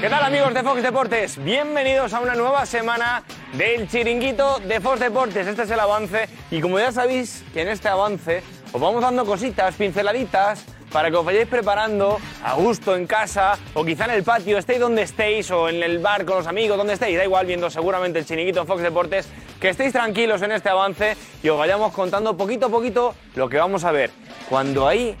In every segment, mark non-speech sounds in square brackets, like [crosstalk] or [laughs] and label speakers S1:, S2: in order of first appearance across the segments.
S1: ¿Qué tal amigos de Fox Deportes? Bienvenidos a una nueva semana del chiringuito de Fox Deportes. Este es el avance y como ya sabéis que en este avance os vamos dando cositas, pinceladitas, para que os vayáis preparando a gusto en casa o quizá en el patio, estéis donde estéis o en el bar con los amigos, donde estéis, da igual viendo seguramente el chiringuito en Fox Deportes, que estéis tranquilos en este avance y os vayamos contando poquito a poquito lo que vamos a ver cuando ahí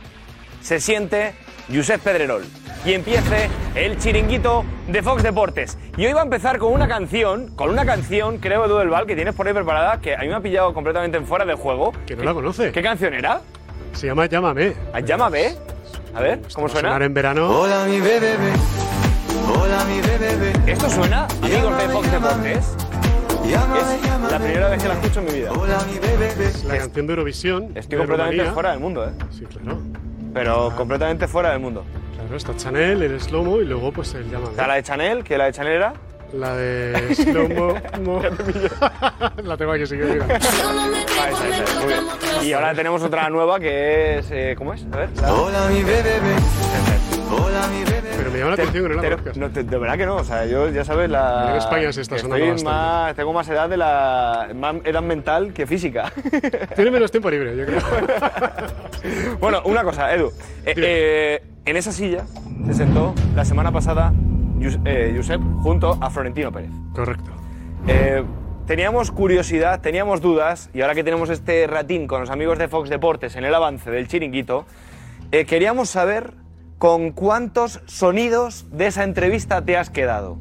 S1: se siente Josep Pedrerol y empiece el chiringuito de Fox Deportes. Y hoy va a empezar con una canción, con una canción, creo, Edu del Val, que tienes por ahí preparada, que a mí me ha pillado completamente en fuera de juego.
S2: Que no la conoce.
S1: ¿Qué canción era?
S2: Se llama Llámame.
S1: Ah, Llámame. A ver, ¿cómo
S2: Va a sonar
S1: suena?
S2: en verano.
S3: Hola mi bebé, hola mi bebé,
S1: ¿Esto suena, amigos de Fox Deportes?
S3: llámame,
S1: Es la primera vez que la escucho en mi vida.
S3: hola mi bebé,
S2: La canción de Eurovisión. de
S1: Estoy completamente
S2: Rumanía.
S1: fuera del mundo, ¿eh?
S2: Sí, claro.
S1: Pero completamente fuera del mundo.
S2: Claro, está Chanel, el Slomo y luego pues el Llámame.
S1: [laughs] Está la de Chanel, que la de Chanel era...
S2: La de Slomo.
S1: [laughs]
S2: mo- [laughs] la tengo aquí, sí que mira.
S1: Ah, esa, esa, esa, muy bien. Y ahora tenemos otra nueva que es... eh, ¿Cómo es? A ver. la-
S3: hola mi bebé, hola mi bebé,
S2: Pero me llama la
S1: Te-
S2: atención que no la
S1: pero-
S2: conozcas.
S1: no, te- de verdad que no, o sea, yo ya sabes la.
S2: En España se está
S1: que
S2: sonando
S1: estoy
S2: bastante.
S1: más, Tengo más edad de la. más edad mental que física. [laughs]
S2: Tiene menos tiempo libre, yo creo.
S1: bueno, una cosa, Edu. Eh,
S2: Dime.
S1: eh, en esa silla se sentó la semana pasada Jus- eh, Josep junto a Florentino Pérez.
S2: Correcto.
S1: Eh, teníamos curiosidad, teníamos dudas, y ahora que tenemos este ratín con los amigos de Fox Deportes en el avance del chiringuito, eh, queríamos saber con cuántos sonidos de esa entrevista te has quedado.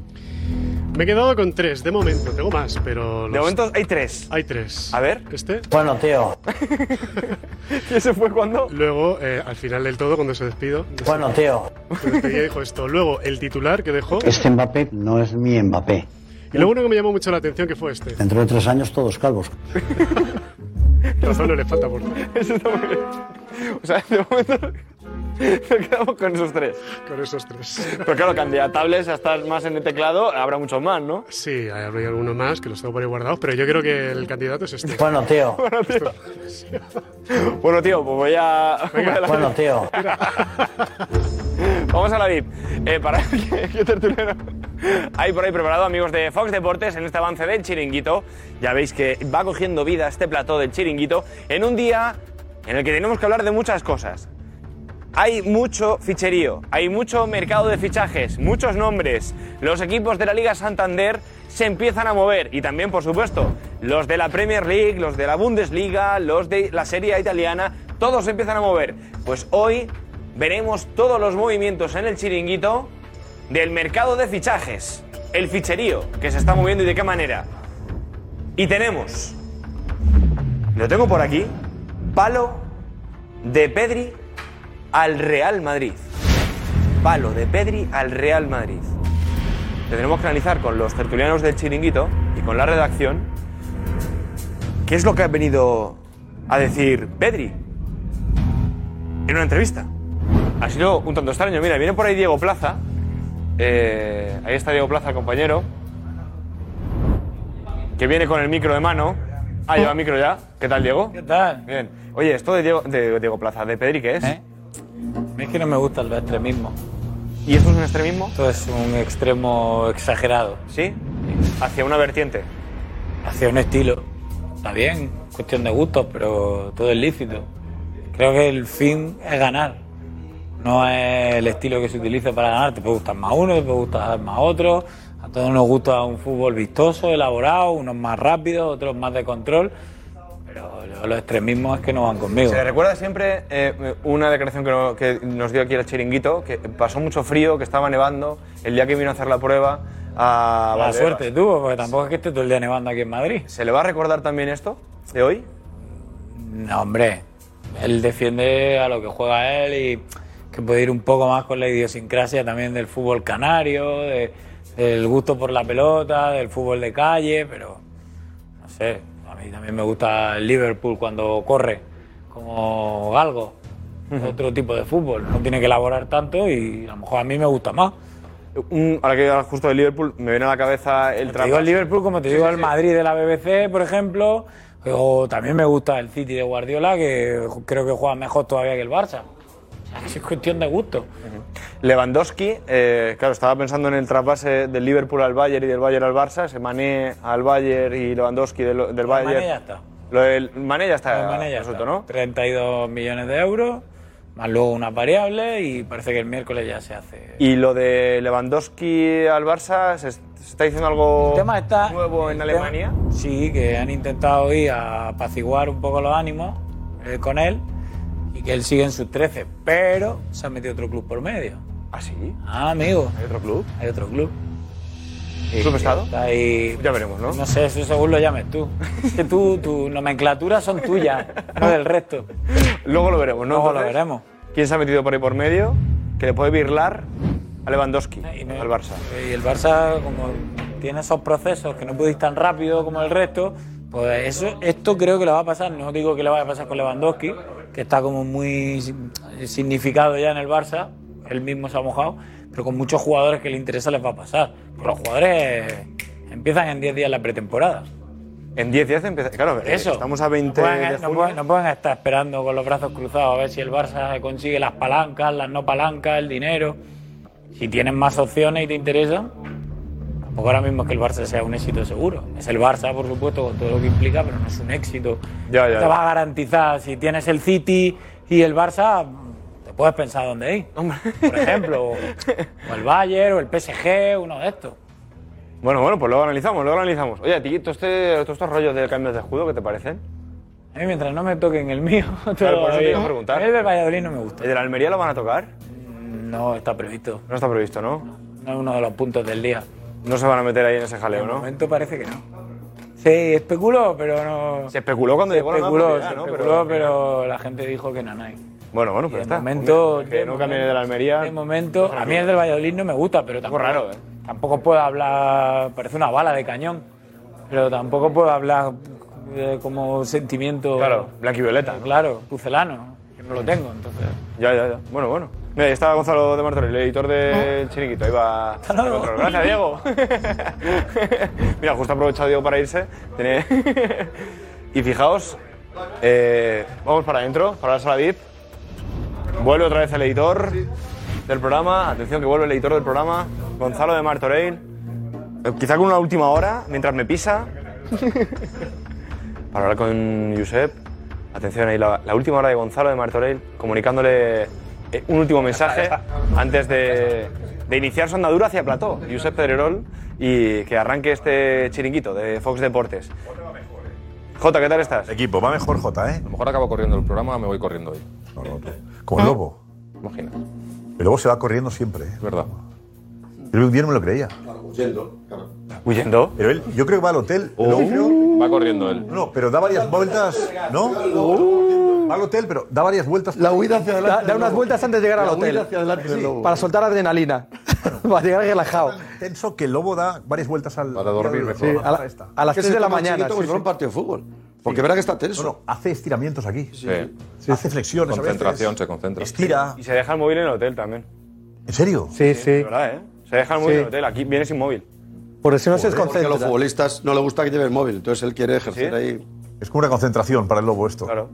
S2: Me he quedado con tres, de momento. Tengo más, pero.
S1: De
S2: los-
S1: momento hay tres.
S2: Hay tres.
S1: A ver.
S2: Este.
S4: Bueno, tío.
S1: [laughs] ¿Y ese fue cuando?
S2: Luego, eh, al final del todo, cuando se despido.
S4: Bueno, tío.
S2: se despedía, dijo esto. Luego, el titular que dejó.
S4: Este Mbappé no es mi Mbappé.
S2: Y luego uno que me llamó mucho la atención que fue este.
S4: Dentro de tres años todos calvos.
S2: Razón no le falta por
S1: [laughs] Eso está muy bien. O sea, de momento [laughs] nos quedamos con esos tres.
S2: con esos tres.
S1: Pero claro, candidatables a estar más en el teclado, habrá muchos más, ¿no?
S2: Sí, hay- habría alguno más que los tengo por ahí guardados, pero yo creo que el candidato es este.
S4: Bueno,
S1: [laughs]
S4: tío.
S1: Bueno, tío, pues voy a... voy [laughs] a la-
S4: Bueno, tío.
S1: Vamos a la VIP. Eh, para [laughs] ¿qué, qué tertuliano hay por ahí preparado, amigos de Fox Deportes, en este avance del chiringuito. Ya veis que va cogiendo vida este plató del chiringuito en un día en el que tenemos que hablar de muchas cosas. Hay mucho ficherío, hay mucho mercado de fichajes, muchos nombres. Los equipos de la Liga Santander se empiezan a mover y también, por supuesto, los de la Premier League, los de la Bundesliga, los de la Serie A italiana, todos se empiezan a mover. Pues hoy veremos todos los movimientos en el chiringuito del mercado de fichajes, el ficherío que se está moviendo y de qué manera. Y tenemos, lo tengo por aquí, palo de Pedri al Real Madrid. Palo de Pedri al Real Madrid. Tendremos que analizar con los tertulianos del chiringuito y con la redacción qué es lo que ha venido a decir Pedri en una entrevista. Ha sido un tanto extraño. Mira, viene por ahí Diego Plaza. Eh, ahí está Diego Plaza, compañero. Que viene con el micro de mano. Ah, lleva micro ya. ¿Qué tal, Diego?
S5: ¿Qué tal?
S1: Bien. Oye, esto de Diego, de Diego Plaza, de Pedri, ¿qué es?
S5: ¿Eh? A mí Es que no me gusta el extremismo.
S1: ¿Y esto es un extremismo?
S5: Esto es un extremo exagerado.
S1: ¿Sí? Hacia una vertiente.
S5: Hacia un estilo. Está bien, cuestión de gustos, pero todo es lícito. Creo que el fin es ganar. No es el estilo que se utiliza para ganar. Te puede gustar más uno, te puede gustar más otro. A todos nos gusta un fútbol vistoso, elaborado, unos más rápidos, otros más de control. Pero yo los extremismos es que no van conmigo.
S1: Se recuerda siempre eh, una declaración que, no- que nos dio aquí el chiringuito, que pasó mucho frío, que estaba nevando, el día que vino a hacer la prueba a
S5: La
S1: Valdebebas.
S5: suerte tú, porque tampoco es que esté todo el día nevando aquí en Madrid.
S1: ¿Se le va a recordar también esto de hoy?
S5: No, hombre. Él defiende a lo que juega él y que puede ir un poco más con la idiosincrasia también del fútbol canario, de- del gusto por la pelota, del fútbol de calle, pero no sé. A mí también me gusta el Liverpool cuando corre, como galgo. Otro tipo de fútbol. No tiene que elaborar tanto y a lo mejor a mí me gusta más.
S1: Un- ahora que hablas justo de Liverpool, me viene a la cabeza el
S5: Te digo el
S1: trabajo.
S5: Liverpool, como te digo el Madrid de la BBC, por ejemplo. O también me gusta el City de Guardiola, que creo que juega mejor todavía que el Barça. Es cuestión de gusto.
S1: Lewandowski, eh, claro, estaba pensando en el traspase del Liverpool al Bayern y del Bayern al Barça, ese Mané al Bayern y Lewandowski del, del Bayern.
S5: Mané ya está.
S1: Lo del Mané ya está
S5: Lo de Mané ya
S1: resuelto,
S5: está.
S1: ¿no?
S5: 32 millones de euros, más luego unas variables y parece que el miércoles ya se hace.
S1: Y lo de Lewandowski al Barça, ¿se, se está diciendo algo nuevo en
S5: El
S1: Alemania?
S5: tema- sí, que han intentado ir a apaciguar un poco los ánimos eh, con él y que él sigue en sus 13, pero se ha metido otro club por medio.
S1: ¿Ah, sí?
S5: Ah, amigo.
S1: ¿Hay otro club?
S5: Hay otro club. Eh,
S1: ¿Club Estado?
S5: Está ahí-
S1: Ya veremos, ¿no?
S5: No sé, eso según lo llames tú. Es que tú, tu nomenclatura
S1: [laughs]
S5: son tuyas, no del resto.
S1: Luego lo veremos, ¿no?
S5: Luego lo
S1: Entonces,
S5: veremos.
S1: ¿Quién se ha metido por ahí por medio? Que le puede birlar a Lewandowski, al Barça.
S5: Y el Barça, como tiene esos procesos que no puede ir tan rápido como el resto, pues eso, esto creo que le va a pasar. No digo que le vaya a pasar con Lewandowski, que está como muy sin- significado ya en el Barça, él mismo se ha mojado, pero con muchos jugadores que le interesa les va a pasar. Porque los jugadores empiezan en 10 días la pretemporada.
S1: En 10 días empieza. Claro, eh,
S5: Eso.
S1: estamos a 20
S5: no
S1: de
S5: pueden, no
S1: junio.
S5: pueden- no pueden estar esperando con los brazos cruzados a ver si el Barça consigue las palancas, las no palancas, el dinero. Si tienes más opciones y te interesa, tampoco ahora mismo es que el Barça sea un éxito seguro. Es el Barça, por supuesto, con todo lo que implica, pero no es un éxito.
S1: Ya, ya,
S5: te
S1: ya.
S5: vas a garantizar, si tienes el City y el Barça, te puedes pensar dónde ir. Por ejemplo, o, o el Bayern, o el PSG, uno de estos.
S1: Bueno, bueno, pues luego analizamos, luego analizamos. Oye, a ti, ¿tú este- todos estos rollos del cambio de escudo, ¿qué te parecen?
S5: A mí mientras no me toquen el mío, [laughs]
S1: Claro, por eso te
S5: bien.
S1: iba a preguntar.
S5: A mí el del Valladolid no me gusta. Mm,
S1: ¿El de la Almería lo van a tocar?
S5: No está previsto.
S1: No está previsto, ¿no?
S5: No es uno de los puntos del día.
S1: No se van a meter ahí en ese jaleo,
S5: De
S1: ¿no?
S5: momento parece que no. Sí, especuló, pero no.
S1: Se especuló cuando llegó
S5: especuló,
S1: la noticia,
S5: se
S1: ¿no?
S5: especuló, pero la gente dijo que no, no hay.
S1: Bueno, bueno, pero
S5: De
S1: está.
S5: momento,
S1: Que
S5: de
S1: no
S5: momento-
S1: cambie de la Almería.
S5: De momento, a mí el del Valladolid no me gusta, pero tampoco.
S1: raro, ¿eh?
S5: Tampoco puedo hablar. Parece una bala de cañón, pero tampoco puedo hablar eh, como sentimiento.
S1: Claro, blanquivioleta. ¿no?
S5: Claro, pucelano. que no lo tengo, entonces.
S1: Ya, ya, ya. Bueno, bueno. Mira, ahí está Gonzalo de Martorell, el editor de Chiriquito. Ahí va.
S5: Ah. luego.
S1: el control. Gracias, Diego. Mira, justo ha aprovechado Diego para irse. Tiene- [laughs] y fijaos, eh, vamos para adentro, para la sala VIP. Vuelve otra vez el editor del programa. Atención, que vuelve el editor del programa, Gonzalo de Martorell. Eh, Quizá con una última hora, mientras me pisa. para hablar con Josep. Atención ahí, la, la última hora de Gonzalo de Martorell, comunicándole eh, un último mensaje antes de, de iniciar su andadura hacia Plató, Josep Pedrerol, y que arranque este chiringuito de Fox Deportes. Jota, ¿qué tal estás?
S6: Equipo, va mejor J, ¿eh?
S7: A lo mejor acabo corriendo el programa, me voy corriendo hoy.
S6: No, no, no. Como el lobo.
S7: Imagina,
S6: El lobo se va corriendo siempre. ¿eh?
S7: es verdad.
S6: Yo un día no me lo creía.
S1: ¿Huyendo?
S6: Pero él, yo creo que va al hotel. el lobo creo-
S7: Uh, Va corriendo él.
S6: no, pero da varias vueltas, ¿no?
S7: Uh.
S6: Va al hotel, pero da varias vueltas.
S8: La huida hacia adelante.
S9: Da, da unas vueltas antes de llegar al
S8: La
S9: hotel.
S8: huida hacia adelante del lobo.
S9: Para soltar adrenalina. [laughs] para llegar relajado.
S6: Tenso que el lobo da varias vueltas al.
S7: Para dormir
S6: al-
S7: mejor.
S9: A, la-
S6: esta.
S9: a las
S8: Que se
S9: 3 de la
S8: toma un
S9: mañana.
S8: chiquito como
S9: sí,
S8: si fuera un
S9: sí.
S8: partido de fútbol. Porque verá que está tenso.
S6: No, no, hace estiramientos aquí.
S7: Sí.
S6: Hace flexiones. a veces.
S7: Concentración, se concentra.
S6: Estira.
S1: Y se deja el móvil en el hotel también.
S6: ¿En serio?
S9: Sí, sí.
S1: De verdad, ¿eh? Se deja el móvil
S9: Sí.
S1: en el hotel, aquí
S9: [laughs]
S1: viene sin móvil.
S9: Por eso no se
S8: Porque a los
S9: desconcentra.
S8: futbolistas no le gusta que lleve el móvil, entonces él quiere ejercer
S1: ¿Sí?
S8: ahí.
S6: Es como una concentración para el lobo esto.
S1: Claro.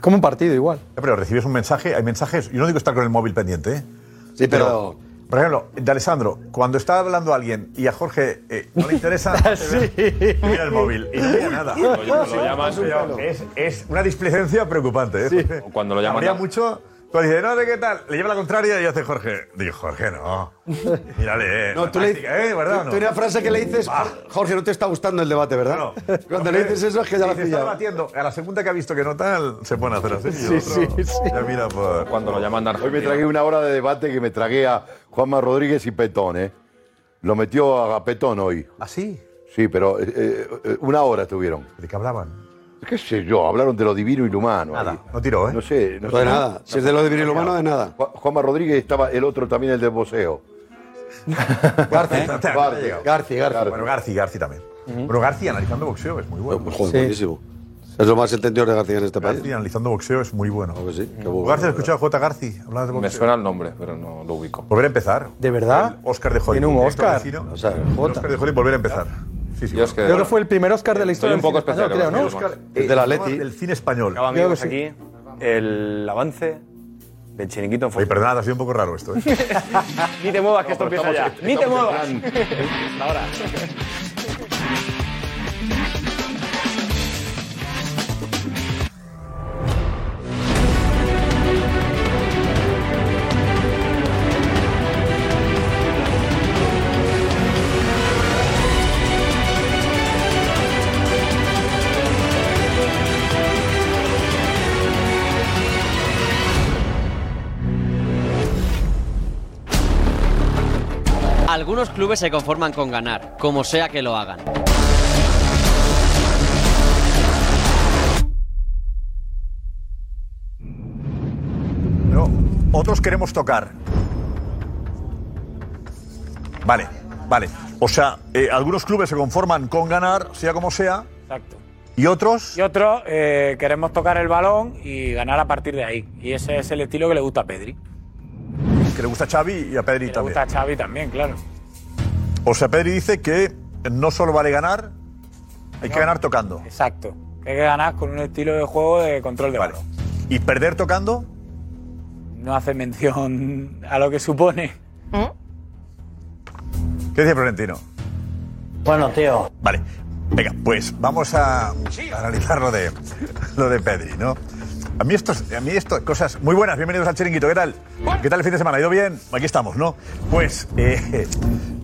S9: Como un partido igual.
S6: Ya, Pero recibes un mensaje, hay mensajes. Yo no digo estar con el móvil pendiente, ¿eh?
S8: Sí, pero.
S6: Por ejemplo, de Alessandro, cuando está hablando alguien y a Jorge eh, no le
S9: [laughs]
S6: interesa, mira el móvil y no mira nada.
S7: Cuando lo llaman,
S6: Es, es una displicencia preocupante. ¿eh? [laughs] Jorge?
S7: cuando lo
S6: Habría
S7: llaman,
S6: mucho. Tú dices, no sé qué tal, le lleva la contraria y hace Jorge. Digo,
S8: [laughs]
S6: Jorge, no. Mírale, eh.
S8: No, tú le
S6: Fantástica, ¿eh? ¿Verdad? o
S8: tú-
S6: no? Ah.
S8: tú una frase que le dices. Jorge, no te está gustando el debate, ¿verdad?
S6: No.
S8: Cuando le dices eso es que ya la
S6: Si
S8: has
S6: se está
S8: pillado.
S6: batiendo, a la segunda que ha visto que no tal, se pone a hacer así. Sí, sí, sí. Ya mira por.
S7: cuando lo llaman de
S10: Hoy me tragué
S7: Argentina.
S10: una hora de debate que me tragué a Juanma Rodríguez y Petón, ¿eh? Lo metió a Petón hoy.
S6: ¿Así?
S10: Sí, pero eh, eh, eh, una hora tuvieron.
S6: ¿Ah, ¿De qué hablaban?
S10: ¿Qué sé yo? Hablaron de lo divino y lo humano.
S6: Nada,
S10: ahí.
S6: no tiró, ¿eh?
S10: No sé. No
S8: No de
S10: sé.
S8: nada. Si es de lo de viril humano, de nada.
S10: Ju- Juanma Rodríguez estaba el otro también, el de voceo.
S6: [laughs]
S10: ¿Eh?
S8: García.
S6: Hasta- hasta-
S10: Vale.
S6: llegado.
S8: García, García.
S6: Bueno, Garci, Garci también. Bueno, Garci analizando boxeo es muy bueno.
S7: Pues,
S8: Joder, buenísimo. Es lo más entendido de García en este país.
S6: Garci analizando boxeo es muy bueno.
S8: Claro que sí, qué
S6: ¿Tú,
S8: bueno.
S6: Garci, has escuchado a J. Garci hablar de
S7: Me
S6: boxeo?
S7: suena el nombre, pero no lo ubico.
S6: Volver a empezar.
S9: ¿De verdad?
S6: El Oscar de Hollywood.
S9: Tiene un
S6: Director
S9: Oscar.
S6: de cine.
S8: O sea,
S6: El Oscar de Hollywood, volver a empezar. Sí, sí.
S7: Yo es que.
S9: Creo que fue el primer Oscar de la
S7: Soy
S9: historia.
S7: un
S9: del
S7: poco
S9: cine español,
S7: especial.
S9: creo, ¿no? eh,
S7: con los
S8: Es del
S6: El
S8: Atleti.
S6: Del cine español.
S1: Acaba,
S9: Creo
S1: amigos,
S9: que sí.
S1: aquí el avance de chiringuito en
S6: Oye, perdonad, ha sido un poco raro esto. ¿eh?
S1: Ni te muevas, que esto
S6: pero
S1: empieza ya.
S6: estamos-
S1: Ni te
S6: estamos
S1: muevas.
S6: en
S1: [laughs] Ahora.
S11: Algunos clubes se conforman con ganar, como sea que lo hagan.
S6: Otros queremos tocar. Vale, vale. O sea, eh, algunos clubes se conforman con ganar, sea como sea.
S5: Exacto.
S6: ¿Y otros?
S5: Y otros eh, queremos tocar el balón y ganar a partir de ahí. Y ese es el estilo que le gusta a Pedri.
S6: Que le gusta a Xavi y a Pedri
S5: Le gusta a Xavi también, claro.
S6: O sea, Pedri dice que no solo vale ganar, hay que ganar tocando.
S5: Exacto. Que hay que ganar con un estilo de juego de control de balón.
S6: ¿Y perder tocando?
S5: No hace mención a lo que supone.
S6: ¿Qué dice Florentino?
S4: Bueno, Teo.
S6: Vale. Venga, pues vamos a a analizar lo de, lo de Pedri, ¿no? A mí esto, a mí esto, cosas muy buenas. Bienvenidos al Chiringuito. ¿Qué tal? ¿Qué tal el fin de semana? ¿Ha ido bien? Aquí estamos, ¿no? Pues eh,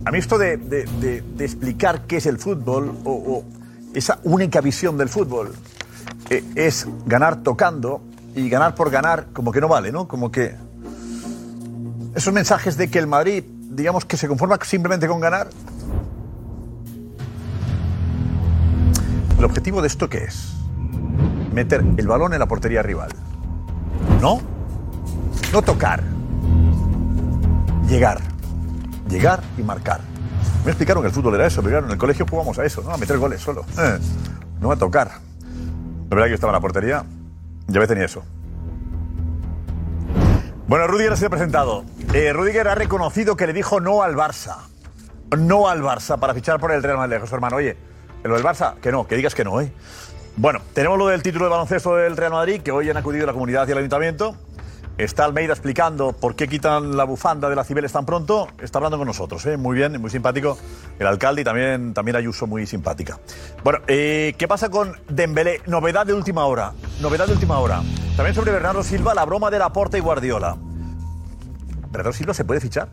S6: a mí esto de, de- de- de explicar qué es el fútbol o, o esa única visión del fútbol eh, es ganar tocando y ganar por ganar como que no vale, ¿no? Como que esos mensajes de que el Madrid, digamos que se conforma simplemente con ganar, ¿El objetivo de esto qué es? Meter el balón en la portería rival. ¿No? No tocar. Llegar. Llegar y marcar. Me explicaron que el fútbol era eso, pero claro, en el colegio jugamos a eso, ¿no? A meter goles solo. Eh, no a tocar. La verdad que yo estaba en la portería, ya veces ni eso. Bueno, Rudiger se ha presentado. Eh, Rudiger ha reconocido que le dijo no al Barça. No al Barça para fichar por el Real Madrid. José hermano, oye, lo del Barça, que no, que digas que no, ¿eh? Bueno, tenemos lo del título de baloncesto del Real Madrid, que hoy han acudido la comunidad y el ayuntamiento. Está Almeida explicando por qué quitan la bufanda de la Cibeles tan pronto. Está hablando con nosotros, ¿eh? muy bien, muy simpático. El alcalde y también, también Ayuso, muy simpática. Bueno, eh, ¿qué pasa con Dembélé? Novedad de última hora. Novedad de última hora. También sobre Bernardo Silva, la broma de Laporta y Guardiola. ¿Bernardo Silva se puede fichar?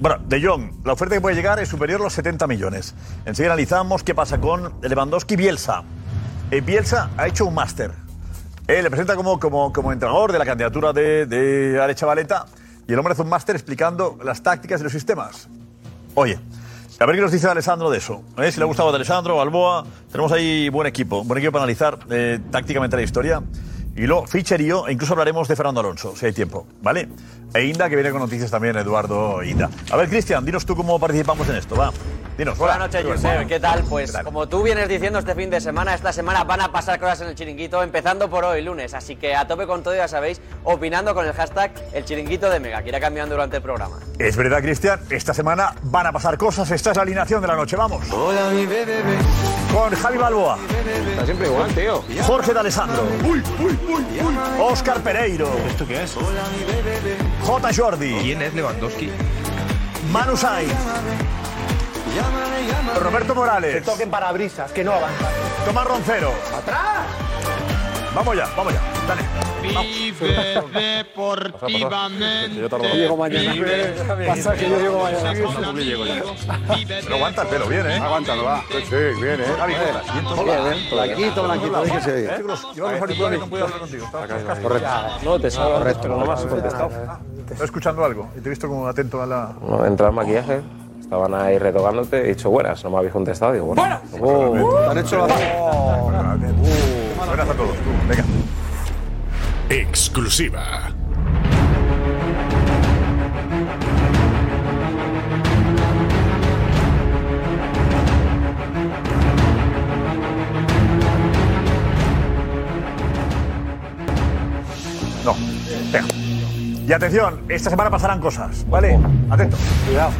S6: Bueno, De Jong, la oferta que puede llegar es superior a los 70 millones. Enseguida analizamos qué pasa con Lewandowski y Bielsa. Eh, Bielsa ha hecho un máster. Eh, le presenta como, como, como entrenador de la candidatura de, de Ale Chavaleta y el hombre hace un máster explicando las tácticas y los sistemas. Oye, a ver qué nos dice Alessandro de eso. ¿eh? Si le ha gustado a Alessandro, Balboa, tenemos ahí buen equipo, buen equipo para analizar eh, tácticamente la historia. Y luego Fischer y yo, e incluso hablaremos de Fernando Alonso, si hay tiempo, ¿vale? E Inda, que viene con noticias también, Eduardo Inda. A ver, Cristian, dinos tú cómo participamos en esto, va. Dinos, hola.
S11: Buenas noches, Josep. ¿Qué tal? Pues como tú vienes diciendo este fin de semana, esta semana van a pasar cosas en el chiringuito, empezando por hoy, lunes. Así que a tope con todo, ya sabéis, opinando con el hashtag el chiringuito de Mega, que irá cambiando durante el programa.
S6: Es verdad, Cristian, esta semana van a pasar cosas. Esta es la alineación de la noche, vamos. Hola, mi bebé. Con Javi Balboa. Está siempre igual, tío. Jorge D'Alessandro. Uy, uy, uy, uy. Oscar Pereiro. ¿Esto qué es? J. Jordi. ¿Quién es Lewandowski? Manu Sainz. Roberto Morales. Que toquen parabrisas, que no avanzan. Tomás Roncero. ¡Atrás! Vamos ya, vamos ya. Dale. Vive deportivamente. Yo tardo.
S9: Llego mañana. Pasa que yo llego mañana.
S6: Pero aguanta el pelo, bien, ¿eh? Aguanta, lo va. Sí, bien, ¿eh? Javi,
S8: Hola, bien. Blanquito, blanquito, déjese ahí.
S6: Lleva los auriculares, no puedo hablar contigo. ¿está?
S8: Correcto. No, te salgo. Correcto, no me has contestado.
S6: Estaba escuchando algo y te he visto como atento a la...
S12: No, entra el maquillaje, estaban ahí retocándote, he dicho buenas, no me habéis contestado, digo bueno.
S8: Oh,
S6: Han hecho la... Buenas a todos. Venga.
S13: Exclusiva.
S6: No. Venga. Y atención, esta semana pasarán cosas, ¿vale? Atento. Cuidado.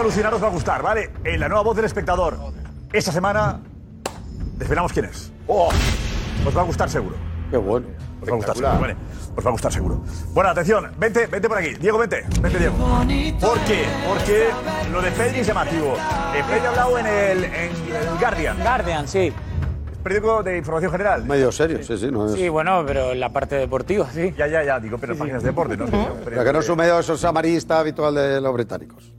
S6: alucinar, os va a gustar, ¿vale? En la nueva voz del espectador. Esta semana desvelamos quién es. Os va a gustar seguro.
S8: Qué bueno.
S6: Os va a gustar seguro, ¿vale? Os va a gustar seguro. Bueno, atención, vente, vente por aquí. Diego, vente. Vente, Diego. ¿Por qué? Porque lo de Pedri es llamativo. Eh, Pedri ha hablado en el, en el Guardian.
S5: Guardian, sí.
S6: Periódico de información general.
S8: Medio serio, sí, sí. No es...
S5: Sí, bueno, pero en la parte deportiva, sí.
S6: Ya, ya, ya, digo, pero páginas de deporte, ¿no?
S8: Pero que no es un medio samarista habitual de los británicos.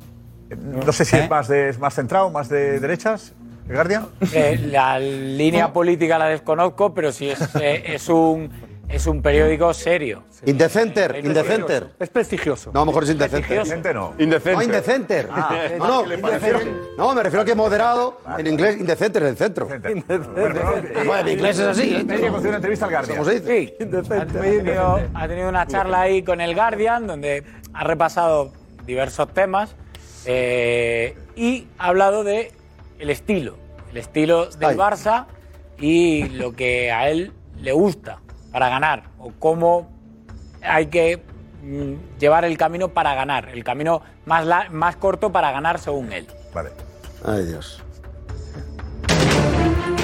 S6: No sé
S8: ¿Eh?
S6: si es más, de, es más centrado, más de derechas. ¿El Guardian?
S5: Eh, la línea política la desconozco, pero sí es, eh, es un es un periódico serio.
S8: Indecenter,
S5: Es
S8: indecenter.
S5: prestigioso.
S8: Es prestigioso. No, a lo mejor es indecenter.
S5: Prestigioso. Indecente
S6: no.
S8: No, indecenter.
S6: Ah,
S8: no, no,
S6: ¿qué le
S8: indecenter.
S6: pareció?
S8: no, me refiero a que es moderado. En inglés, indecenter es el centro. Bueno, en inglés es así. ¿eh?
S6: Pedri ha concedido una entrevista al Guardian.
S8: ¿Cómo se dice?
S5: Sí, ha tenido, ha tenido una charla ahí con el Guardian donde ha repasado diversos temas eh, y ha hablado de el estilo, el estilo del
S8: Ay.
S5: Barça y lo que a él le gusta para ganar o cómo hay que mm, llevar el camino para ganar, el camino más, la- más corto para ganar según él.
S6: Vale.
S8: Ay, Dios.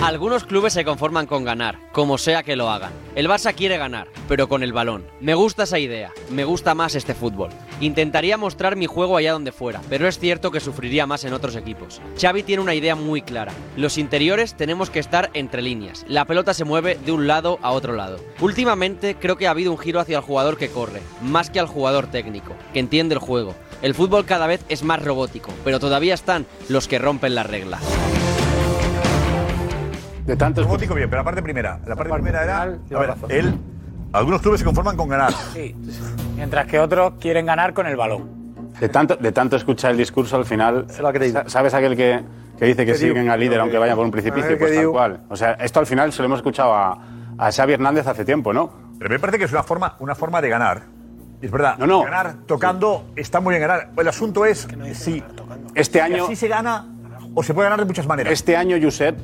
S11: Algunos clubes se conforman con ganar, como sea que lo hagan. El Barça quiere ganar, pero con el balón. Me gusta esa idea, me gusta más este fútbol. Intentaría mostrar mi juego allá donde fuera, pero es cierto que sufriría más en otros equipos. Xavi tiene una idea muy clara. Los interiores tenemos que estar entre líneas. La pelota se mueve de un lado a otro lado. Últimamente creo que ha habido un giro hacia el jugador que corre, más que al jugador técnico, que entiende el juego. El fútbol cada vez es más robótico, pero todavía están los que rompen la regla.
S6: De tanto Robótico bien, pero la parte primera. La parte primera era. A ver, él. Algunos clubes se conforman con ganar.
S5: Sí. Mientras que otros quieren ganar con el balón.
S13: De tanto, de tanto escuchar el discurso, al final, sa- ¿sabes aquel que, que dice que
S5: Que digo,
S13: siguen al líder
S5: que-
S13: aunque vayan por un
S5: aquel
S13: precipicio?
S5: que
S13: Pues tal
S5: digo.
S13: cual. O sea, esto al final se lo hemos escuchado a, a Xavi Hernández hace tiempo, ¿no?
S6: Pero me parece que es una forma, una forma de ganar. Y es verdad. No, no. Ganar tocando está muy bien ganar. El asunto es si
S13: Este
S6: si
S13: año-
S6: así se gana o se puede ganar de muchas maneras.
S13: Este año, Josep,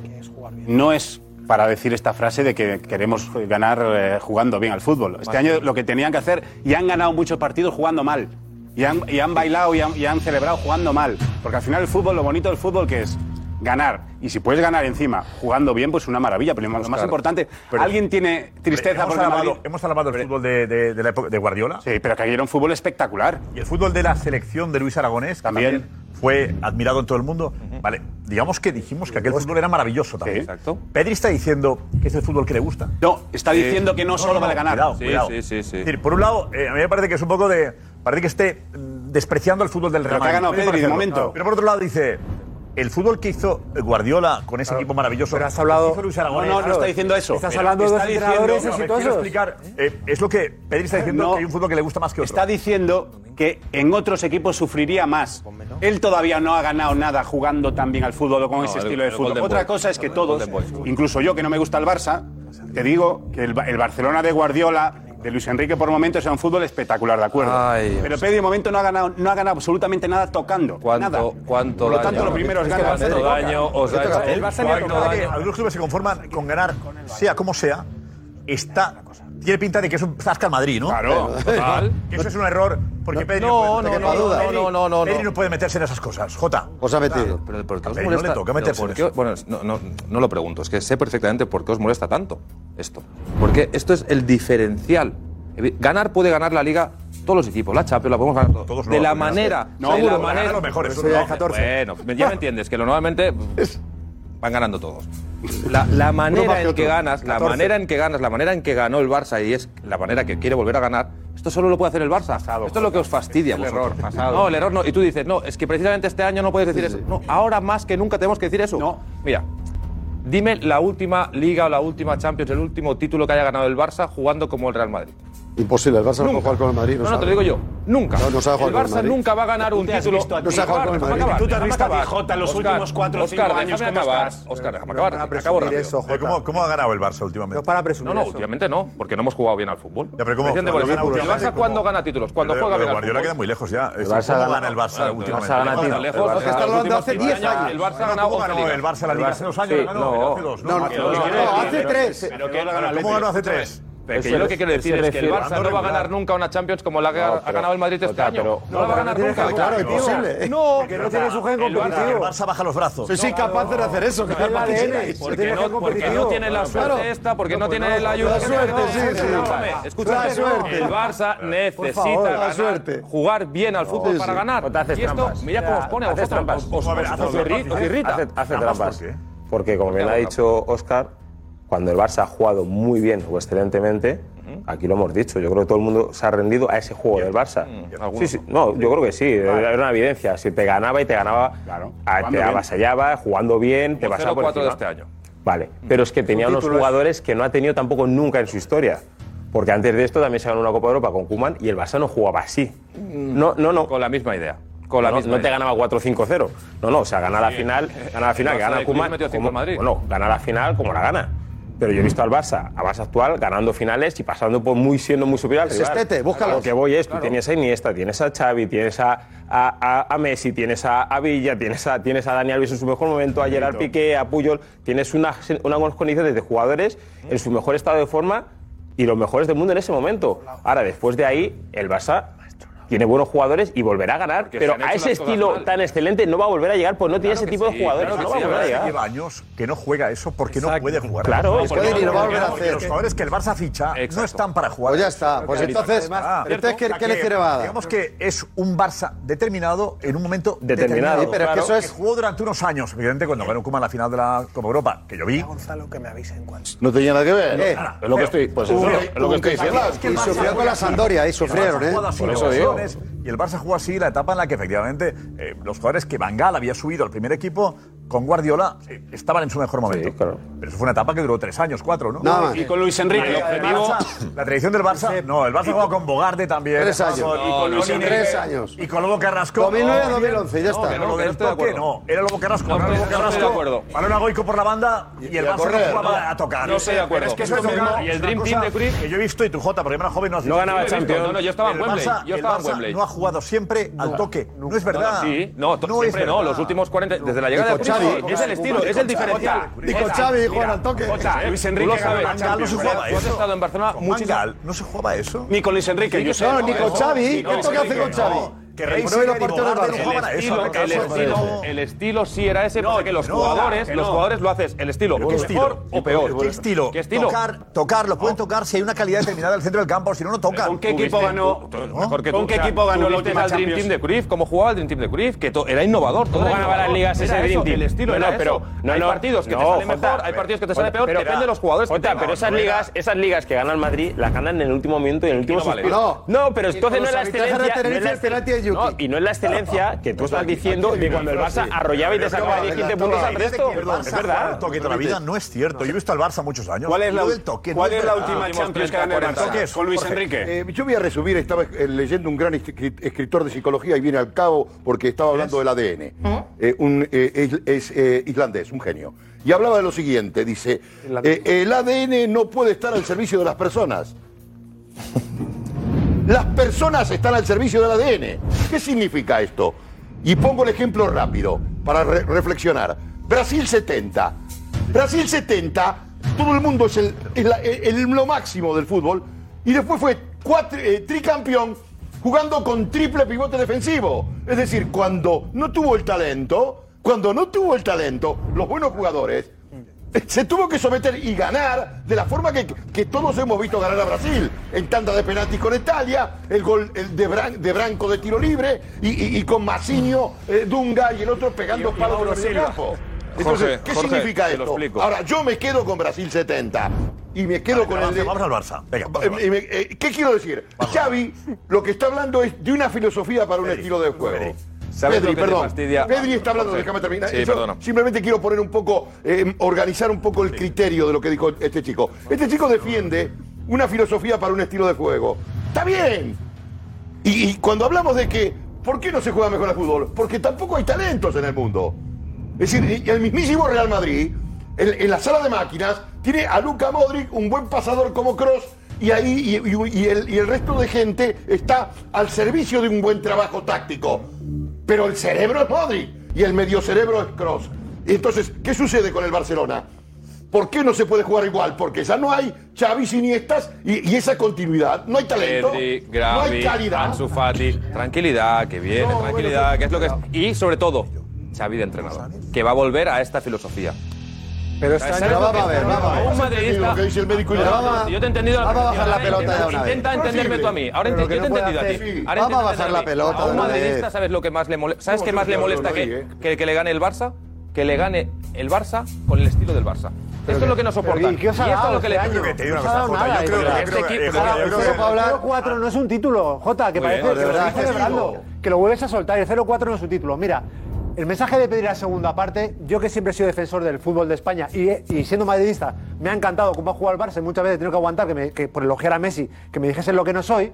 S13: no es para decir esta frase de que queremos ganar eh, jugando bien al fútbol. Este
S7: Vale.
S13: año lo que tenían que hacer, y han ganado muchos partidos jugando mal. Y han, y han bailado y han, y han celebrado jugando mal. Porque al final el fútbol, lo bonito del fútbol que es ganar. Y si puedes ganar encima jugando bien, pues una maravilla. Pero lo más
S6: claro.
S13: importante, ¿alguien tiene tristeza
S6: hemos
S13: porque Madrid-
S6: alabado, hemos alabado el fútbol de, de- de la época de Guardiola.
S13: Sí, pero que aquí era un fútbol espectacular.
S6: Y el fútbol de la selección de Luis Aragonés que también, fue admirado en todo el mundo. Vale, digamos que dijimos que aquel fútbol era maravilloso también. Exacto. Pedri está diciendo que es el fútbol que le gusta.
S13: No, está
S6: Sí.
S13: diciendo que no, solo vale ganar.
S6: Cuidado, cuidado. Es decir, por un lado, eh, a mí me parece que es un poco de. Parece que esté mm, despreciando el fútbol del
S13: Pero
S6: Real
S13: que ha
S6: Madrid.
S13: ganado
S6: Me
S13: Pedri,
S6: parece
S13: de
S6: no.
S13: momento.
S6: Pero por otro lado, dice. El fútbol que hizo Guardiola con ese equipo maravilloso. Pero has
S13: hablado-
S6: Luis Aragonés,
S13: No, no, no está diciendo eso.
S6: Pero
S13: Estás hablando de
S6: está
S13: dos entrenadores
S6: diciendo-
S13: exitosos.
S6: No, me quiero explicar. Eh, es lo que Pedri está diciendo
S13: No.
S6: que hay un fútbol que le gusta más que otro.
S13: Está diciendo que en otros equipos sufriría más. Él todavía no ha ganado nada jugando tan bien al fútbol o con
S7: No,
S13: ese
S7: el-
S13: estilo de
S7: el
S13: fútbol.
S7: Golden
S13: Otra
S7: Boy.
S13: cosa es que
S7: El
S13: todos,
S7: Golden
S13: incluso yo que no me gusta el Barça, te digo que el, Ba- el Barcelona de Guardiola, de Luis Enrique por momentos era un fútbol espectacular, ¿de acuerdo?
S7: Ay,
S13: Pero Pedri de momento no ha ganado, no ha ganado absolutamente nada tocando. nada.
S7: cuánto
S13: por lo
S7: daño?
S13: tanto, lo primero es
S7: Es que
S13: ganar.
S7: cuánto daño os ha hecho
S6: El Barça ni a
S7: Cuánto
S6: tocar, que
S7: daño.
S6: algunos clubes se conforman con ganar, sea como sea, está. Tiene pinta de que es un zasca al Madrid, ¿no?
S7: Claro, total.
S6: Que Eso es un error, porque Pedri
S7: no,
S6: puede-
S7: no,
S6: Pedri-
S7: no, no,
S6: Pedri-
S7: no, no, no.
S6: Pedri no puede meterse en esas cosas. Jota.
S13: Pues
S7: Os ha metido. Pero, pero ¿por qué os
S6: Pero no
S7: molesta?
S6: le toca meterse
S7: ¿por
S6: en
S7: qué-
S6: eso.
S7: Bueno, no, no, no lo pregunto, es que sé perfectamente por qué os molesta tanto esto. Porque esto es el diferencial. Evi- Ganar puede ganar la liga todos los equipos, la Champions la podemos ganar todos.
S6: Todos no,
S7: de la
S6: pero es que-
S7: manera,
S6: No,
S7: de la
S6: ganar
S7: manera.
S6: los mejores, Eso ya ¿no? es 14.
S7: Bueno, ya me entiendes que lo normalmente van ganando todos. La, la
S6: Uno más
S7: manera
S6: que
S7: en que
S6: otro.
S7: ganas, la
S6: 14.
S7: manera en que ganas, la manera en que ganó el Barça y es la manera que quiere volver a ganar, esto solo lo puede hacer el Barça. esto es lo que os fastidia.
S6: El
S7: vosotros.
S6: error, pasado.
S7: No, el error no. Y tú dices, no, es que precisamente este año no puedes decir eso. No, ahora más que nunca tenemos que decir eso. No. Mira, dime la última liga o la última Champions, el último título que haya ganado el Barça jugando como el Real Madrid.
S8: Imposible, el Barça no puede jugar con el Madrid.
S7: No, no, te lo digo yo. Nunca.
S8: No, no sabe
S7: el
S8: jugar con el
S7: Barça
S8: Madrid.
S7: nunca va a ganar un
S8: ¿Tú te has
S7: título.
S8: visto a ti No sabe jugar con el
S7: Déjame
S8: Madrid.
S7: acabar,
S8: ¿Tú te has
S7: déjame
S8: visto a
S7: acabar.
S13: Pijota en los
S7: Oscar,
S13: últimos cuatro o
S7: Oscar,
S13: cinco años?
S7: déjame
S13: ¿Cómo
S7: acabar.
S13: estás?
S7: Oscar,
S13: No,
S7: déjame
S13: no,
S7: acabar.
S13: no,
S7: acabo
S13: presumir
S7: rápido.
S13: eso, Jota.
S6: ¿Cómo, cómo ha ganado el Barça últimamente? No
S8: para
S7: No,
S8: presumir.
S7: no, últimamente no, porque no hemos jugado bien al fútbol.
S6: Ya, pero ¿cómo?
S7: Me entiende por
S6: Pero
S7: eso.
S6: gana
S7: ¿El Barça
S6: últimamente,
S7: cuándo
S6: ¿cómo?
S7: gana títulos? ¿Cuándo
S6: Pero-
S7: juega
S6: pero
S7: bien al
S6: Guardiola
S7: fútbol?
S6: queda muy lejos ya. Es
S7: El
S6: decir,
S7: Barça
S6: ¿Cómo
S7: gana-
S6: gana el
S7: el Barça
S6: Barça últimamente?
S7: gana
S6: ¿Cómo
S7: títulos.
S6: El Barça
S7: Porque está
S6: gana
S7: hablando
S6: los
S7: hace
S6: últimos cinco
S7: 10 años. El Barça
S6: Bueno,
S7: ha ganado
S6: ¿cómo ganó
S7: once
S6: El
S7: ligas?
S6: Barça la
S7: El
S6: liga
S7: Barça-
S6: hace dos años.
S7: sí,
S6: ganó,
S7: no.
S6: hace dos,
S7: No, no,
S6: Hace
S7: no,
S6: dos,
S7: no,
S6: ganó,
S7: no,
S6: hace
S7: no,
S6: tres.
S7: pero que ganó el
S6: ¿Cómo ganó
S7: Atlético.
S6: hace tres?
S7: Pepe, que
S12: Eso
S7: yo lo
S12: es-
S7: que quiero decir
S12: se
S7: es que el
S12: refiere-
S7: Barça no va a ganar nunca una Champions como la que ha- ha
S12: pero-
S7: ganado el Madrid este
S12: Jota,
S7: año.
S12: pero-
S7: no la va a ganar
S12: Pero-
S7: nunca.
S12: claro,
S7: No.
S12: imposible.
S7: No,
S6: Porque no tiene su gen
S7: El Barça-
S6: competitivo. El Barça baja los brazos.
S7: Sí, sí, capaz de hacer eso,
S6: Claro,
S7: capaz.
S6: porque-
S7: ADN,
S6: porque
S7: tiene
S6: no-
S7: gen
S6: porque
S7: competitivo.
S6: no tiene la
S7: Claro.
S6: suerte esta, porque no
S7: Claro.
S6: tiene la ayuda.
S7: La
S6: que
S7: suerte,
S6: tiene-
S7: sí, sí.
S6: Escúchame,
S7: Escúchame,
S6: escúchame.
S7: el Barça
S6: Por
S7: necesita
S6: favor, la
S7: ganar,
S6: suerte.
S7: jugar bien al fútbol
S6: Sí,
S7: para
S6: sí.
S7: ganar.
S6: No te haces
S7: y esto,
S6: trampas.
S7: mira cómo os pone a
S12: Haces
S7: vosotros.
S12: trampas.
S7: os- os-
S6: A ver,
S7: os-
S6: haces
S7: os irri-
S6: trampas.
S7: os irrita.
S12: Hace, hace
S7: Trampas,
S12: trampas.
S7: ¿por qué?
S12: Porque, como bien ha dicho Oscar, cuando el Barça ha jugado muy bien o excelentemente, aquí lo hemos dicho, yo creo que todo el mundo se ha rendido a ese juego del Barça.
S7: Mm,
S12: Sí, sí, no, yo creo que sí, eh, era una evidencia. Si te ganaba y te ganaba, a-
S7: jugando
S12: te
S7: bien.
S12: avasallaba, jugando bien, te
S7: Como
S12: pasaba por
S7: 0-4 de
S12: encima.
S7: este año.
S12: Vale, pero es que tenía
S7: Un
S12: unos
S7: título es-
S12: jugadores que no ha tenido tampoco nunca en su historia. Porque antes de esto también se ganó una Copa de Europa con Kuman y el Barça no jugaba así. No, no, no.
S7: Mm. Con la misma idea. Con la
S12: no,
S7: misma
S12: no te
S7: idea.
S12: ganaba 4-5-0. No, no, o sea, gana la
S7: Sí. [laughs]
S12: final, gana la final,
S7: El
S12: que
S7: Barça
S12: gana
S7: de Cruyff
S12: Koeman,
S7: metió cinco
S12: como-
S7: en Madrid.
S12: Bueno, gana la final como la gana. Pero yo he visto al Barça, al Barça actual, ganando finales y pasando por muy siendo muy superior al rival.
S8: Sextete, búscalos.
S12: A Lo que voy es, tú tienes a Iniesta, tienes a Xavi, tienes a, a, a- a Messi, tienes a, a Villa, tienes a, tienes a Dani Alves en su mejor momento, a Gerard Piqué, a Puyol. Tienes una- unas buenas condiciones de jugadores en su mejor estado de forma y los mejores del mundo en ese momento. Ahora, después de ahí, el Barça tiene buenos jugadores y volverá a ganar,
S6: Porque
S12: pero
S6: se han
S12: a
S6: hecho
S12: ese
S6: las cosas
S12: estilo
S6: mal.
S12: tan excelente no va a volver a llegar, pues no tiene ese tipo de jugadores, no va a volver a llegar.
S6: Lleva años que no juega eso porque no puede jugar.
S12: Claro,
S6: No
S12: es
S6: puede
S12: que
S6: ni
S12: no
S6: lo va a volver a
S12: porque
S6: hacer.
S12: los
S6: Los jugadores que el Barça ficha
S7: Eh.
S6: no están para jugar.
S8: Pues ya está. Pues entonces, entonces, ¿qué- qué le tiene Bada?
S6: Digamos que es un Barça determinado en un momento determinado.
S12: Determinado, Sí, pero es que eso es-
S6: jugó durante unos años, evidentemente cuando ganó Kuma la final de la Copa Europa, que yo vi.
S4: Gonzalo, que me avisen cuando.
S10: No tenía nada que ver.
S6: Eh,
S10: es lo que estoy, pues eso,
S6: Un-
S10: es lo que estoy diciendo.
S8: Y sufrió con la Sampdoria, ahí sufrieron, ¿eh?
S6: Por eso digo. Y el Barça jugó así la etapa en la que efectivamente eh, los jugadores que Bangal había subido al primer equipo con Guardiola eh, estaban en su mejor momento. Pero eso fue una etapa que duró tres años, cuatro, ¿no?
S13: Nada más. Y con Luis Enrique,
S6: La,
S13: el
S6: del
S13: objetivo-
S6: Barça- la tradición del Barça. No, el Barça jugó con Bogarde también.
S8: Tres
S6: jugó
S8: años.
S6: con-
S8: No, no,
S6: Luis
S8: no,
S6: Enrique,
S8: tres años.
S6: Y con Lobo Carrasco.
S8: 2009 a
S6: No,
S8: 2011, ya está.
S6: Pero
S8: No, que no
S6: lo del
S8: estoy de
S6: toque,
S8: acuerdo.
S6: no. Era Lobo Carrasco.
S8: No, no,
S6: era Lobo
S8: no estoy de
S6: Carrasco.
S8: acuerdo.
S6: Balón a Goico por la banda y el
S8: a
S6: Barça
S8: correr.
S6: no jugaba
S8: No,
S6: a tocar.
S7: no estoy de acuerdo.
S6: Pero es que
S7: Esto
S6: eso es lo
S7: mismo,
S6: mismo.
S7: y el Dream
S6: una
S7: Team
S6: cosa
S7: de Cruyff-
S6: Que yo he visto y tu Jota, porque era más joven, no hace
S12: No ganaba
S6: El
S12: Champions.
S6: Barça-
S12: No, no, yo estaba en
S6: el
S12: Wembley,
S6: Barça-
S12: yo
S6: el
S12: estaba en
S6: Barça
S12: Wembley.
S6: No ha jugado siempre al toque. No es verdad.
S7: No, sí, no, to-
S6: es
S7: siempre no.
S6: verdad.
S7: Los últimos 40, desde la llegada
S6: Dico
S7: de
S6: Xavi,
S7: Xavi,
S6: Dico
S7: es el
S6: Xavi,
S7: estilo,
S6: Dico
S7: es el
S6: Xavi,
S7: diferencial.
S6: Jota,
S7: Dico
S6: Dico Xavi, Juan, al toque.
S7: Jota,
S1: ¿eh?
S6: Luis
S7: tú
S6: Enrique
S7: lo
S6: ganó
S7: sabes.
S6: la Champions.
S7: Tú has
S6: Mangal.
S7: estado en Barcelona muchísimo.
S6: Mangal, no se jugaba eso.
S13: Ni con Luis Enrique, yo sé.
S8: No, ni con Xavi. ¿Esto qué hace con Xavi?
S6: Que
S8: El
S6: Rey
S8: Bruno y los
S6: Singer y
S8: partidos del
S6: Bogarde
S8: Barça.
S6: no jugaban a eso,
S7: El estilo,
S6: ¿acaso?
S7: el, estilo, el estilo sí era ese, porque los
S6: no,
S7: jugadores,
S6: que
S7: los
S6: no.
S7: jugadores lo haces el estilo,
S6: ¿Pero
S7: o
S6: qué
S7: mejor
S6: estilo?
S7: o peor.
S6: ¿Qué estilo?
S7: ¿Qué estilo?
S6: Tocar, tocar, lo pueden tocar si hay una calidad determinada del centro del campo, si no, no tocan.
S7: ¿Con qué equipo ganó? Mejor que
S13: ¿Con
S7: tú,
S13: qué
S7: o sea,
S13: equipo ganó
S7: tú
S13: la
S7: viste
S13: última
S7: al Dream
S13: Champions?
S7: Team de Cruyff? ¿Cómo jugaba el Dream Team de Cruyff? Que to- era innovador. todo
S12: ¿Cómo
S7: era
S12: ganaba las
S7: innovador.
S12: ligas ese
S7: Era
S12: Dream
S7: eso,
S12: Team?
S7: El estilo
S12: No,
S7: era
S12: no, pero-
S7: eso.
S12: no,
S7: hay
S12: no,
S7: partidos que te
S12: no,
S7: salen
S12: Jota,
S7: mejor, hay partidos que te salen
S12: Jota,
S7: peor,
S12: pero-
S7: depende de los jugadores. que
S12: Jota,
S7: tengas.
S12: pero esas ligas, esas ligas que gana el Madrid las ganan en el último minuto y en el último
S7: no vale.
S12: suspiro.
S7: No.
S12: No, pero
S7: Y
S12: entonces
S7: con
S12: no es
S7: los
S12: la
S7: arbitrajes de
S12: excelencia. no
S7: Tenerife,
S12: es la-
S7: el penalti de Yuki.
S12: No, y no es la excelencia que tú
S7: Pues
S12: estás diciendo de cuando el Barça arrollaba y te sacaba 10, 15 puntos al resto. Es verdad.
S6: El toque toda la vida no es cierto. Yo he visto al Barça muchos años.
S13: ¿Cuál es la
S6: Lo
S13: ul-
S6: del toque,
S13: cuál
S6: no
S13: es la
S6: verdad.
S13: última
S6: Últimos
S13: Champions que
S6: 30,
S13: ganó el
S6: 40.
S13: Barça?
S6: ¿Toques?
S13: Con Luis
S6: Jorge.
S13: Enrique.
S10: Eh, yo voy a resumir, estaba eh, leyendo un gran escri- escritor de psicología y viene al cabo porque estaba hablando del ADN.
S13: ¿Mm?
S10: Eh, un, eh, is- es eh, islandés, un genio. Y hablaba de lo siguiente, dice, eh, el ADN no puede estar al servicio de las personas. Las personas están al servicio del ADN. ¿Qué significa esto? Y pongo el ejemplo rápido para re- reflexionar. Brasil 70. Brasil 70, todo el mundo es, el- es la- el- lo máximo del fútbol. Y después fue cuatro- eh, tricampeón jugando con triple pivote defensivo. Es decir, cuando no tuvo el talento, cuando no tuvo el talento, los buenos jugadores eh, se tuvo que someter y ganar de la forma que, que todos hemos visto ganar a Brasil. En tanda de penaltis con Italia, el gol el de, Bran- de Branco de tiro libre y, y- y con Masinho, eh, Dunga y el otro pegando palos
S7: Mauro
S10: por el
S7: Silva.
S10: campo.
S7: Jorge,
S10: Entonces, ¿qué
S7: Jorge,
S10: significa
S7: te lo
S10: esto?
S7: explico.
S10: Ahora, yo me quedo con Brasil 70 y me quedo con el de...
S6: Vamos al Barça. Venga, vamos al Barça.
S10: Eh, eh, eh, ¿Qué quiero decir? Xavi lo que está hablando es de una filosofía para un estilo de juego.
S7: ¿Sabes
S10: Pedri,
S7: lo que te
S10: perdón.
S7: fastidia?
S10: Pedri está hablando,
S7: Jorge.
S10: déjame terminar.
S7: Sí,
S10: Eso,
S7: perdona.
S10: simplemente quiero poner un poco, eh, organizar un poco el criterio de lo que dijo este chico. Este chico defiende una filosofía para un estilo de juego. Está bien. Y, y cuando hablamos de que, ¿por qué no se juega mejor al fútbol? Porque tampoco hay talentos en el mundo. Es decir, y el mismísimo Real Madrid, en, en la sala de máquinas, tiene a Luca Modric, un buen pasador como Cross, y ahí y, y- y el, y el resto de gente está al servicio de un buen trabajo táctico. Pero el cerebro es Modric y el medio cerebro es Cross. Entonces, ¿qué sucede con el Barcelona? ¿Por qué no se puede jugar igual? Porque ya no hay Chavis, Iniestas y, y esa continuidad. No hay talento,
S7: Pedri,
S10: no
S7: Gavi,
S10: hay calidad.
S7: Ansu Fati. Tranquilidad, que viene,
S10: No,
S7: tranquilidad,
S10: bueno,
S7: que es lo que es. Y sobre todo, Xavi de entrenador, que va a volver a esta filosofía.
S10: Pero
S7: está
S10: está- Pero vamos a ver, vamos a ver.
S7: Un madridista.
S10: Lo que dice el médico y la-
S7: No, no, no, Yo te he entendido.
S10: Vamos a bajar la
S7: ahora
S10: pelota
S7: intenta-
S10: de una vez.
S7: Intenta entenderme tú a mí. Ahora
S10: Pero
S7: ente-
S10: lo que
S7: yo te
S10: no
S7: he
S10: puede
S7: entendido a ti.
S10: hacer, sí.
S7: Ahora
S10: Vamos a
S7: intenta
S10: bajar
S7: entender
S10: la
S7: mí.
S10: pelota
S7: A
S10: de
S7: un
S10: una
S7: madridista,
S10: vez.
S7: ¿sabes lo que más le molesta? ¿Sabes
S10: No,
S7: qué
S10: yo
S7: más
S10: creo
S7: le
S10: que lo ¿eh?
S7: molesta
S10: doy,
S7: que, que, que le gane el Barça? Que le gane el Barça con el estilo del Barça. Esto es lo que nos soporta.
S14: ¿y qué os ha
S7: esto es
S14: dado
S7: lo que le
S14: este año?
S7: Te digo
S14: No os ha dado
S7: Jota,
S14: nada, yo creo-
S7: este
S14: yo creo-
S7: equipo-
S14: Jota,
S7: Yo creo que-
S14: El 0-4 no es un título, Jota, que
S7: Muy
S14: parece
S7: bien,
S14: que lo
S7: de
S14: estoy
S7: verdad.
S14: celebrando. Que lo vuelves a soltar. El 0-4 no es un título. Mira, el mensaje de pedir la segunda parte, yo que siempre he sido defensor del fútbol de España y, y siendo madridista, me ha encantado cómo ha jugado el Barça y muchas veces he tenido que aguantar que, me- que por elogiar a Messi, que me dijesen lo que no soy.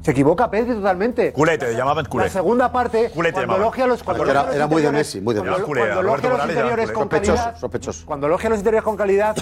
S14: Se equivoca Pedri totalmente.
S6: Culete, le llamaban
S14: La
S6: culé.
S14: segunda parte,
S6: Culé te
S14: cuando
S6: llamaban.
S14: elogia a los cuando
S6: Porque era-
S14: elogia a los
S6: era muy de
S14: interiores-
S6: Messi, muy de
S14: cuando-
S6: Messi. Culé,
S14: cuando elogia
S6: Roberto
S14: a los
S6: Morales era
S14: interiores
S6: culé.
S14: con
S6: Sospechoso,
S14: calidad, cuando elogia a los interiores con calidad,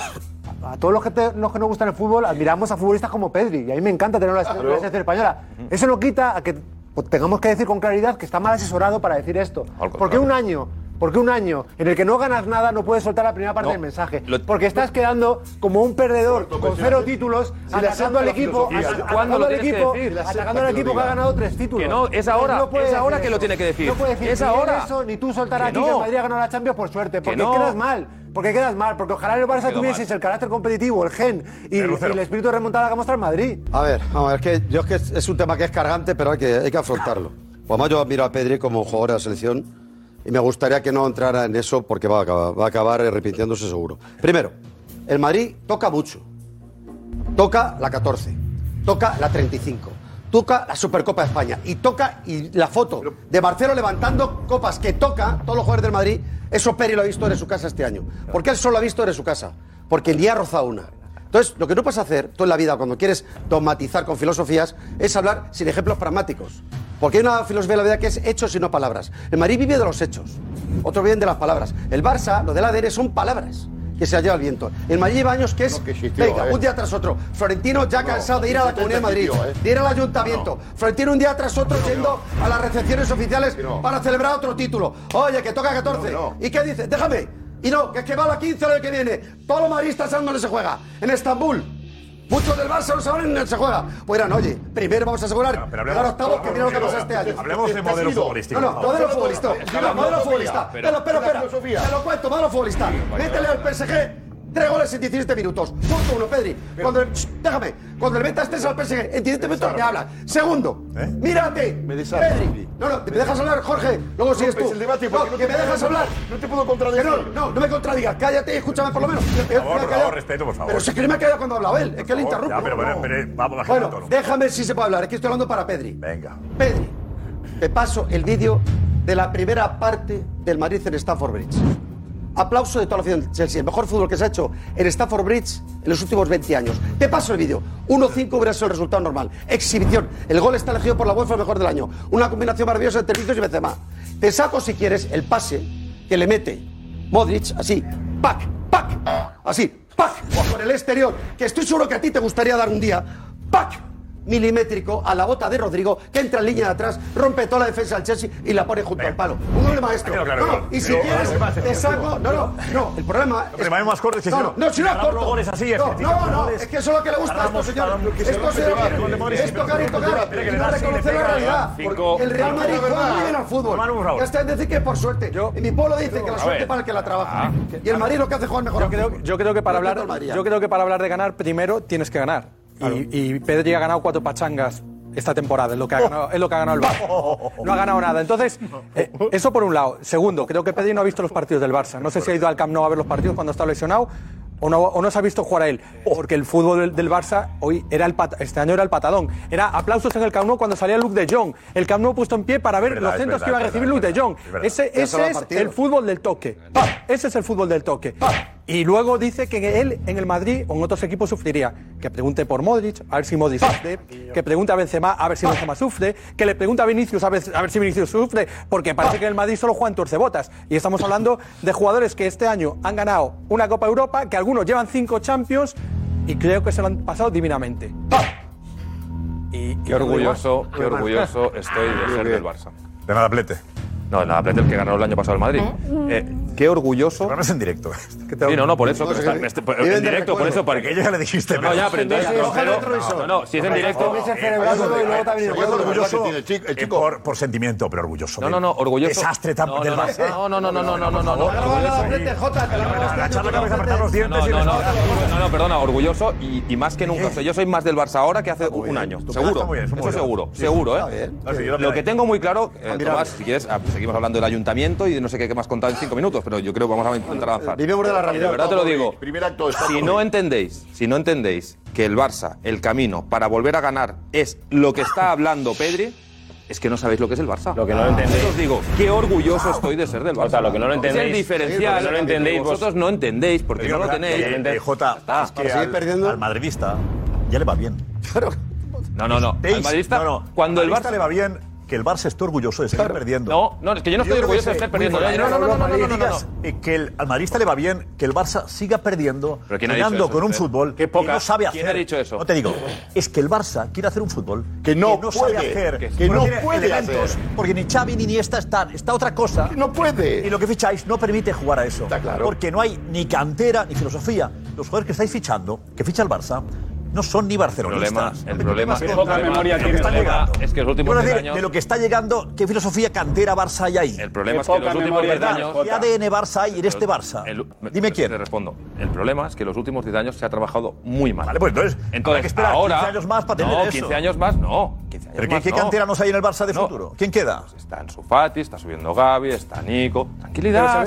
S14: a todos los que, te- los que nos gustan el fútbol, admiramos a futbolistas como Pedri. Y a mí me encanta tener la la
S10: Claro.
S14: selección española. Eso no quita a que pues, tengamos que decir con claridad que está mal asesorado para decir esto.
S7: contrario.
S14: Porque un año. Porque un año en el que no ganas nada no puedes soltar la primera parte
S7: No,
S14: del mensaje.
S7: lo-
S14: porque estás quedando como un perdedor con cero títulos,
S7: Si le
S14: atacando
S7: acepta
S14: al
S7: la
S14: equipo,
S7: filosofía.
S14: ata-
S7: ¿Cuándo
S14: atacando
S7: lo
S14: al
S7: tienes que
S14: equipo,
S7: decir? Le acepta
S14: atacando al
S7: que lo
S14: equipo que ha
S7: diga.
S14: ganado tres títulos.
S7: Que no, es ahora,
S14: puede
S7: es
S14: decir
S7: ahora que lo
S14: eso.
S7: tiene que decir.
S14: No puede decir
S7: Es
S14: ni
S7: ahora.
S14: eso, ni tú soltar
S7: Que
S14: aquí
S7: no.
S14: que el Madrid ha ganado la Champions por suerte. Porque
S7: no.
S14: quedas mal. Porque quedas mal. Porque ojalá en el Barça
S8: Quedó
S14: tuvieses el carácter competitivo, el gen y,
S8: Cero, cero.
S14: y el espíritu de remontada que ha mostrado el Madrid.
S8: A ver, vamos, es que yo es que es- es un tema que es cargante, pero hay que, hay que afrontarlo. Pues Además, yo admiro a Pedri como jugador de la selección y me gustaría que no entrara en eso porque va a acabar, va a acabar arrepintiéndose seguro. Primero, el Madrid toca mucho. Toca la 14, toca la 35, toca la Supercopa de España y toca y la foto de Marcelo levantando copas que toca todos los jugadores del Madrid. Eso Pedri lo ha visto en su casa este año. ¿Por qué él solo lo ha visto en su casa? Porque el día ha rozado una. Entonces, lo que no puedes hacer tú en la vida cuando quieres dogmatizar con filosofías es hablar sin ejemplos pragmáticos. Porque hay una filosofía de la vida que es hechos y no palabras. El Madrid vive de los hechos, otros viven de las palabras. El Barça, lo del ADN, son palabras que se ha llevado al viento. El Madrid lleva años que es, venga,
S10: eh.
S8: un día tras otro. Florentino ya cansado de ir a la
S10: que
S8: Comunidad de Madrid,
S10: existió, eh.
S8: de ir al Ayuntamiento. Florentino un día tras otro yendo a las recepciones oficiales para celebrar otro título. Oye, que toca 14. ¿Y qué dice? Déjame. Y no, que es que va a la 15 el año que viene. Todos los madridistas saben dónde se juega. En Estambul. Muchos del Barça no saben dónde se juega. Pues dirán, oye, primero vamos a asegurar.
S6: pero
S8: Pero
S6: hablemos-
S8: ahora octavos, que mira lo que pasa este año.
S6: Hablemos de
S8: Este
S6: modelo
S8: ha sido-
S6: futbolístico.
S8: No, no, modelo futbolista.
S6: Hablemos-
S8: modelo futbolista.
S6: Pero-
S8: Pero, pero, pero.
S10: filosofía.
S8: Te lo cuento, modelo futbolista. Métele al PSG. Tres goles en 17 minutos. Punto uno, Pedri. Cuando le- Shh, déjame. Cuando le metas tres al PSG, en 17 minutos me habla. Segundo,
S10: ¿Eh?
S8: mírate. Me Pedri. No, no, me dejas hablar, Jorge. Luego sigues tú.
S10: Rompes el debate
S8: No,
S10: porque no
S8: que
S10: te
S8: me
S10: puedo-
S8: dejas hablar.
S10: No te puedo contradecir.
S8: Que No, no, no me contradigas. Cállate y escúchame por lo menos. Por
S6: favor, por favor, respeto, por favor.
S8: Pero si es que no me ha callado cuando ha hablado él. Es que le
S6: Por favor,
S8: interrumpo.
S6: ya, pero, pero, pero, vamos a bajar el
S8: Bueno,
S6: tono.
S8: déjame si se puede hablar. Es que estoy hablando para Pedri.
S6: Venga.
S8: Pedri, te paso el vídeo de la primera parte del Madrid en Stamford Bridge. Aplauso de toda la afición del Chelsea. El mejor fútbol que se ha hecho en Stamford Bridge en los últimos 20 años. Te paso el vídeo. 1-5 hubiera sido el resultado normal. Exhibición. El gol está elegido por la UEFA el mejor del año. Una combinación maravillosa entre Vinicius y Benzema. Te saco, si quieres, el pase que le mete Modric, así. ¡Pac! ¡Pac! Así. ¡Pac! Por el exterior. Que estoy seguro que a ti te gustaría dar un día. ¡Pac! milimétrico a la bota de Rodrigo, que entra en línea de atrás, rompe toda la defensa del Chelsea y la pone junto al palo. Un doble maestro.
S6: claro,
S8: No,
S6: claro.
S8: y si
S6: Pero-
S8: quieres, te saco. No, no, no. El problema es.
S6: problema es más corto, sí,
S8: No,
S6: sí,
S8: no,
S6: no.
S8: no, si no es
S6: Para los
S8: corto.
S6: goles así, es
S8: no,
S6: que tiene
S8: no, no,
S6: goles.
S8: es que eso es lo que le gusta a
S6: Tardamos,
S8: estos señores.
S6: tardamos, que se
S8: Esto
S6: rompe,
S8: se
S6: se va, que
S8: lo
S6: cuando
S8: que
S6: pone
S8: es
S6: siempre
S8: tocar y
S6: cuando
S8: tocar.
S6: tiene que
S8: No
S6: ganar, sí,
S8: reconocer
S6: tiene
S8: la
S6: que ganar.
S8: realidad.
S6: Cinco.
S8: Porque El Real Madrid
S6: Cinco.
S8: juega muy bien al
S6: Hermano, por
S8: fútbol.
S6: favor.
S8: Ya está, es decir que es por suerte. En mi pueblo dice que la
S7: A
S8: suerte
S7: ver.
S8: para el que la
S7: Ah.
S8: trabaja. Y el Madrid lo que hace es jugar mejor. al fútbol.
S9: Yo creo que para
S8: Respeto
S9: hablar,
S8: al Madrid.
S9: yo creo que para hablar de ganar primero tienes que ganar. Y- Y, Pedri ha ganado cuatro pachangas esta temporada, es lo que ha ganado, es lo que ha ganado el Barça.
S6: [laughs]
S9: No ha ganado nada. Entonces, eh, eso por un lado. Segundo, creo que Pedri no ha visto los partidos del Barça. No sé si ha ido al Camp Nou a ver los partidos cuando está lesionado o no, o no se ha visto jugar a él. Porque el fútbol del, del Barça hoy era el pat- este año era el patadón. Era aplausos en el Camp Nou cuando salía Luke de Jong. El Camp Nou puesto en pie para ver
S6: verdad,
S9: los
S6: es
S9: centros
S6: verdad,
S9: que iba a
S6: es
S9: recibir
S6: verdad,
S9: Luke de Jong.
S6: es verdad.
S9: Ese,
S6: Ya solo
S9: ese es
S6: partidos.
S9: el fútbol del toque. ¡Pam! Ese es el fútbol del toque. ¡Pam! Y luego dice que él en el Madrid o en otros equipos sufriría. Que pregunte por Modric, a ver si Modric sufre. Que pregunte a Benzema, a ver si Benzema sufre. Que le pregunte a Vinicius, a ver, a ver si Vinicius sufre. Porque parece que en el Madrid solo juegan torcebotas. Y estamos hablando de jugadores que este año han ganado una Copa Europa, que algunos llevan cinco Champions y creo que se lo han pasado divinamente.
S7: Qué orgulloso, qué orgulloso estoy de ser del Barça.
S6: De nada, plete.
S7: No, de nada, plete el que ganó el año pasado el Madrid. Eh, qué orgulloso.
S6: Pero en directo.
S7: Sí, no, no, por eso.
S6: No,
S7: pero
S6: es que-
S7: está- me estoy-
S6: viven de
S7: en directo, por
S6: recuerdo.
S7: eso. para-
S6: Porque ya le dijiste,
S7: No, no,
S6: pero-
S7: ya, pero entonces.
S6: Entonces, coge el
S7: pero-
S6: retrovisor.
S7: No, no, si es en
S6: Coge el
S7: directo.
S6: retrovisor. Yo orgulloso eh, por, por sentimiento, pero orgulloso.
S7: No, no, no, orgulloso.
S6: Desastre tan
S7: No, no,
S6: del
S7: no.
S8: Eh,
S6: Barça.
S7: No, no, no, no, no, no, no, no, no.
S6: los dientes
S7: No,
S6: y
S7: no,
S6: les-
S7: no, no, no, perdona, orgulloso y, y más que nunca. O sea, yo soy más del Barça ahora que hace un año.
S6: Está
S7: Seguro.
S6: muy bien, está muy
S7: eso
S6: bien.
S7: seguro,
S6: Sí,
S7: seguro,
S6: está
S7: ¿eh?
S6: bien. Sí, yo lo
S7: Lo
S6: miraré.
S7: que tengo muy claro, eh,
S6: Ah, mira.
S7: Tomás, si quieres, ah, seguimos hablando del ayuntamiento y no sé qué qué más contar en cinco minutos, pero yo creo que vamos a intentar avanzar.
S10: Vivimos de la realidad.
S7: De verdad te lo
S10: Pablo
S7: digo.
S10: Ruiz. Primer acto de
S7: Si no entendéis, si no entendéis que el Barça, el camino para volver a ganar es lo que está hablando Pedri, es que no sabéis lo que es el Barça. Lo
S12: que no lo entendéis.
S7: Os digo, qué orgulloso estoy de ser del Barça.
S12: O sea, lo que no lo
S7: Es el
S12: entendéis-
S7: diferencial.
S12: lo que no lo entendéis vos-
S7: Vosotros no entendéis porque no lo tenéis.
S6: Eh, Jota,
S7: Está.
S6: es que al, al madridista ya le va bien.
S7: No, no, no. Al madridista, cuando el Barça
S6: le va bien, que el Barça esté orgulloso de estar perdiendo.
S7: No, no, es que yo no estoy
S6: creo que
S7: orgulloso de
S6: ese-
S7: estar perdiendo. ¿eh?
S6: Muy
S7: No, no, no, no, no,
S6: Europa
S7: no, no,
S6: League,
S7: no, no.
S6: digas, eh, Que el, al madridista le va bien, que el Barça siga perdiendo,
S7: quién ha dicho
S6: ganando
S7: eso,
S6: con un
S7: usted?
S6: fútbol
S7: Qué
S6: que
S7: poca-
S6: no sabe hacer.
S7: ¿quién ha dicho eso?
S6: No te [laughs] digo. Es que el Barça quiere hacer un fútbol
S10: Que no
S6: sabe
S10: puede,
S6: hacer.
S10: que
S6: porque
S10: no
S6: tiene
S10: puede
S6: elementos,
S10: hacer.
S6: Porque ni Xavi ni Iniesta están. Está otra cosa.
S10: No puede.
S6: Y lo que ficháis no permite jugar a eso. Porque no hay ni cantera ni filosofía. Los jugadores que estáis fichando, que ficha el Barça, no son ni
S7: problema,
S6: barcelonistas.
S7: el problema,
S6: Más
S7: el
S6: contra-
S7: problema-
S6: de
S7: el
S6: lo que está
S7: problema
S6: llegando.
S7: es que los últimos
S6: Quiero decir,
S7: años-
S6: de lo que está llegando, ¿qué filosofía cantera Barça hay ahí? El
S7: problema es que los últimos 10 años-
S6: ¿Qué ADN Barça hay en este Barça?
S7: Dime quién. Te respondo. El problema es que los últimos 10 años se ha trabajado muy mal. Vale,
S6: pues entonces, habrá que esperar
S7: ahora,
S6: 15 años más para tener
S7: no,
S6: eso.
S7: 15 años más no. 15 años
S6: ¿Pero qué,
S7: más
S6: qué
S7: no.
S6: cantera nos hay en el Barça de
S7: No.
S6: futuro? ¿Quién queda?
S7: Está en Sufati, está subiendo Gaby, está Nico. Tranquilidad,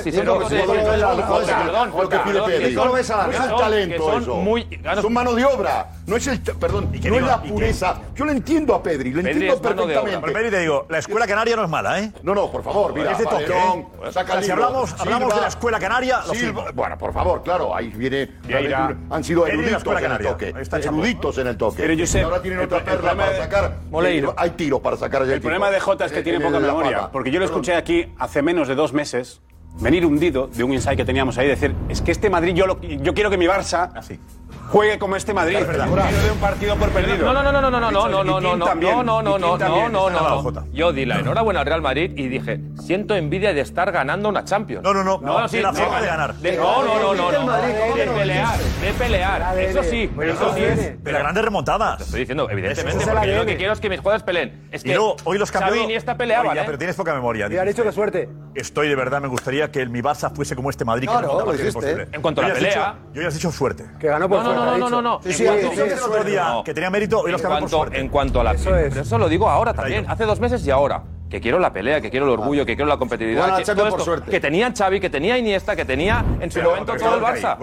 S6: Pero,
S7: si
S6: ¿sabes? Yo creo que
S7: son-
S6: si solo ves a la-
S7: Jota, perdón,
S10: lo que
S7: Jota,
S10: pide
S7: perdón,
S10: Pedri.
S7: que son-
S10: Solo ves a la-
S7: que
S10: no es
S7: son-
S10: talento
S7: que son
S10: eso.
S7: muy-
S10: Es un mano de obra. No es el, perdón,
S6: que
S10: no es
S6: diga-
S10: la
S6: y que-
S10: pureza. Yo lo entiendo a Pedri, lo
S6: Pedri
S10: entiendo
S6: es mano de obra.
S10: perfectamente.
S6: Pero Pedri, te digo, la escuela canaria no es mala, ¿eh?
S10: No, no, por favor, mira.
S6: Es de toque,
S10: Valerón,
S6: ¿eh?
S10: saca el
S6: Si
S10: libro.
S6: hablamos- hablamos de la escuela canaria, lo
S10: Silva.
S6: firmo.
S10: Bueno, por favor, claro, ahí viene.
S6: Vieira.
S10: Han sido
S6: Pedri y la
S10: eruditos
S6: escuela
S10: en el
S6: canaria.
S10: toque.
S6: Ahí está Chapo.
S10: Eruditos en el toque.
S13: Pero, Josep,
S10: Y ahora tienen
S13: el-
S10: otra
S13: el
S10: perla
S13: problema
S10: para
S13: de-
S10: sacar.
S13: Moleiro.
S10: Eh, Hay tiros para sacar ya
S13: El problema de Jota es
S6: Eh,
S13: que
S10: En-
S13: tiene
S10: en
S13: poca
S10: La
S13: memoria.
S10: Palma.
S13: Porque yo lo escuché aquí hace menos de dos meses venir hundido de un insight que teníamos ahí, decir, es que este Madrid, yo, lo- yo quiero que mi Barça
S6: Ah,
S13: juegue como este Madrid. Quiero de un partido por perdido.
S7: No, no, no, no, no, no, no, no, no, no,
S13: Y Kim
S7: no,
S13: también,
S7: no, no,
S13: y
S7: no,
S13: Kim
S7: no, no,
S13: también.
S7: no,
S13: Está
S7: no,
S13: abajo,
S7: no. Yo di la enhorabuena al Real Madrid y dije, siento envidia de estar ganando una Champions. No,
S6: no, no.
S7: No, sí,
S6: de la
S7: no,
S6: forma de ganar.
S7: de- no, no, no, no, no. De pelear, de pelear.
S6: ADN.
S7: Eso sí,
S6: Pero
S7: eso
S6: eso
S7: sí.
S6: viene. Pero grandes remontadas.
S7: Te estoy diciendo, evidentemente,
S6: Ese es el
S7: porque yo lo
S6: ADN.
S7: que quiero es que mis jugadores peleen. Es
S6: y
S7: que
S6: luego, hoy los cambió.
S7: Xavi y esta peleaban,
S6: Oye,
S7: ¿eh?
S6: Pero tienes poca memoria.
S7: Te han
S6: dicho que suerte. Estoy de verdad, me gustaría que el mi Barça fuese como este Madrid.
S7: Claro,
S6: que no
S7: lo
S6: es
S7: dijiste.
S6: imposible.
S10: ¿eh?
S7: En cuanto a la
S6: Yo ya has
S7: pelea-
S6: dicho- Yo ya has dicho suerte.
S14: Que ganó
S7: por No, no, fuera, no, ha no, dicho. no, no.
S6: Sí, sí,
S7: En
S6: sí,
S7: cuanto-
S6: sí, el otro día
S7: No.
S6: que tenía mérito, hoy los
S7: en
S6: cambió por
S7: cuanto,
S6: suerte.
S7: en cuanto a la eso, eso lo digo ahora también, hace dos meses y ahora. Que quiero la pelea, que quiero el orgullo, que quiero la competitividad.
S10: Bueno, la
S7: que,
S10: Champions por
S7: esto,
S10: suerte.
S7: que tenía Xavi, que tenía Iniesta, que tenía en su
S10: Pero-
S7: momento
S10: pero
S7: todo el
S10: ahí.
S7: Barça.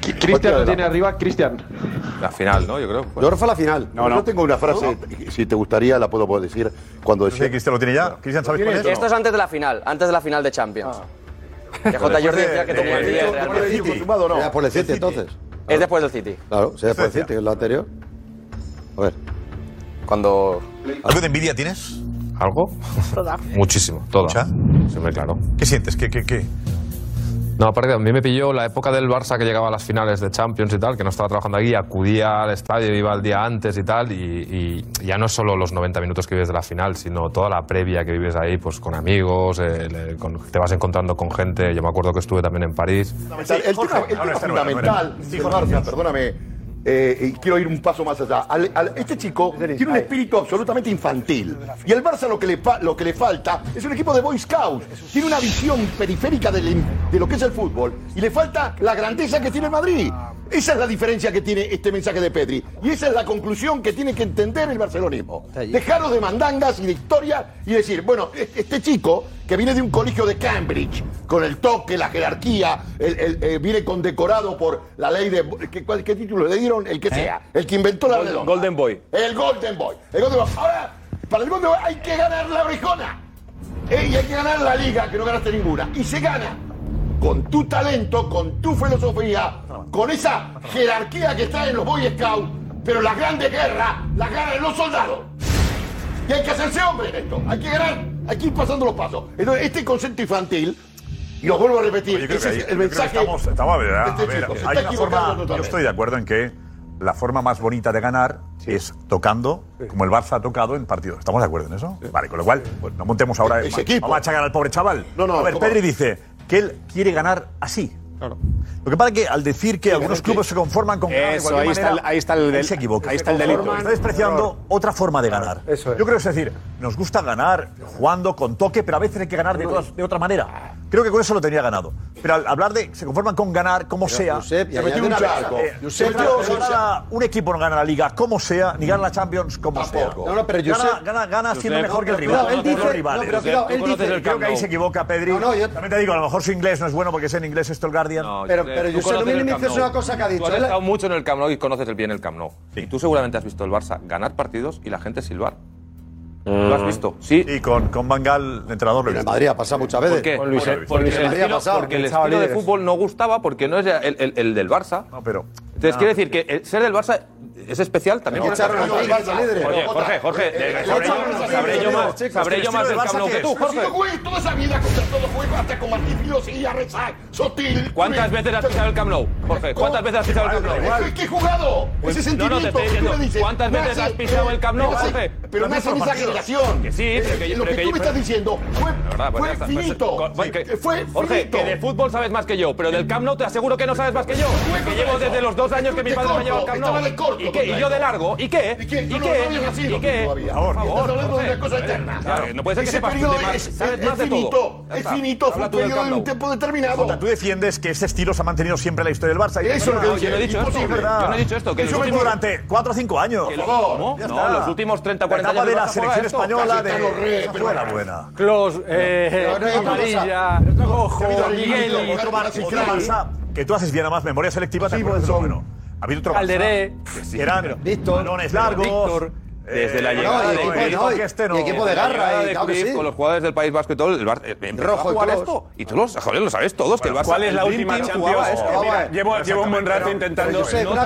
S10: Cristian lo tiene
S7: arriba, Cristian. La final, ¿no? Yo creo.
S10: Yo ahora fue la final. Yo tengo una frase, si te gustaría, la puedo poder decir. Cuando decía.
S6: Cristian lo tiene ya. Cristian,
S11: Esto es antes de la final, antes de la final de Champions. Que J. Jordi decía que tenía envidia del Real Madrid.
S8: Era por el City, entonces.
S11: Es después del City.
S8: Claro, será por el City, es lo anterior. A ver.
S11: Cuando.
S6: ¿Algo de envidia tienes?
S7: ¿Algo? Muchísimo, todo. Se me claro.
S6: ¿Qué sientes? ¿Qué, qué, qué?
S15: No, aparte, a mí me pilló la época del Barça que llegaba a las finales de Champions y tal, que no estaba trabajando aquí, acudía al estadio, iba el día antes y tal, y, y ya no es solo los 90 minutos que vives de la final, sino toda la previa que vives ahí, pues con amigos, eh, le- con- te vas encontrando con gente, yo me acuerdo que estuve también en París.
S10: fundamental. el tema, el tema fundamental del Barça, perdóname, eh, y quiero ir un paso más allá. Al- al- este chico tiene un espíritu absolutamente infantil. Y al Barça lo que le, fa- lo que le falta es un equipo de Boy Scouts. Tiene una visión periférica del im- de lo que es el fútbol. Y le falta la grandeza que tiene el Madrid. Esa es la diferencia que tiene este mensaje de Pedri. Y esa es la conclusión que tiene que entender el barcelonismo. Dejaros de mandangas y de historia y decir, bueno, e- este chico que viene de un colegio de Cambridge, con el toque, la jerarquía, el- el- eh, viene condecorado por la ley de... ¿qué, cuál- qué título le dieron? El que sea. El que inventó la
S7: Golden,
S10: redonda.
S7: Golden Boy.
S10: El Golden Boy. El Golden Boy. Ahora, para el Golden Boy hay que ganar la orejona. Eh, y hay que ganar la liga, que no ganaste ninguna. Y se gana con tu talento, con tu filosofía, con esa jerarquía que está en los Boy Scouts, pero las grandes guerras las ganan los soldados. Y hay que hacerse hombre en esto. Hay que ganar, hay que ir pasando los pasos. Entonces, este concepto infantil, y lo vuelvo a repetir,
S6: Yo creo que
S10: ese
S6: ahí-
S10: es
S6: yo
S10: el
S6: creo que
S10: mensaje.
S6: Estamos, estamos a ver, a
S10: de este
S6: ver,
S10: chico. Se
S6: hay
S10: está
S6: una
S10: equivocando
S6: forma. Yo
S10: totalmente.
S6: estoy de acuerdo en que la forma más bonita de ganar es tocando, como el Barça ha tocado en partidos. ¿Estamos de acuerdo en eso? Vale, con lo cual, pues, no montemos ahora.
S10: Ese
S6: vamos
S10: equipo.
S6: a machacar al pobre chaval.
S10: No, no,
S6: a ver,
S10: ¿cómo?
S6: Pedri dice. que él quiere ganar así. Lo que pasa es que al decir que algunos clubes se conforman con ganar de
S16: Eso,
S6: cualquier
S16: ahí está
S6: manera,
S16: el- ahí está el
S6: él
S16: del-
S6: se equivoca.
S16: ahí está el delito.
S6: Está despreciando
S16: Error.
S6: otra forma de ganar. Yo creo que es decir, nos gusta ganar jugando con toque, pero a veces hay que ganar de, todas- de otra manera. Creo que con eso lo tenía ganado. Pero al hablar de se conforman con ganar como
S8: Pero,
S6: sea.
S8: Josep, y
S6: se
S8: añade
S6: metió un
S8: una
S6: charco.
S8: cosa.
S6: Eh,
S8: Josep,
S6: el tío
S8: pero, pero,
S6: gana- un equipo no gana la liga como sea, ni gana la Champions como sea.
S8: No, no, pero
S6: gana,
S8: Josep-
S6: gana, gana siendo
S8: Josep,
S6: mejor
S8: no,
S6: que el
S8: pero
S6: rival.
S8: cuidado, él
S6: no los
S8: dice-
S6: rivales.
S8: no, pero cuidado, él
S6: Tú conoces
S8: dice-
S6: el Creo que ahí se equivoca Pedri. También te digo, a lo mejor su inglés no es bueno porque es en inglés esto el Guardian.
S8: Pero- pero
S7: Tú
S8: Josep,
S7: conoces
S8: lo mínimo
S7: el
S8: que
S7: Camp
S8: hizo es
S7: Nou.
S8: una cosa que ha dicho. ¿eh?
S7: Tú has
S8: Él-
S7: estado mucho en el Camp Nou y conoces el bien el Camp Nou. Y tú seguramente has visto el Barça ganar partidos y la gente silbar.
S8: Mm.
S7: Lo has visto, sí.
S6: Y con, con Bangal, el entrenador, lo he
S8: En Madrid ha pasado muchas veces.
S7: ¿Por qué?
S6: eh,
S7: Porque- porque el estilo- porque el estilo de fútbol no gustaba porque no es el, el- el del Barça.
S6: No, pero.
S7: Entonces, quiere decir que el ser del Barça es especial también.
S6: Pero
S7: por
S6: echaron
S7: eso.
S6: al Barça líder.
S7: Oye, Jorge, Jorge,
S6: Eh,
S7: de-
S6: eh,
S7: sabré
S6: echaron
S7: yo-
S6: al
S7: sabré
S6: líder,
S7: yo más-
S6: chicos, chicos,
S7: sabré
S6: el
S7: yo
S6: estilo
S7: más
S6: del
S7: del Camp
S6: Barça
S7: Nou
S6: que
S7: que tú,
S6: es.
S7: Jorge.
S10: Yo jugué toda esa vida contra todo juego, hasta con Martínez y a rezar, Sotil.
S7: ¿Cuántas
S10: Curi-
S7: veces has pisado el Camp Nou? Jorge, ¿cuántas veces has pisado el Camp Nou?
S10: Es que he jugado.
S7: Pues
S10: ese
S7: no,
S10: sentimiento.
S7: no, te estoy diciendo,
S10: tú me dices,
S7: ¿cuántas veces
S10: nace-
S7: has pisado el Camp Nou,
S10: nace-
S7: Jorge?
S10: Pero
S7: Lo has
S10: nace en
S7: visto
S10: esa
S7: partidos.
S10: generación.
S7: Que sí, pero que-
S10: Eh, Lo
S7: pero que-
S10: que tú me estás diciendo fue
S7: La verdad, pues
S10: fue
S7: ya está, pues,
S10: finito.
S7: co- co- que-
S10: Fue
S7: Jorge,
S10: finito.
S7: que de fútbol sabes más que yo, pero del Camp Nou te aseguro que no sabes más que yo. Que llevo desde los dos años que mi
S10: De
S7: padre me
S10: corto,
S7: lleva al Camp
S10: estaba de
S7: Nou.
S10: corto
S7: ¿Y qué?
S10: contra
S7: ¿Y yo de
S10: eso.
S7: largo? ¿Y qué? ¿Y qué?
S10: No, no, no habías nacido
S7: ¿Y qué?
S10: tú todavía.
S7: Por
S10: Estás
S7: favor,
S10: hablando de
S7: Jorge.
S10: una cosa eterna.
S7: Claro, no puede ser que
S10: Ese
S7: sepas tú
S10: periodo
S7: de más-
S10: es-
S7: sabes
S10: es
S7: más de todo.
S10: finito,
S7: Ya
S10: es
S7: está.
S10: finito, fue
S7: Habla
S10: un
S7: tú del
S10: periodo
S7: Camp
S10: de un
S7: Nou.
S10: tiempo determinado.
S6: Jota, tú defiendes que este estilo se ha mantenido siempre en la historia del Barça.
S10: Eso es lo que
S6: no,
S10: dije,
S6: yo no he dicho esto.
S10: imposible.
S6: ¿verdad?
S10: Yo no he dicho esto, que
S6: Eso
S7: los
S6: fue
S7: últimos-
S6: durante 4 o 5 años.
S7: Que
S6: Por
S7: los-
S6: favor.
S7: ¿Cómo?
S6: Ya
S7: No,
S6: está.
S7: los últimos 30, 40
S6: La etapa
S7: años
S6: de
S7: del
S6: la
S7: Barça
S6: selección
S7: juega esto.
S6: española
S7: Casi
S6: de.
S7: está los re,
S6: Esa
S7: pero
S6: fue la
S7: bueno.
S6: buena.
S9: Clos, eh,
S6: Pero no es otra
S9: Amarilla, Cojo, Miguel,
S6: Otro Bar- otro Barça que tú haces bien, además, memoria selectiva también es lo bueno. Ha habido otro Barça
S9: Calderé.
S6: que eran balones
S7: pero
S6: largos.
S7: Víctor, Desde
S6: Eh,
S7: la llegada de Cruyff,
S6: que este no.
S7: desde la llegada de Cruyff, con los jugadores del País Vasco y todo, el Barça eh, empezó
S6: Rojo
S7: a
S6: y
S7: jugar
S6: Clos.
S7: esto. Y tú lo, joder, lo sabes todos, que el Barça...
S13: ¿Cuál es
S7: el
S13: la
S7: Dream
S13: última
S7: Team
S13: Champions?
S7: jugaba esto.
S13: Mira, llevo- llevo un buen rato
S7: Pero-
S13: intentando-
S7: pero Josep,
S13: No
S7: no,
S13: tan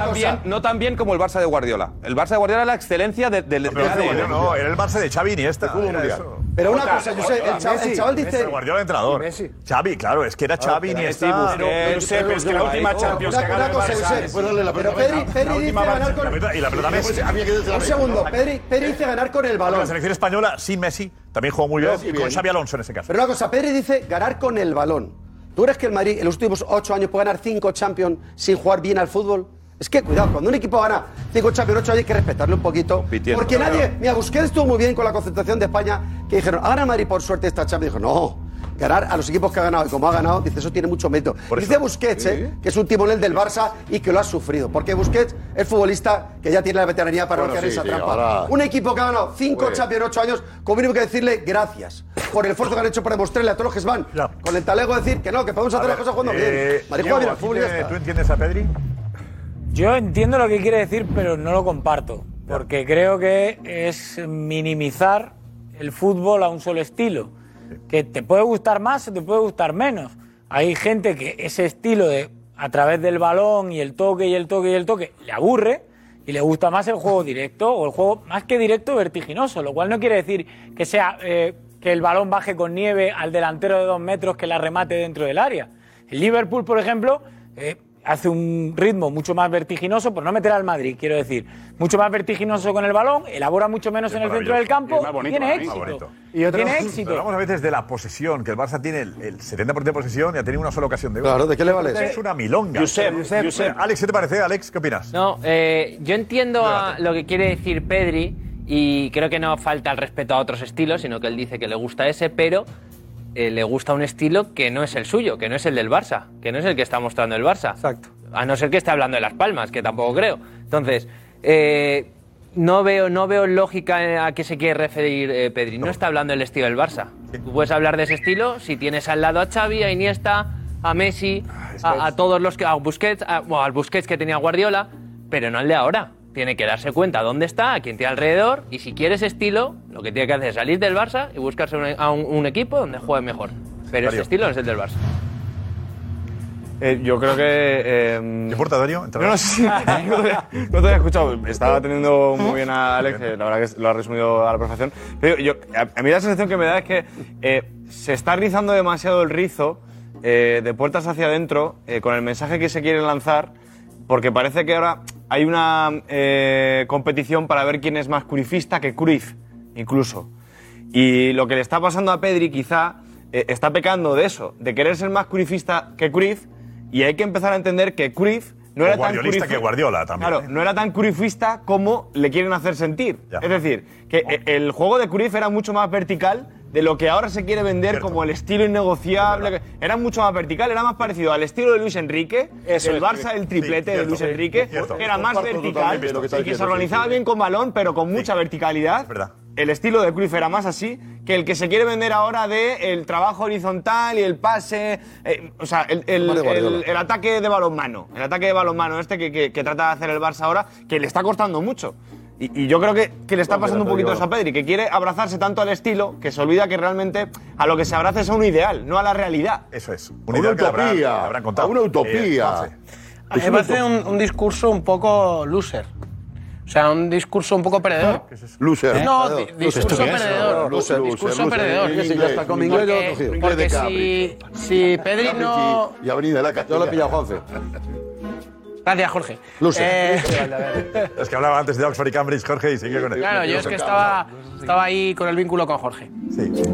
S13: bien-
S7: tan bien, como el Barça de Guardiola. El Barça de Guardiola era la excelencia de, del...
S6: Pero Guardiola no, era el Barça de Xavi ni esta. era eso.
S8: Pero una cosa, Josep, el chaval- el chaval dice-
S6: Messi, Ah, Guardiola entrenador.
S8: Y Messi.
S6: Xavi, claro, es que era Xavi ni
S13: Messi,
S6: esta.
S13: Busquets, Pero, Josep, pero es que la Guardiola, última Champions que ha ganado el Barça es-
S8: Pero Pedri, Pedri
S6: La
S8: dice
S6: última
S8: ganar
S6: La
S8: con
S6: pelota- y la pelota
S8: Pues,
S6: Messi.
S8: Un segundo, Pedri, Pedri dice ganar con el
S6: La
S8: balón.
S6: selección española sin Messi también jugó muy bien,
S8: Messi
S6: y con
S8: bien.
S6: Xavi Alonso en ese caso.
S8: Pero una cosa, Pedri dice ganar con el balón. ¿Tú crees que el Madrid en los últimos ocho años puede ganar cinco Champions sin jugar bien al fútbol? Es que cuidado, cuando un equipo gana cinco Champions ocho hay que respetarle un poquito.
S7: Compitiendo,
S8: Porque
S7: claro.
S8: nadie, mira, Busquets estuvo muy bien con la concentración de España, que dijeron, ha ganado Madrid por suerte esta Champions. Dijo, no, ganar a los equipos que ha ganado y como ha ganado, dice, eso tiene mucho mérito. Dice Busquets, eh, que es un timonel del Barça y que lo ha sufrido. Porque Busquets es futbolista que ya tiene la veteranía para
S10: Bueno,
S8: no caer en
S10: sí,
S8: esa
S10: sí,
S8: trampa.
S10: ahora-
S8: Un equipo que ha ganado cinco
S10: Pues-
S8: Champions en ocho años, como mínimo que decirle gracias por el esfuerzo que han hecho para demostrarle a todos los que se van. Con el talego decir que no, que podemos hacer las cosas
S6: eh,
S8: jugando
S5: eh,
S8: bien. Madrid juega bien al fútbol y ya está.
S6: ¿Tú entiendes a Pedri?
S5: Yo entiendo lo que quiere decir, pero no lo comparto. Porque creo que es minimizar el fútbol a un solo estilo. Que te puede gustar más o te puede gustar menos. Hay gente que ese estilo de a través del balón y el toque y el toque y el toque le aburre y le gusta más el juego directo o el juego más que directo vertiginoso, lo cual no quiere decir que sea eh, que el balón baje con nieve al delantero de dos metros que la remate dentro del área. El Liverpool, por ejemplo, eh, hace un ritmo mucho más vertiginoso, por no meter al Madrid, quiero decir, mucho más vertiginoso con el balón, elabora mucho menos en el centro del campo,
S6: más
S5: y
S6: bonito
S5: tiene
S6: para mí. Más
S5: éxito.
S6: bonito.
S5: Y
S6: otro-
S5: tiene éxito.
S6: Hablamos a veces de la posesión, que el Barça tiene el, el 70% de posesión y ha tenido una sola ocasión de gol.
S8: Claro, ¿de qué le vale eso?
S6: Es una milonga.
S17: Josep, Josep.
S6: Alex, ¿qué te parece, Alex? ¿Qué opinas?
S17: No, eh, yo entiendo a lo que quiere decir Pedri y creo que no falta el respeto a otros estilos, sino que él dice que le gusta ese, pero eh, le gusta un estilo que no es el suyo, que no es el del Barça, que no es el que está mostrando el Barça. Exacto. A no ser que esté hablando de las palmas, que tampoco creo. Entonces, eh, no, veo, no veo lógica a qué se quiere referir eh, Pedri. No está hablando del estilo del Barça. Tú puedes hablar de ese estilo si tienes al lado a Xavi, a Iniesta, a Messi, a, a todos los que. a Busquets, a- bueno, al Busquets que tenía Guardiola, pero no al de ahora. Tiene que darse cuenta dónde está, a quién tiene alrededor, y si quiere ese estilo, lo que tiene que hacer es salir del Barça y buscarse un- a un, un equipo donde juegue mejor. Pero ese
S7: Mario.
S17: estilo no es el del Barça.
S7: Eh, yo creo que. Eh, ¿Te
S6: importa, Darío?
S7: No, no, sí. no te no te había escuchado. Estaba teniendo muy bien a Alex, eh, la verdad que lo ha resumido a la perfección. Pero yo, a, a mí la sensación que me da es que eh, se está rizando demasiado el rizo eh, de puertas hacia adentro eh, con el mensaje que se quiere lanzar, porque parece que ahora hay una eh, competición para ver quién es más curifista que Cruyff, incluso. Y lo que le está pasando a Pedri quizá
S1: eh, está pecando de eso, de querer ser más curifista que Cruyff, y hay que empezar a entender que Cruyff no
S6: O
S1: era tan
S6: guardiolista
S1: curif-
S6: que Guardiola también,
S1: Claro, no era tan curifista como le quieren hacer sentir. Es decir, que eh, el juego de Cruyff era mucho más vertical de lo que ahora se quiere vender como el estilo innegociable. que- Era mucho más vertical, era más parecido al estilo de Luis Enrique,
S18: Eso
S1: el
S18: es,
S1: Barça, el
S18: sí,
S1: triplete de
S18: cierto,
S1: Luis
S18: sí,
S1: Enrique,
S18: cierto.
S1: que era más
S18: Comparto
S1: vertical
S18: totalmente lo que está
S1: y que se
S18: diciendo, sí,
S1: organizaba
S18: sí.
S1: bien con balón, pero con mucha verticalidad. El estilo de Cruyff era más así que el que se quiere vender ahora de el trabajo horizontal y el pase, eh, o sea, el, el-
S8: Vale, Guardiola.
S1: el- el ataque de balonmano, el ataque de balonmano este que, que- que trata de hacer el Barça ahora, que le está costando mucho. Y, y yo creo que, que le está pasando un poquito eso a Pedri, que quiere abrazarse tanto al estilo que se olvida que realmente a lo que se abraza es a un ideal, no a la realidad.
S6: Eso es.
S10: Una
S6: ideal que le habrán-
S10: utopía,
S6: que le habrán contado.
S10: a una utopía.
S6: Eh, entonces,
S19: A mí me parece un, un discurso un poco loser. O sea, un discurso un poco perdedor.
S10: Loser.
S19: No, di- discurso
S10: ¿Esto qué es?
S19: perdedor.
S10: Loser,
S19: discurso
S10: loser,
S19: perdedor.
S10: loser. En inglés, en inglés yo lo he cogido.
S19: Porque,
S10: Inglés de
S19: porque si,
S10: Capri.
S19: si Pedri
S10: Capri
S19: no...
S10: Y Avenida de la Castilla.
S19: Yo lo he pillado,
S10: Juanfe.
S19: Gracias, Jorge.
S6: Loser.
S19: Eh,
S6: Es que hablaba antes de Oxford y Cambridge, Jorge, y sigue con él.
S19: Claro, yo es que estaba, estaba ahí con el vínculo con Jorge.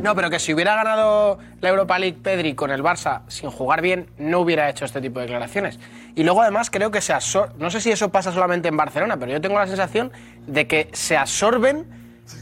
S19: No, pero que si hubiera ganado la Europa League Pedri con el Barça sin jugar bien, no hubiera hecho este tipo de declaraciones. Y luego además creo que se absorbe, no sé si eso pasa solamente en Barcelona, pero yo tengo la sensación de que se absorben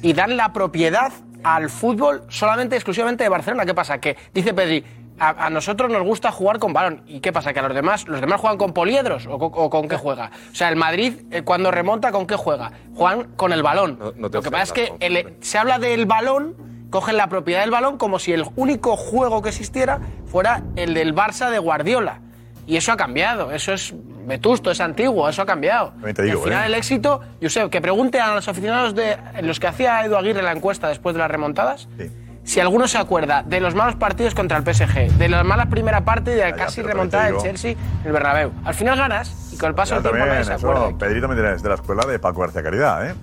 S19: y dan la propiedad al fútbol solamente, exclusivamente de Barcelona. ¿Qué pasa? Que dice Pedri, a, a nosotros nos gusta jugar con balón. ¿Y qué pasa? ¿Que a los demás, los demás juegan con poliedros o con, o con qué juega? O sea, el Madrid eh, cuando remonta, ¿con qué juega? Juegan con el balón.
S11: no te
S19: Lo que pasa es
S11: ofendas,
S19: que el- eh, se habla del balón, cogen la propiedad del balón como si el único juego que existiera fuera el del Barça de Guardiola. Y eso ha cambiado, eso es vetusto, es antiguo, eso ha cambiado.
S6: También te
S19: Y
S6: digo,
S19: al final
S6: ¿eh?
S19: el éxito, Josep, que pregunte a los aficionados de los que hacía Edu Aguirre la encuesta después de las remontadas, si alguno se acuerda de los malos partidos contra el PSG, de la mala primera parte y de la casi remontada del
S6: digo.
S19: Chelsea en el Bernabéu. Al final ganas y con el paso
S6: Ya
S19: del tiempo nadie
S6: también,
S19: se acuerda.
S6: eso, Pedrito también es de la escuela de Paco García Caridad, ¿eh?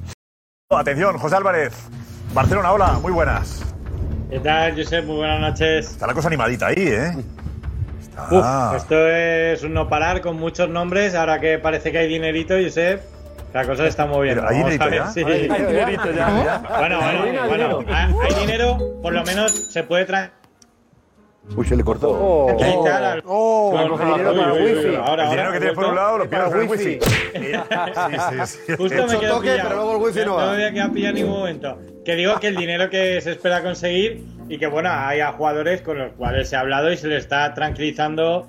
S6: Atención, José Álvarez. Barcelona, hola, muy buenas.
S20: ¿Qué tal, Josep? Muy buenas noches.
S6: Está la cosa animadita ahí, ¿eh?
S20: Uf,
S6: Ah.
S20: esto es un no parar con muchos nombres. Ahora que parece que hay dinerito, Josep, la cosa se está moviendo.
S6: Pero, ¿hay
S20: Vamos a
S6: dinerito
S20: ver
S6: ya?
S20: si-
S6: Hay
S20: [laughs]
S6: dinerito ya.
S20: Bueno, bueno, bueno. Ah, Hay dinero, por lo menos se puede traer.
S10: Uy, se le cortó.
S20: Ahí está la- Con- Uy, uy, uy, ahora,
S6: el dinero
S20: ahora,
S6: que tienes por un lado lo pierdes por el wifi. Sí, sí, sí.
S20: [laughs] Justo me quedo pillado.
S6: no
S20: No
S6: va.
S20: me voy a quedar pillado en ningún momento. Que digo que el dinero que se espera conseguir y que bueno, hay a jugadores con los cuales se ha hablado y se le está tranquilizando.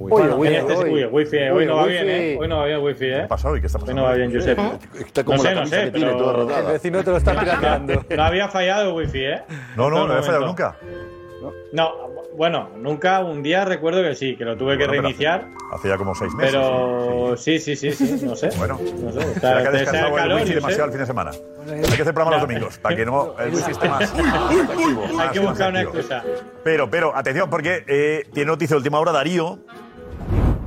S20: Uy,
S10: Oye,
S20: bueno,
S10: wifi,
S20: este es-
S10: oye.
S20: uy, wifi, eh,
S10: Oye,
S20: hoy no va
S10: wifi.
S20: bien, eh. Hoy no va bien wifi, eh.
S6: pasado y qué está pasando?
S20: Hoy no va bien, Josep.
S10: Está como
S20: no
S10: la
S20: sé, no
S10: camisa
S20: sé,
S10: que
S20: pero
S10: tiene toda rotada.
S20: El vecino te
S6: [laughs]
S20: lo está tirando. no había fallado wifi, eh.
S6: No, no,
S20: Hasta
S6: no
S20: el
S6: había fallado
S20: momento.
S6: nunca.
S20: No, bueno, nunca, un día recuerdo que sí, que lo tuve que
S6: Bueno, pero
S20: reiniciar.
S6: Hace ya como seis meses.
S20: Pero sí, sí, sí, sí, no sé. Bueno, no sé, está-
S6: Será que ha
S20: debe ser el
S6: descansado el
S20: calor,
S6: wifi
S20: yo
S6: demasiado
S20: sé.
S6: el fin de semana. Hay que hacer programa los domingos, para que no el wifi esté más.
S20: Hay que buscar una excusa.
S6: Pero, pero, atención, porque eh, tiene noticia de última hora Darío.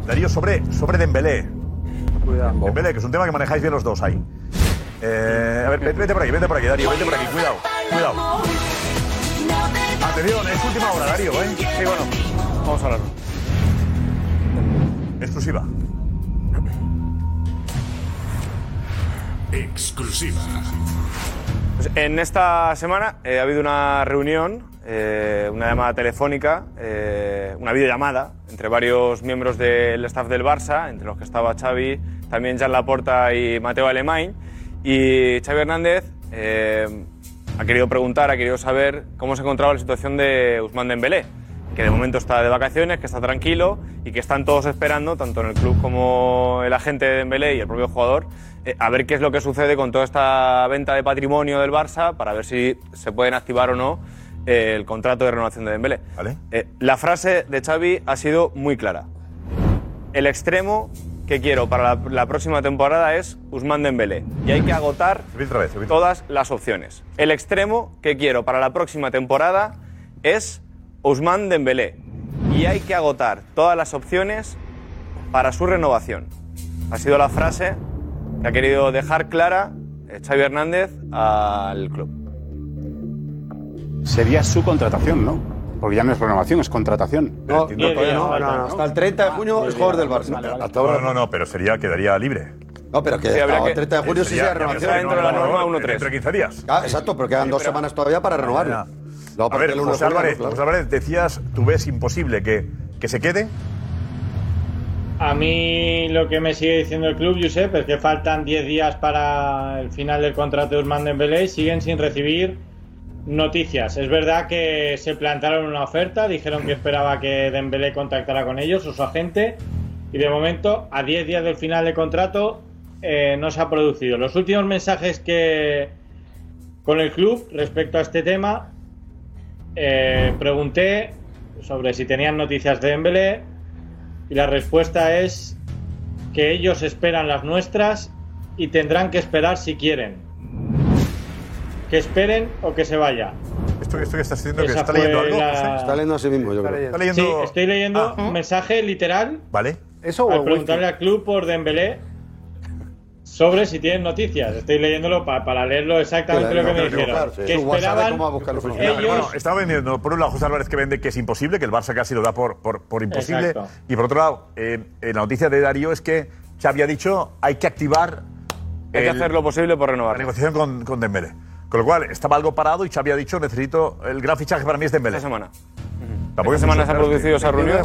S6: Darío sobre, sobre Dembélé. Dembélé, que es un tema que manejáis bien los dos ahí. Eh, a ver, vete, vete por aquí, vete por aquí, Darío, vete por aquí, cuidado, cuidado. Atención, es última hora, Darío, ¿eh? Sí, bueno, vamos a hablar. Exclusiva.
S1: Exclusiva. Pues en esta semana eh, ha habido una reunión, eh, una llamada telefónica, eh, una videollamada entre varios miembros del staff del Barça, entre los que estaba Xavi, también Jan Laporta y Mateo Alemán. Y Xavi Hernández eh, ha querido preguntar, ha querido saber cómo se encontraba la situación de Usman Dembélé, que de momento está de vacaciones, que está tranquilo y que están todos esperando, tanto en el club como el agente de Dembélé y el propio jugador, eh, a ver qué es lo que sucede con toda esta venta de patrimonio del Barça para ver si se pueden activar o no eh, el contrato de renovación de Dembélé. Eh, la frase de Xavi ha sido muy clara. El extremo que quiero para la, la próxima temporada es Usman Dembélé y hay que agotar todas las opciones. El extremo que quiero para la próxima temporada es Usman Dembélé y hay que agotar todas las opciones para su renovación. Ha sido la frase que ha querido dejar clara eh, Xavi Hernández al club.
S13: Sería su contratación, ¿no? Porque ya no es renovación, es contratación.
S8: No, Eh, no, todavía no, no, no, Hasta el 30 de junio es jugador del Barça.
S6: Hasta ahora no, no, no, pero sería, quedaría libre.
S8: No, pero que
S6: Sí,
S8: el
S6: habría que-
S8: 30 de junio sí
S6: sería-
S8: sea
S6: habría que
S8: renovación.
S6: estar dentro de la norma 1-3. Ah,
S8: Ah, exacto, pero quedan dos semanas todavía para renovarlo. No,
S6: a
S8: porque
S6: ver,
S8: el uno
S6: José
S8: juega, no,
S6: Álvarez,
S8: claro.
S6: José Álvarez, decías, tú ves imposible que, que se quede.
S20: A mí lo que me sigue diciendo el club, Josep, es que faltan 10 días para el final del contrato de Usman Dembélé y siguen sin recibir noticias. Es verdad que se plantaron una oferta, dijeron que esperaba que Dembélé contactara con ellos o su agente y de momento, a 10 días del final de contrato, eh, no se ha producido. Los últimos mensajes que con el club respecto a este tema, eh, pregunté sobre si tenían noticias de Dembélé y la respuesta es que ellos esperan las nuestras y tendrán que esperar si quieren. Que esperen o que se vaya.
S6: Esto, esto que estás diciendo
S20: Esa
S6: que está
S20: fue
S6: leyendo algo.
S20: la-
S6: José.
S8: Está leyendo a sí mismo, yo creo.
S20: Sí, estoy leyendo un mensaje literal
S6: Vale.
S14: Eso
S20: al preguntarle al club por Dembélé sobre si tienen noticias. Estoy leyéndolo pa- para leerlo exactamente lo que me dijeron. Que esperaban
S6: Pero bueno,
S20: ellos
S6: estaba vendiendo, por un lado, José Álvarez que vende que es imposible, que el Barça casi lo da por, por, por imposible.
S20: Exacto.
S6: Y por otro lado, eh, eh, la noticia de Darío es que se había dicho hay que activar.
S1: Hay que hacer lo
S6: posible por renovar. La negociación con, con Dembélé. Con lo cual, estaba algo parado y Xavi ha dicho, necesito, el gran fichaje para mí es Dembélé. Esta semana.
S1: Esta semana se ha producido esa reunión.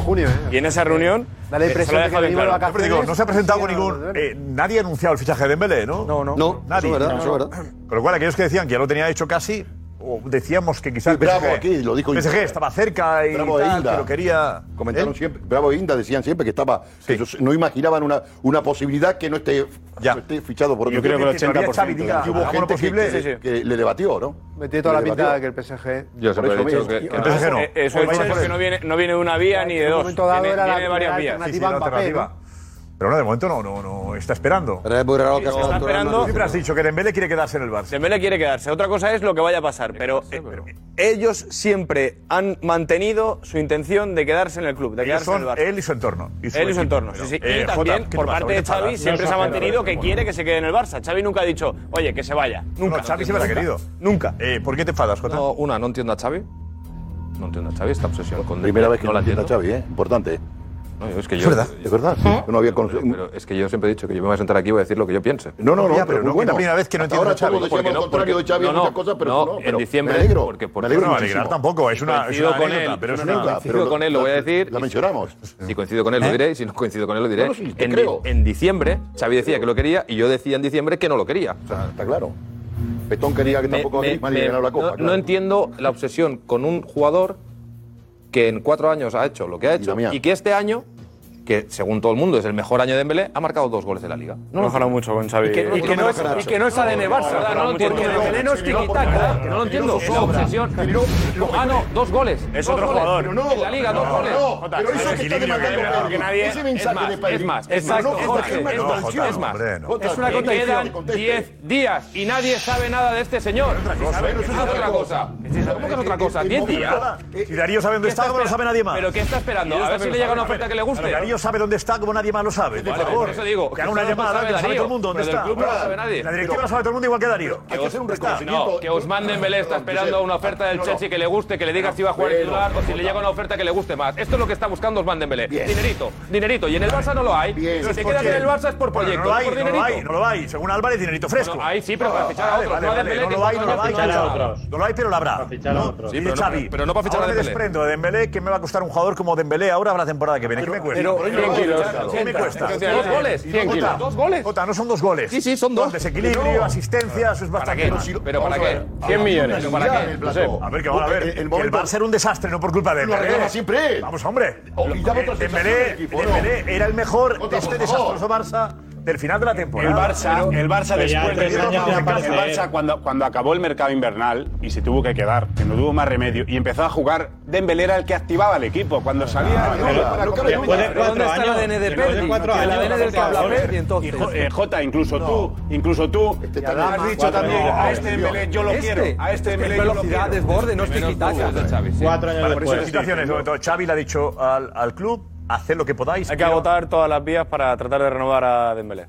S1: Y en esa reunión. eh, se lo ha dejado bien claro.
S6: Pero digo, no se ha presentado con ningún. eh, nadie ha anunciado el fichaje de Dembélé, ¿no? No, no. nadie.
S10: eso es verdad, eso es
S6: Con lo cual, aquellos que decían que ya lo tenía hecho casi, o decíamos que quizás.
S10: Sí, Bravo aquí, lo dijo
S6: PSG
S10: Inda.
S6: estaba cerca y
S10: Bravo e
S6: tal,
S10: Inda.
S6: pero quería. ¿eh?
S10: Comentaron siempre, Bravo e Inda decían siempre que estaba. que ellos no imaginaban una, una posibilidad que no esté, no esté fichado por otro.
S6: Yo creo que el
S10: todavía
S6: 80%
S10: Xavi diga,
S6: de-
S10: hubo
S6: hagamos lo
S10: gente que,
S6: posible.
S10: que-
S6: Sí, sí.
S10: que le debatió, ¿no?
S14: Me tiene toda la
S10: Le
S14: pinta de
S10: debatió.
S14: que el PSG.
S10: Yo siempre
S14: Por
S10: he dicho
S14: mismo.
S10: que- que
S14: Y-
S10: el PSG no.
S1: Eh, Eso es
S6: Vaya por
S1: que
S6: él.
S1: no viene, no viene de una vía ni de
S6: En un
S1: dos.
S6: momento dado
S1: Viene,
S6: era la
S1: viene de varias
S6: primera
S1: vías.
S6: Sí, sí, la alternativa. Pero no, de momento no, no, no está esperando. Pero
S8: es muy raro
S1: que Sí, se está Arturo esperando. Hernández-
S6: Siempre has dicho que Dembélé quiere quedarse en el Barça.
S1: Dembélé quiere quedarse. Otra cosa es lo que vaya a pasar, pero, eh, ellos siempre han mantenido su intención de quedarse en el club, de
S6: Ellos
S1: quedarse
S6: son
S1: en el Barça.
S6: él y su entorno. Y su
S1: él y su
S6: equipo,
S1: entorno.
S6: pero,
S1: sí, sí.
S6: eh,
S1: y
S6: Jota,
S1: también
S6: ¿qué te
S1: por
S6: pasa?
S1: parte de
S6: Ahorita
S1: Xavi
S6: hablas.
S1: siempre
S6: No,
S1: se ha
S6: no,
S1: mantenido
S6: no,
S1: que
S6: no.
S1: quiere que se quede en el Barça. Xavi nunca ha dicho, oye, que se vaya. Nunca.
S6: No, Xavi siempre ha
S1: Nunca.
S6: querido.
S1: Nunca.
S6: ¿Por qué te enfadas, Jota?
S7: No, una, no entiendo a Xavi. No entiendo a Xavi esta obsesión con
S10: Primera vez que
S7: no la
S10: entiendo a
S7: entiendo.
S10: Xavi, ¿eh? Importante.
S7: No, yo- es que
S10: Es
S7: yo, ¿Eh?
S10: verdad, es verdad. Yo no había conocido.
S7: Pero es que yo siempre he dicho que yo me voy a sentar aquí y voy a decir lo que yo piense.
S10: No, no, no, Ya, pero pero no, muy que bueno. la primera vez que no
S7: Hasta
S10: entiendo a
S7: ahora
S10: Xavi.
S7: todos
S10: Porque
S7: decíamos
S10: no, porque-
S7: contrario de Xavi
S10: no,
S7: en
S10: no,
S7: muchas cosas, pero
S10: no,
S7: no,
S10: en
S7: pero
S10: diciembre-
S7: Me alegro. Porque,
S10: porque- porque-
S7: porque
S10: No, alegrar tampoco, es una-
S7: coincido
S10: es una
S7: con
S10: anécdota,
S7: él,
S10: pero es
S7: no,
S10: una
S7: no,
S10: anécdota,
S7: coincido
S10: pero lo-
S7: con él, lo voy a decir.
S10: La mencionamos.
S7: Si coincido con él, lo
S10: ¿Eh?
S7: diré. Y si no coincido con él, lo diré.
S10: No, no, sí, te
S7: en, di-
S10: creo.
S7: en diciembre, Xavi decía que lo quería y yo decía en diciembre que no lo quería.
S10: está claro. Petón quería que tampoco a Griezmann le ganara la copa.
S7: no,
S10: claro.
S7: no entiendo la obsesión con un jugador que en cuatro años ha hecho lo que ha hecho
S10: mía.
S7: y, que este año, que según todo el mundo es el mejor año de Dembélé, ha marcado dos goles de la Liga.
S1: No lo mejorado mucho con Xavi.
S7: Y que no- y que no es- y que no es ADN Barça, ¿verdad? No lo entiendo. Dembélé no es tiki-taka, ¿eh? No lo entiendo. Es la obsesión. Ah, no, dos goles.
S1: Es
S7: Dos
S1: otro
S7: goles.
S1: jugador.
S7: Pero no, En la Liga, dos
S1: no,
S7: goles.
S1: no,
S7: Jota,
S1: pero
S7: es
S1: eso
S7: el
S1: que está
S7: equilibrio
S1: demandando
S7: que-
S1: Pedri.
S7: que nadie-
S1: Ese
S7: Es
S1: mensaje
S7: más,
S1: de Pedri.
S7: es más.
S1: No,
S7: Exacto,
S1: no, es
S7: Jorge,
S1: una
S7: es más,
S1: contradicción.
S7: es más.
S1: Hombre, no.
S7: Es una
S1: Que
S7: contradicción.
S1: quedan
S7: Eh, Conteste. 10 días y nadie sabe nada de este señor.
S6: cosa,
S7: Es
S6: eso es
S7: otra
S6: otra
S7: cosa. ¿Cómo que es otra cosa?
S6: Eh, eh,
S7: 10
S6: eh,
S7: días.
S6: Si Darío sabe dónde
S7: ¿Qué
S6: está, como no
S7: espera-
S6: sabe nadie más.
S7: ¿Pero qué está esperando? A ver si le llega una oferta que le guste.
S6: Darío sabe dónde está, como nadie más lo sabe. Por
S7: Vale,
S6: favor.
S7: por eso digo,
S6: Que haga
S7: que
S6: una
S7: solo lo
S6: llamada,
S7: sabe
S6: que lo sabe
S7: Darío,
S6: todo el mundo. ¿Dónde
S7: pero del
S6: está?
S7: club no lo sabe nadie.
S6: La directiva
S7: Pero-
S6: lo sabe todo el mundo igual que Darío.
S7: Que os- No, que os manden Belé está esperando una oferta del Chelsea que le guste, que le diga si va a jugar el
S6: Bueno,
S7: titular o si le llega una oferta que le guste más. Esto es lo que está buscando os manden Belé. Dinerito, dinerito. Y en el Barça no lo hay. Si te quedas en el Barça es por
S6: Bueno,
S7: proyecto,
S6: No lo
S7: Pues, no
S6: hay,
S7: por
S6: no lo hay,
S7: dinerito.
S6: no lo hay. Según Álvarez, dinerito fresco. Ah,
S7: Bueno, ahí sí, pero para fichar a
S6: Vale,
S7: otros,
S6: vale,
S7: no a
S6: vale.
S7: Dembélé,
S6: No
S7: que
S6: lo hay,
S7: es
S6: no
S7: un
S6: lo hay. no
S7: coñazo, no
S6: lo
S7: lo
S6: habrá. No lo hay, pero lo habrá. Para
S7: fichar a otros. Sí,
S6: Dice
S7: pero no-
S6: Xavi.
S7: pero no para fichar a
S6: ahora me
S7: Dembélé.
S6: desprendo de Dembélé, que me va a costar un jugador como Dembélé ahora para la temporada que viene. ¿Qué me cuesta?
S7: pero-
S6: ¿Qué
S7: pero-
S6: me cuesta?
S7: pero-
S6: ¿Qué me
S7: pero-
S6: cuesta?
S7: pero- Dos goles,
S6: Y
S7: cien
S6: Jota,
S7: kilos. Dos goles.
S6: Jota, no son dos goles.
S7: Sí, sí, son dos.
S6: Desequilibrio,
S7: Pero-
S6: asistencias, es
S7: ¿Para
S6: bastante
S7: qué?
S6: más.
S7: ¿Pero para qué? 100 millones. ¿Pero para qué? Josep?
S6: A ver, que vamos a ver.
S7: El- el
S6: que El,
S7: momento-
S6: Barça era un desastre, no por culpa de
S7: Lo
S6: Dembélé.
S7: arreglaba
S10: siempre
S6: Vamos, hombre.
S10: y daba otra sensación
S6: Dembélé,
S10: al equipo, ¿no?
S6: Dembélé era el mejor de
S10: Jota,
S6: este
S10: por favor.
S6: desastroso Barça del final de la temporada.
S13: El Barça, el Barça después de el Barça cuando, cuando acabó el mercado invernal y se tuvo que quedar, que no tuvo más remedio y empezó a jugar Dembélé era el que activaba el equipo
S9: Ah,
S13: cuando salía el gol para acompañar.
S9: Después de cuatro ¿Dónde está el años, ADN de después de Pedri? cuatro El años, ADN del que habla Pedri,
S13: Y
S9: entonces.
S13: Jo- eh, Jota, incluso tú, incluso tú,
S10: Este
S13: has dicho también a este Dembélé yo lo quiero, a este Dembélé yo lo quiero.
S6: Cuatro años Por
S13: después.
S6: esas situaciones, sobre todo, Xavi le ha dicho al, al club, haced lo que podáis.
S1: Hay que agotar todas las vías para tratar de renovar a Dembélé.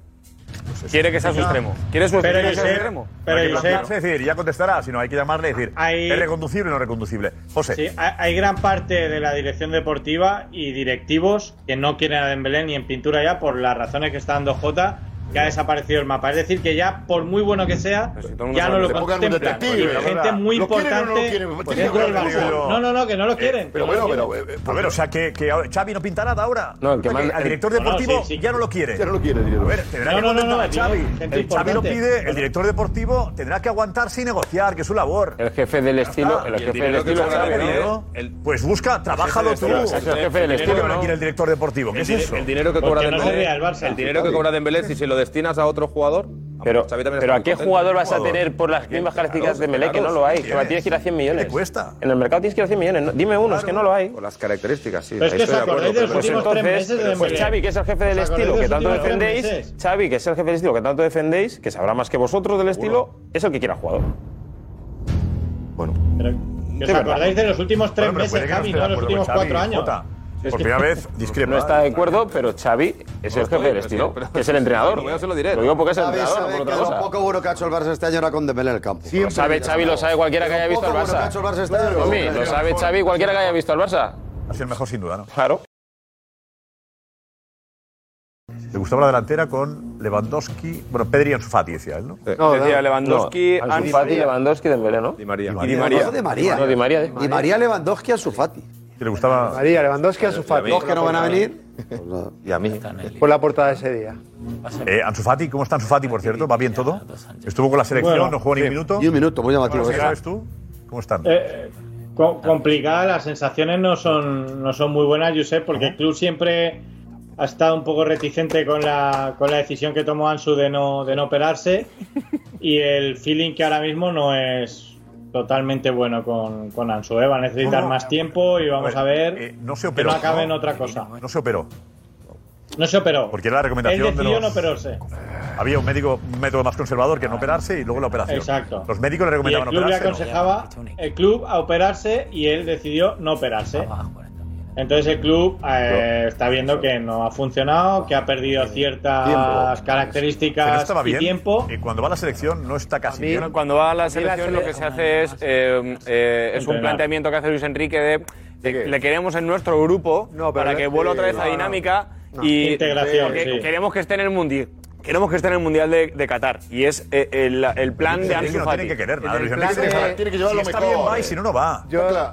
S6: Pues
S1: Quiere que sea su extremo. Quiere su
S6: Pero
S1: extremo.
S6: Josep, Pero hay que plantarse, es decir, ya contestará, si no hay que llamarle y decir, ¿es reconducible o no reconducible? José.
S20: Sí, hay hay gran parte de la dirección deportiva y directivos que no quieren a Dembélé ni en pintura ya por las razones que está dando Jota que ha desaparecido el mapa. Es decir, que ya, por muy bueno que sea,
S7: el mundo
S20: ya no
S7: sabe
S20: lo
S7: que te pongan un
S20: contemplan.
S7: detective,
S20: Hay gente
S7: ¿verdad?
S20: muy
S7: ¿Lo quieren o no lo
S20: importante
S7: quieren? Pues
S20: dentro del
S7: tiene que
S20: Barça.
S7: haber algo.
S20: No, no, no, que no lo quieren.
S6: Eh, Pero
S20: que no
S6: bueno,
S20: lo
S6: pero,
S20: quieren.
S6: eh, a ver, o sea que, que Xavi no pinta nada ahora.
S12: No, el que
S6: O sea,
S12: manda-
S6: al director
S12: el-
S6: deportivo
S12: no, no, sí, sí.
S6: ya no lo quiere.
S12: Ya no lo quiere, director.
S6: A ver, tendrá
S12: No,
S6: que
S12: no, no,
S6: contentar
S12: no,
S6: a Xavi.
S12: no, gente
S6: el Xavi lo
S12: importante.
S6: pide, el director deportivo tendrá que aguantarse y negociar, que es su labor.
S12: El jefe del
S6: Ah.
S12: estilo, el jefe del estilo es Xavi, ¿no?
S6: Pues busca, trabájalo tú.
S12: estilo, exacto, el jefe del
S6: ¿Qué
S12: estilo,
S6: le
S12: ¿no?
S6: quiere el director deportivo? ¿Qué
S12: El
S6: es
S12: dire-
S6: eso?
S12: el dinero que cobra Porque no Dembélé-
S7: Ve al Barça.
S12: El
S7: dinero que cobra Dembélé, si se lo destinas a otro jugador,
S12: Pero,
S7: Xavi también
S12: pero
S7: está
S12: ¿a qué
S7: contento.
S12: jugador vas a
S7: Jugador.
S12: tener por las mismas características de
S7: claro,
S12: Melé? Que no
S7: claro,
S12: lo hay.
S7: sí,
S12: Que va,
S7: tienes.
S12: tienes que ir a 100 millones.
S7: ¿Te
S6: cuesta?
S12: En el mercado tienes que ir a 100 millones. no- Dime uno, es que no lo hay.
S7: Por las características, sí.
S12: Pero es
S7: ahí
S12: que
S7: estoy
S12: os
S7: de acuerdo,
S12: acordáis
S7: pero
S12: del
S7: bueno.
S12: último tren meses de
S7: Pero
S12: Pues Xavi, que es el jefe del estilo que tanto defendéis, Xavi, que es el jefe del estilo que tanto defendéis, que sabrá más que vosotros del estilo, es el que quiera jugador.
S20: Que
S12: Sí,
S20: ¿Os
S12: verdad.
S20: acordáis de los últimos tres
S12: Bueno, pero puede
S20: meses,
S12: que no
S20: Javi,
S12: esté de
S20: no los
S12: acuerdo
S20: últimos
S12: con Xavi,
S20: cuatro años?
S12: Jota.
S20: Es que-
S12: No está de acuerdo, pero Xavi es el jefe del estilo, que [laughs] es el entrenador. Lo digo porque es el
S8: Xavi
S12: entrenador, no
S8: sabe
S12: por otra
S8: que
S12: cosa.
S8: Lo poco bueno que ha hecho el Barça este año era con Dembélé en el campo.
S12: Lo sabe Xavi, lo sabe cualquiera que haya visto al
S8: poco bueno que ha
S12: Barça.
S8: hecho el Barça este año era con
S12: Tommy,
S8: Dembélé.
S12: lo sabe Xavi, cualquiera que haya visto al Barça.
S6: Ha sido el mejor sin duda, ¿no?
S12: Claro.
S6: Le gustaba la delantera con Lewandowski, bueno, Pedri y Ansu Fati, decía él, ¿no?
S7: No, decía no.
S12: No,
S7: Lewandowski,
S12: Eh, Ansu
S7: Ansu
S12: Fati,
S7: María.
S12: Lewandowski, Dembélé, ¿no? Di
S7: María.
S6: Y Di María.
S8: No, Di María.
S12: No, Di María.
S8: Di María Lewandowski a su Fati.
S6: Que le gustaba.
S14: María, Lewandowski, Ansu Fati.
S8: Dos que no van a venir.
S6: Y a mí.
S14: Por la portada de ese día.
S6: Eh, Ansu Fati, ¿cómo está Ansu Fati, por cierto? ¿Va bien todo? Estuvo con la selección,
S20: Bueno,
S6: no jugó ni
S20: sí.
S6: un minuto.
S20: Ni un minuto, muy llamativo.
S6: Bueno, ¿qué sabes tú? ¿Cómo están?
S20: Eh, co- complicada, las sensaciones no son, no son muy buenas, Josep, porque el club siempre ha estado un poco reticente con la, con la decisión que tomó Ansu de no, de no operarse y el feeling que ahora mismo no es totalmente bueno con, con Ansu. ¿eh? Va a necesitar
S6: No, no.
S20: más tiempo y vamos a ver,
S6: no se
S20: que
S6: operó,
S20: no acabe
S6: ¿no?
S20: en otra cosa.
S6: No se operó.
S20: No se operó.
S6: Porque era la
S20: Él
S6: recomendación de
S20: decidió
S6: los...
S20: no operarse.
S6: Había un médico, un método más conservador que no operarse y luego la operación.
S20: Exacto.
S6: Los médicos le
S20: Y el
S6: recomendaban
S20: club le
S6: operarse. ¿no?
S20: aconsejaba el club a operarse y él decidió no operarse. Entonces el club eh, está viendo que no ha funcionado, que ha perdido ciertas
S6: Tiempo. Que no
S20: características
S6: estaba
S20: y
S6: bien.
S20: tiempo.
S6: Y cuando va a la selección no está casi
S7: Sí,
S6: bien.
S7: bueno, cuando va a la selección lo que se hace es, eh, eh, es un
S6: Entrenar.
S7: planteamiento que hace Luis Enrique de, de- le queremos en nuestro grupo para que vuelva otra vez
S1: no,
S7: a
S1: no,
S7: dinámica
S1: no.
S7: y
S1: Integración,
S7: porque
S1: sí.
S7: queremos que esté en el mundial. Queremos que esté en el Mundial de, de Qatar. Y es eh, el, el plan
S6: Luis
S7: de
S6: Enrique
S7: Ansu
S6: no
S7: Fati.
S6: tiene que querer nada.
S7: El
S6: Luis
S7: plan
S6: Enrique
S7: de-
S6: tiene que- si está bien va y si no, no va.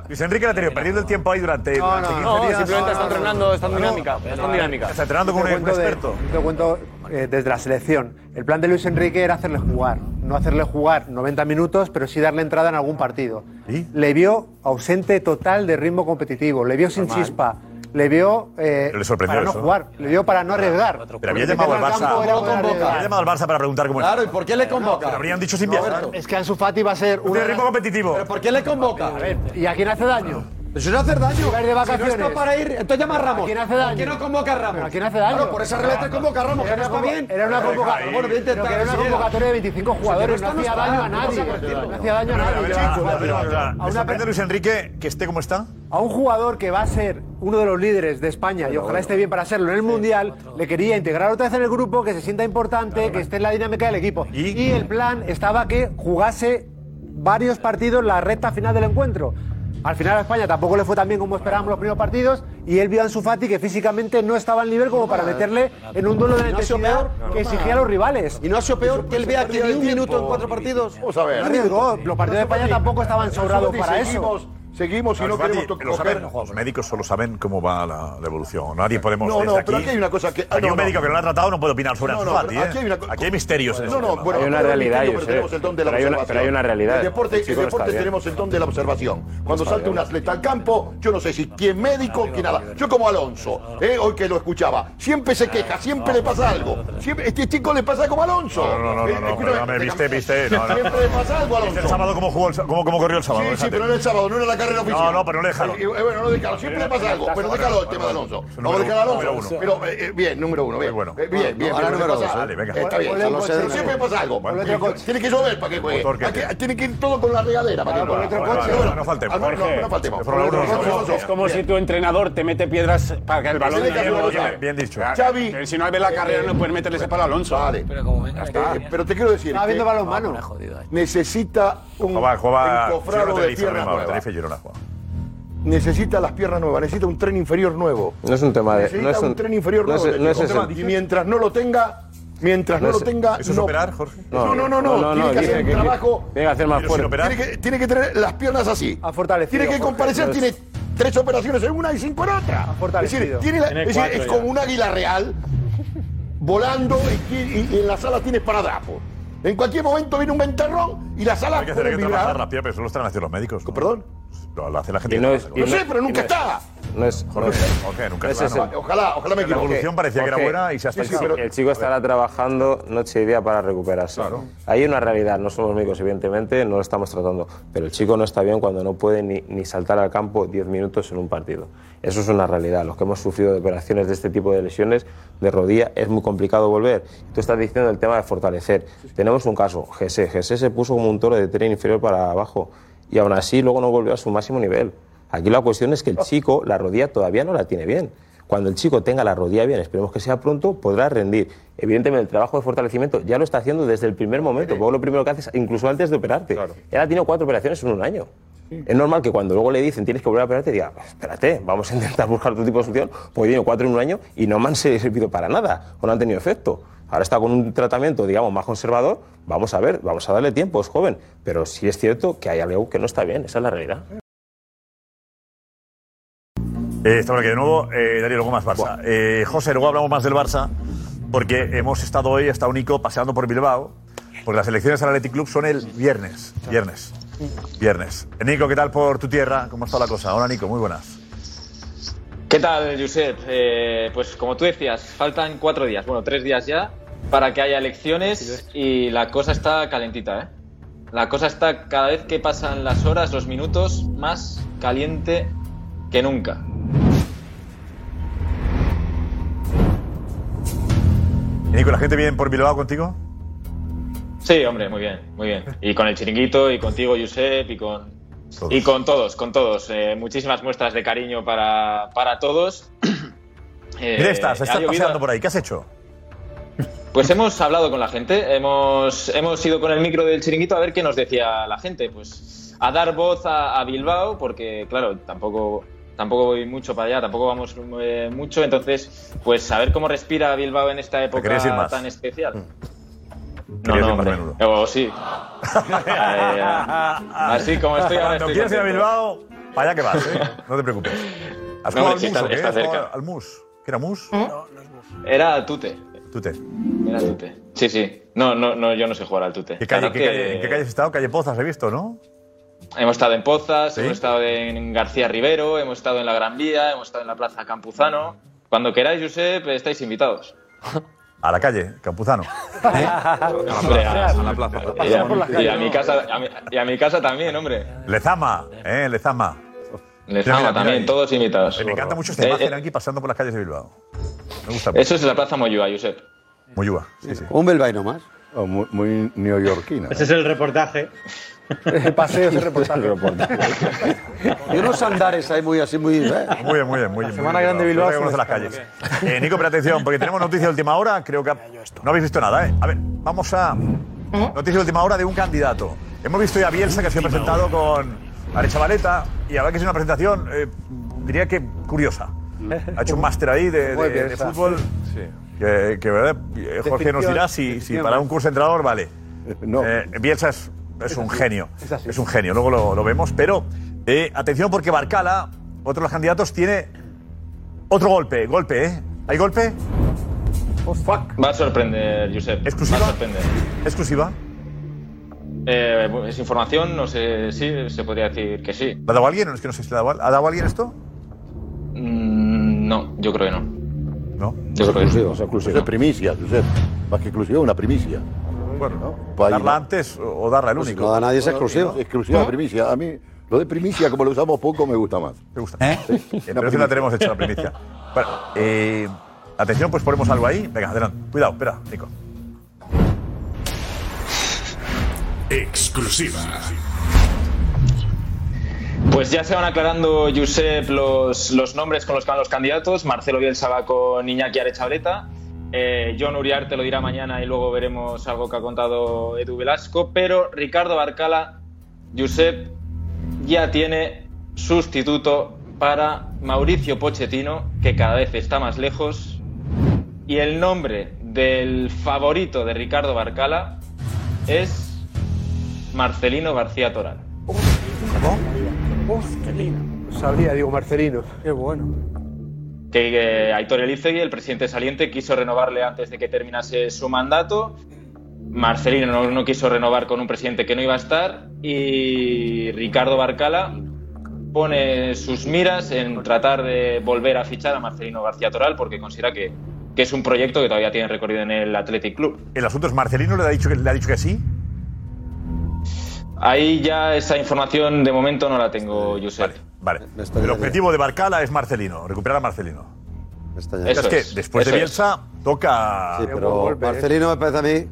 S6: Luis Enrique la ha tenido perdiendo el tiempo ahí durante, durante 15
S7: No,
S6: días.
S7: simplemente está entrenando, está en dinámica. Está en dinámica.
S6: Está entrenando con un
S14: Te cuento de-
S6: experto.
S14: te cuento eh, desde la selección. El plan de Luis Enrique era hacerle jugar. No hacerle jugar 90 minutos, pero sí darle entrada en algún partido. Le vio ausente total de ritmo competitivo. Le vio sin
S6: Normal.
S14: chispa. Le vio eh,
S6: Le sorprendió
S14: para no
S6: eso.
S14: jugar. Le vio para no arriesgar.
S6: Pero había llamado al Barça. Había llamado al Barça para preguntar cómo
S14: Claro,
S6: estaba.
S14: ¿y por qué le convoca?
S6: Pero habrían dicho sin viajar.
S14: Es que Ansu Fati va a ser un
S6: ritmo competitivo.
S14: ¿Pero por qué le convoca? ¿y a quién hace daño?
S8: Eso no hacer daño.
S14: Jugar de vacaciones.
S8: Si no está para ir, entonces llama a Ramos.
S14: ¿A quién hace daño?
S8: ¿Por qué no convoca a Ramos?
S14: ¿Pero a quién hace daño?
S8: Claro, por esa regla te convoca a Ramos,
S14: Era
S8: que no
S14: una
S8: está
S14: convo-
S8: bien.
S14: Era una convocatoria.
S8: Bueno, voy a
S14: pero
S8: intentar.
S14: que era una
S8: si
S14: convocatoria de 25 jugadores. No hacía daño a nadie. No hacía daño a
S6: A ver,
S14: nadie.
S6: a ver, a ver,
S14: Llevaba
S6: a ver, a ver.
S14: cuatro.
S6: ¿Le sorprende Luis Enrique que esté como está?
S14: A un jugador que va a ser uno de los líderes de España y ojalá esté bien para serlo en el Mundial, le quería integrar otra vez en el grupo, que se sienta importante, que esté en la dinámica del equipo. ¿Y? el plan estaba que jugase varios partidos la recta final del encuentro. Al final a España tampoco le fue tan bien como esperábamos los primeros partidos y él vio a Ansu Fati que físicamente no estaba al nivel como para meterle en un duelo de
S8: No ha sido
S14: necesidad que exigía a los rivales.
S8: ¿Y no ha sido peor que él vea que ni un minuto en cuatro partidos? Vamos a
S14: No arriesgó, los partidos de España tampoco estaban sobrados para eso.
S10: Seguimos y
S6: Ansu
S10: no
S6: Fati,
S10: queremos to-
S6: lo saben,
S10: coger.
S6: Los médicos solo saben cómo va la, la evolución. Nadie podemos.
S10: No,
S6: desde
S10: no,
S6: aquí,
S10: pero aquí hay una cosa que- ah,
S6: Aquí
S10: no,
S6: un
S10: no.
S6: médico que no la ha tratado no puede opinar sobre
S10: No,
S6: Ansu
S10: no,
S6: Fati,
S10: pero aquí
S6: ¿eh?
S10: hay una-
S6: Aquí hay misterios en
S10: No,
S6: este
S10: no,
S6: tema.
S10: bueno,
S12: Hay una
S10: pero
S12: realidad,
S10: misterio,
S12: yo
S10: pero tenemos
S12: sé.
S10: el don de la
S12: Pero hay una-
S10: observación.
S12: pero hay una realidad.
S10: El deporte,
S12: El chico
S10: el
S12: no está
S10: deporte
S12: bien.
S10: tenemos el don de la observación. Cuando
S12: está
S10: salta
S12: bien.
S10: un atleta al campo, yo no sé si quién médico, quién nada. Yo como Alonso, eh, hoy que lo escuchaba, siempre se queja, siempre le pasa algo. Siempre, este chico le pasa como Alonso.
S6: No, no, no, no, no, perdóname, viste, viste. No, no.
S10: Siempre le pasa algo a
S6: Viste
S10: Alonso.
S6: el sábado cómo, jugó el, sa- cómo, cómo corrió el sábado.
S10: Sí, sí,
S6: déjate.
S10: pero no el sábado, no era la carrera oficial. Eh,
S6: No, no, pero no déjalo. Eh,
S10: bueno, no déjalo, siempre le pasa algo. Pero déjalo el tema de Alonso. Vamos a dejar a Alonso. Pero eh, eh, bien, número uno, bien. Eh, Bien, bien,
S6: Ahora
S10: pero le
S6: número
S10: pasa
S6: dos,
S10: algo.
S6: dale, venga.
S10: Está bien,
S6: Ponle un coche,
S10: pero
S6: dale.
S10: siempre le pasa algo.
S6: Ponle otro coche.
S10: Tiene que llover para que juegue.
S6: Motor que
S10: Hay que-
S6: tiene.
S10: Tiene que ir todo con la regadera para que juegue.
S6: otro coche.
S10: Pero bueno,
S6: No faltemos.
S10: ah, No, no, no faltemos.
S6: Fórmula uno no
S10: Alonso,
S6: faltemos.
S10: Alonso,
S13: Es como si tu entrenador te mete piedras para que el balón
S10: Ese de
S13: llegue,
S10: Carlos
S13: no llegue.
S10: Alonso. Bien dicho.
S13: Ah,
S10: Xavi.
S13: que Si no ves la carrera, no puedes meterle ese palo a Alonso.
S10: Vale.
S13: Pero como venga,
S10: Eh, Pero te quiero decir.
S14: Estaba
S10: que
S14: viendo balonmano.
S10: Necesita un
S6: Juega, juega.
S10: encofrado
S6: Girona,
S10: de
S6: Tenerife,
S10: piernas
S6: Bilbao,
S10: nuevas.
S6: Tenerife, Girona, juega.
S10: Necesita las piernas nuevas, necesita un tren inferior nuevo.
S12: No es un tema de.
S10: Necesita
S12: No es
S10: un,
S12: un,
S10: tren inferior
S12: no es-
S10: nuevo. este
S12: no es
S10: chico.
S12: ese.
S10: y mientras no lo tenga, Mientras no,
S6: No
S10: lo
S6: sé.
S10: tenga.
S6: ¿Eso es
S10: no.
S6: operar, Jorge?
S10: No, no, no, no. tiene que hacer
S12: dice
S10: un trabajo.
S12: Tiene que hacer más fuerte.
S10: Tiene que, tiene que tener las piernas así.
S14: Ha fortalecido.
S10: Tiene que
S14: Jorge.
S10: comparecer,
S14: No es-
S10: tiene tres operaciones en una y cinco en otra. Es
S14: fortalecido.
S10: decir, tiene la-
S14: Tiene
S10: es, decir,
S14: cuatro
S10: es
S14: ya.
S10: como un águila real volando y, y- y en las alas tienes paradrapo. En cualquier momento viene un ventarrón y las alas
S6: Hay que hacer hay
S10: pueden
S6: que
S10: vibrar.
S6: trabajar rápida, pero eso lo están haciendo los médicos. ¿Perdón? Lo, lo hace la gente.
S12: Y no es- y
S10: No sé, pero nunca está.
S12: No es.
S6: Jorge, Jorge, nunca
S12: Ese es
S6: está.
S12: el-
S10: Ojalá, ojalá me
S6: La
S10: equivoque.
S6: evolución parecía que era
S12: Jorge,
S6: buena y se ha
S12: el,
S6: estado.
S12: chico- el chico estará trabajando noche y día para recuperarse. Hay una realidad, no somos médicos, evidentemente, no lo estamos tratando, pero el chico no está bien cuando no puede ni, ni saltar al campo 10 minutos en un partido. Eso es una realidad. Los que hemos sufrido de operaciones de este tipo de lesiones de rodilla es muy complicado volver. Tú estás diciendo el tema de fortalecer. Tenemos un caso, GS. GS se puso como un toro de tren inferior para abajo y aún así luego no volvió a su máximo nivel. Aquí la cuestión es que el chico la rodilla todavía no la tiene bien. Cuando el chico tenga la rodilla bien, esperemos que sea pronto, podrá rendir. Evidentemente, el trabajo de fortalecimiento ya lo está haciendo desde el primer momento. Porque lo primero que haces, incluso antes de operarte. Él ha tenido cuatro operaciones en un año. Es normal que cuando luego le dicen tienes que volver a operarte, diga, espérate, vamos a intentar buscar otro tipo de solución, porque he tenido cuatro en un año y no me han servido para nada, o no han tenido efecto. Ahora está con un tratamiento, digamos, más conservador, vamos a ver, vamos a darle tiempo, es joven. Pero sí es cierto que hay algo que no está bien, esa es la realidad.
S6: Eh, estamos aquí de nuevo. Eh, Darío, luego más Barça. Eh, José, luego hablamos más del Barça, porque hemos estado hoy hasta Unico paseando por Bilbao, porque las elecciones al Athletic Club son el viernes. Viernes. Viernes. Eh, Nico, ¿qué tal por tu tierra? ¿Cómo está la cosa? Hola, Nico, muy buenas.
S18: ¿Qué tal, Josep? Eh, pues como tú decías, faltan cuatro días, bueno, tres días ya, para que haya elecciones y la cosa está calentita, ¿eh? La cosa está cada vez que pasan las horas, los minutos, más caliente que nunca.
S6: Eh, Nico, ¿la gente viene por Bilbao contigo?
S18: Sí, hombre, muy bien, muy bien. Y con el chiringuito, y contigo, Josep, y con, y con todos, con todos. Eh, muchísimas muestras de cariño para, para todos. Eh,
S6: Mira, estás,
S18: ha
S6: estás
S18: llovido-
S6: paseando por ahí. ¿Qué has hecho?
S18: Pues hemos hablado con la gente, hemos, hemos ido con el micro del chiringuito a ver qué nos decía la gente. Pues a dar voz a, a Bilbao, porque claro, tampoco, tampoco voy mucho para allá, tampoco vamos eh, mucho. Entonces, pues a ver cómo respira Bilbao en esta
S6: querías ir
S18: época
S6: más? Mm.
S18: tan especial.
S6: Querías ir más
S18: hombre.
S6: menudo.
S18: O sí. Ay, ay, así como estoy ahora.
S6: Cuando
S18: estoy
S6: quieres ir a
S18: contento.
S6: Bilbao, para allá que vas, ¿eh? No te preocupes. ¿Has
S18: No,
S6: jugado al
S18: sí,
S6: mus
S18: está-
S6: o qué?
S18: está
S6: ¿Has jugado
S18: cerca.
S6: al mus? ¿Qué era mus?
S18: Era Tute.
S6: Tute.
S18: Era Tute. Sí, sí. No, no, no, yo no sé jugar al Tute.
S6: ¿Qué calle,
S18: Así
S6: qué
S18: que-
S6: calle- en qué calle has estado? Calle Pozas, he visto, ¿no?
S18: Hemos estado en Pozas, hemos estado en García Rivero, hemos estado en la Gran Vía, hemos estado en la Plaza Campuzano. Cuando queráis, Josep, estáis invitados.
S6: A la calle, Campuzano.
S18: Hombre, a- a la
S6: plaza.
S18: Y a, y a mi casa, a mi- y a mi casa también, hombre.
S6: Lezama, ¿eh? Lezama.
S18: Lezama también, todos invitados.
S6: Me encanta mucho esta
S18: Eh,
S6: imagen
S18: eh.
S6: aquí pasando por las calles de Bilbao. Me gusta mucho.
S18: Eso es la Plaza Moyúa, Josep.
S6: Moyúa, sí, sí.
S8: Un Bilbaíno más.
S10: Oh, muy, neoyorquina.
S20: Ese es el reportaje.
S8: El paseo es el reportaje. Y unos andares ahí muy así, muy. ¿eh?
S6: Muy bien, muy bien, muy bien.
S8: Semana
S6: muy bien,
S8: Grande Bilbao
S6: creo que
S8: es un
S6: conoce las calles. Eh, Nico, pero atención, porque tenemos noticia de última hora. Creo que ha- no habéis visto nada, ¿eh? A ver, vamos a. Noticia de última hora de un candidato. Hemos visto ya a Bielsa que se ha presentado con Arechavaleta y habrá que es una presentación, eh, diría que curiosa. Ha hecho un máster ahí de,
S14: Muy
S6: de-
S14: bien,
S6: de
S14: está.
S6: fútbol. Que, que, ¿verdad? Eh, Jorge nos dirá si, si para un curso de entrenador [laughs] vale. Eh, Bielsa es, es un genio. Es, un genio, luego lo, lo vemos. Pero eh, atención porque Barcala, otro de los candidatos, tiene otro golpe. Golpe, ¿eh? ¿Hay golpe?
S18: Va a sorprender, Josep. ¿Exclusiva? Va a sorprender.
S6: ¿Exclusiva?
S18: Eh, es información, no sé si se podría decir que sí.
S6: ¿La ha dado alguien? Es que no sé si la ha dado, ¿ha dado alguien esto.
S18: Mm, No, yo creo que no.
S6: ¿No?
S18: Yo creo que sí.
S10: Es exclusiva. Es primicia, Josep. Más que exclusiva, una primicia.
S6: Bueno,
S10: Para
S6: darla
S10: ir-
S6: antes [laughs] o o darla el
S10: Pues
S6: único.
S10: no, Exclusiva, primicia. A mí, lo de primicia, como lo usamos poco, me gusta más.
S6: ¿Te gusta? Eh, Pero si la tenemos hecha la primicia. Bueno, eh, atención, pues ponemos algo ahí. Venga, adelante. Cuidado, espera, Nico.
S17: Exclusiva.
S18: Pues ya se van aclarando, Josep, los, los nombres con los que van los candidatos. Marcelo Bielsa va con Iñaki Arechableta. Eh, John Uriarte lo dirá mañana y luego veremos algo que ha contado Edu Velasco. Pero Ricardo Barcala, Josep, ya tiene sustituto para Mauricio Pochettino, que cada vez está más lejos. Y el nombre del favorito de Ricardo Barcala es Marcelino García Toral.
S14: Sabría, digo, Marcelino. Qué bueno.
S18: Que eh, Aitor Elizegui, el presidente saliente, quiso renovarle antes de que terminase su mandato. Marcelino no, no quiso renovar con un presidente que no iba a estar. Y Ricardo Barcala pone sus miras en tratar de volver a fichar a Marcelino García Toral porque considera que, que es un proyecto que todavía tiene recorrido en el Athletic Club.
S6: El asunto es, ¿Marcelino le ha dicho que, le ha dicho que sí?
S18: Ahí ya esa información de momento no la tengo, Josep.
S6: Vale. El objetivo de Barcala es Marcelino, recuperar a Marcelino.
S18: Eso
S6: es que
S18: es,
S6: después
S18: eso
S6: de
S18: es.
S6: Bielsa toca...
S8: Sí, pero
S6: eh.
S8: Marcelino me parece a mí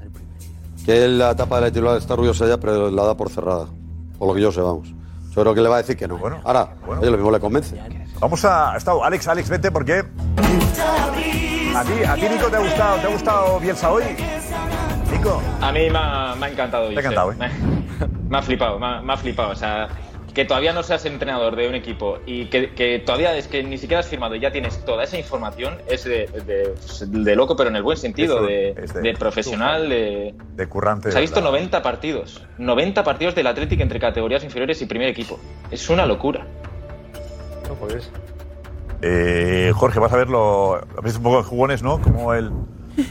S8: que él la tapa de la titular está orgullosa ya, pero la da por cerrada. Por lo que yo sé, vamos. Yo creo que le va a decir que no. Ahora, oye, lo mismo le convence.
S6: Vamos a... Está, Alex, Alex, vete porque... A ti, a ti, Nico, ¿te ha gustado, te ha gustado Bielsa hoy? Nico.
S18: A mí me ha, me ha encantado.
S6: Te ha
S18: Josep.
S6: encantado, ¿eh?
S18: Me, me ha flipado, me ha, me ha flipado. O sea, que todavía no seas entrenador de un equipo y que, que todavía es que ni siquiera has firmado y ya tienes toda esa información es de, de- de loco, pero en el buen sentido,
S6: Es
S18: de,
S6: de- es de-
S18: de profesional, de...
S6: De currante.
S18: Se ha visto 90 partidos. 90 partidos del Athletic entre categorías inferiores y primer equipo. Es una locura.
S6: No, pues. Eh, Jorge, vas a verlo. Lo ves un poco en jugones, ¿no? Como él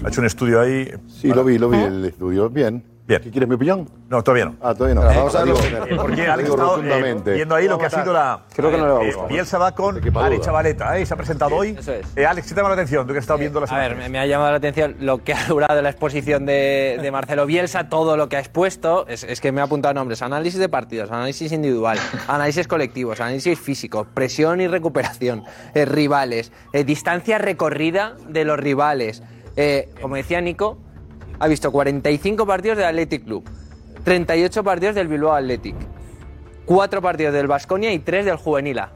S6: ha hecho un estudio ahí.
S10: Sí, lo vi, lo vi el estudio. Bien. Bien. ¿Quieres mi opinión?
S6: No, todavía no.
S10: Ah, todavía no.
S6: Eh,
S10: Vamos a verlo.
S6: eh, porque Alex ha estado, eh, viendo ahí lo que ha sido la.
S10: Creo que no le va a
S6: eh,
S10: gustar.
S6: Bielsa va con
S10: duda.
S6: Alex Chavaleta, ¿eh? Se ha presentado hoy. Eh, Alex, ¿qué te llama la atención? Tú que has
S18: Eh,
S6: estado viendo las
S17: A ver, me, me ha llamado la atención lo que ha durado la exposición de, de Marcelo Bielsa, todo lo que ha expuesto. Es, es que me ha apuntado nombres: análisis de partidos, análisis individual, análisis colectivos, análisis físico, presión y recuperación, eh, rivales, eh, distancia recorrida de los rivales. Eh, como decía Nico, ha visto 45 partidos del Athletic Club, 38 partidos del Bilbao Athletic, 4 partidos del Vasconia y 3 del
S6: [laughs]
S17: Juvenil A.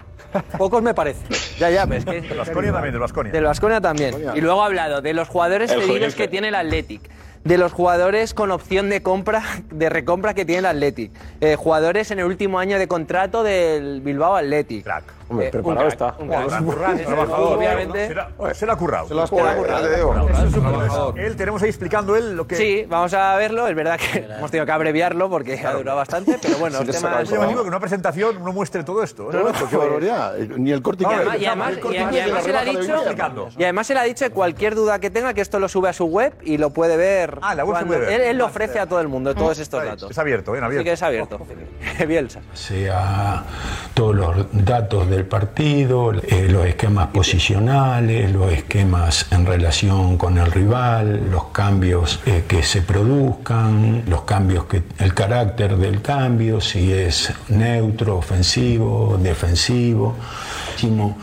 S17: Pocos me parece. Ya, ya, pero es que. Del
S6: Baskonia también, del Baskonia.
S17: Del Baskonia también. Y luego ha hablado de los jugadores
S6: El
S17: cedidos
S6: juvenil,
S17: que
S6: sí.
S17: tiene el Athletic, de los jugadores con opción de compra, [laughs] de recompra que tiene el Athletic, eh, jugadores en el último año de contrato del Bilbao Athletic.
S6: Hombre,
S17: Eh,
S6: preparado
S17: un
S6: está.
S17: un crack.
S6: Joder, un currante,
S17: Es-
S6: trabajador.
S17: obviamente.
S6: Se lo ha currado.
S17: lo has currado,
S6: Joder,
S17: currado.
S6: ya te digo.
S17: Eso es un
S6: Trabajador.
S17: trabajador.
S6: Él, tenemos ahí explicando él lo que.
S17: Sí, vamos a verlo. Es verdad que hemos tenido que abreviarlo porque ha durado bastante, pero bueno, el tema es-
S6: Yo me digo que una presentación no muestre todo esto. ¿eh?
S17: No, no,
S10: Qué barbaridad. Ni el corte
S17: Y
S6: Ah,
S10: Inglés.
S17: además- y además-
S10: El corte
S17: y además- y
S10: Inglés
S17: además
S10: de
S17: él
S10: la
S17: ha
S10: rebaja de Inglés.
S17: dicho- y además él ha dicho que cualquier duda que tenga, que esto lo sube a su web y lo puede ver.
S6: Ah, la web se
S17: cuando-
S6: puede ver.
S17: Él, él lo ofrece a todo el mundo, todos estos datos.
S6: Es abierto, bien abierto.
S17: Así que
S6: [laughs]
S17: es abierto. Bielsa.
S21: sea todos los datos del partido, eh, los esquemas posicionales, los esquemas en relación con el rival, los cambios eh, que se produzcan, los cambios que el carácter del cambio, si es neutro, ofensivo, defensivo. Hicimos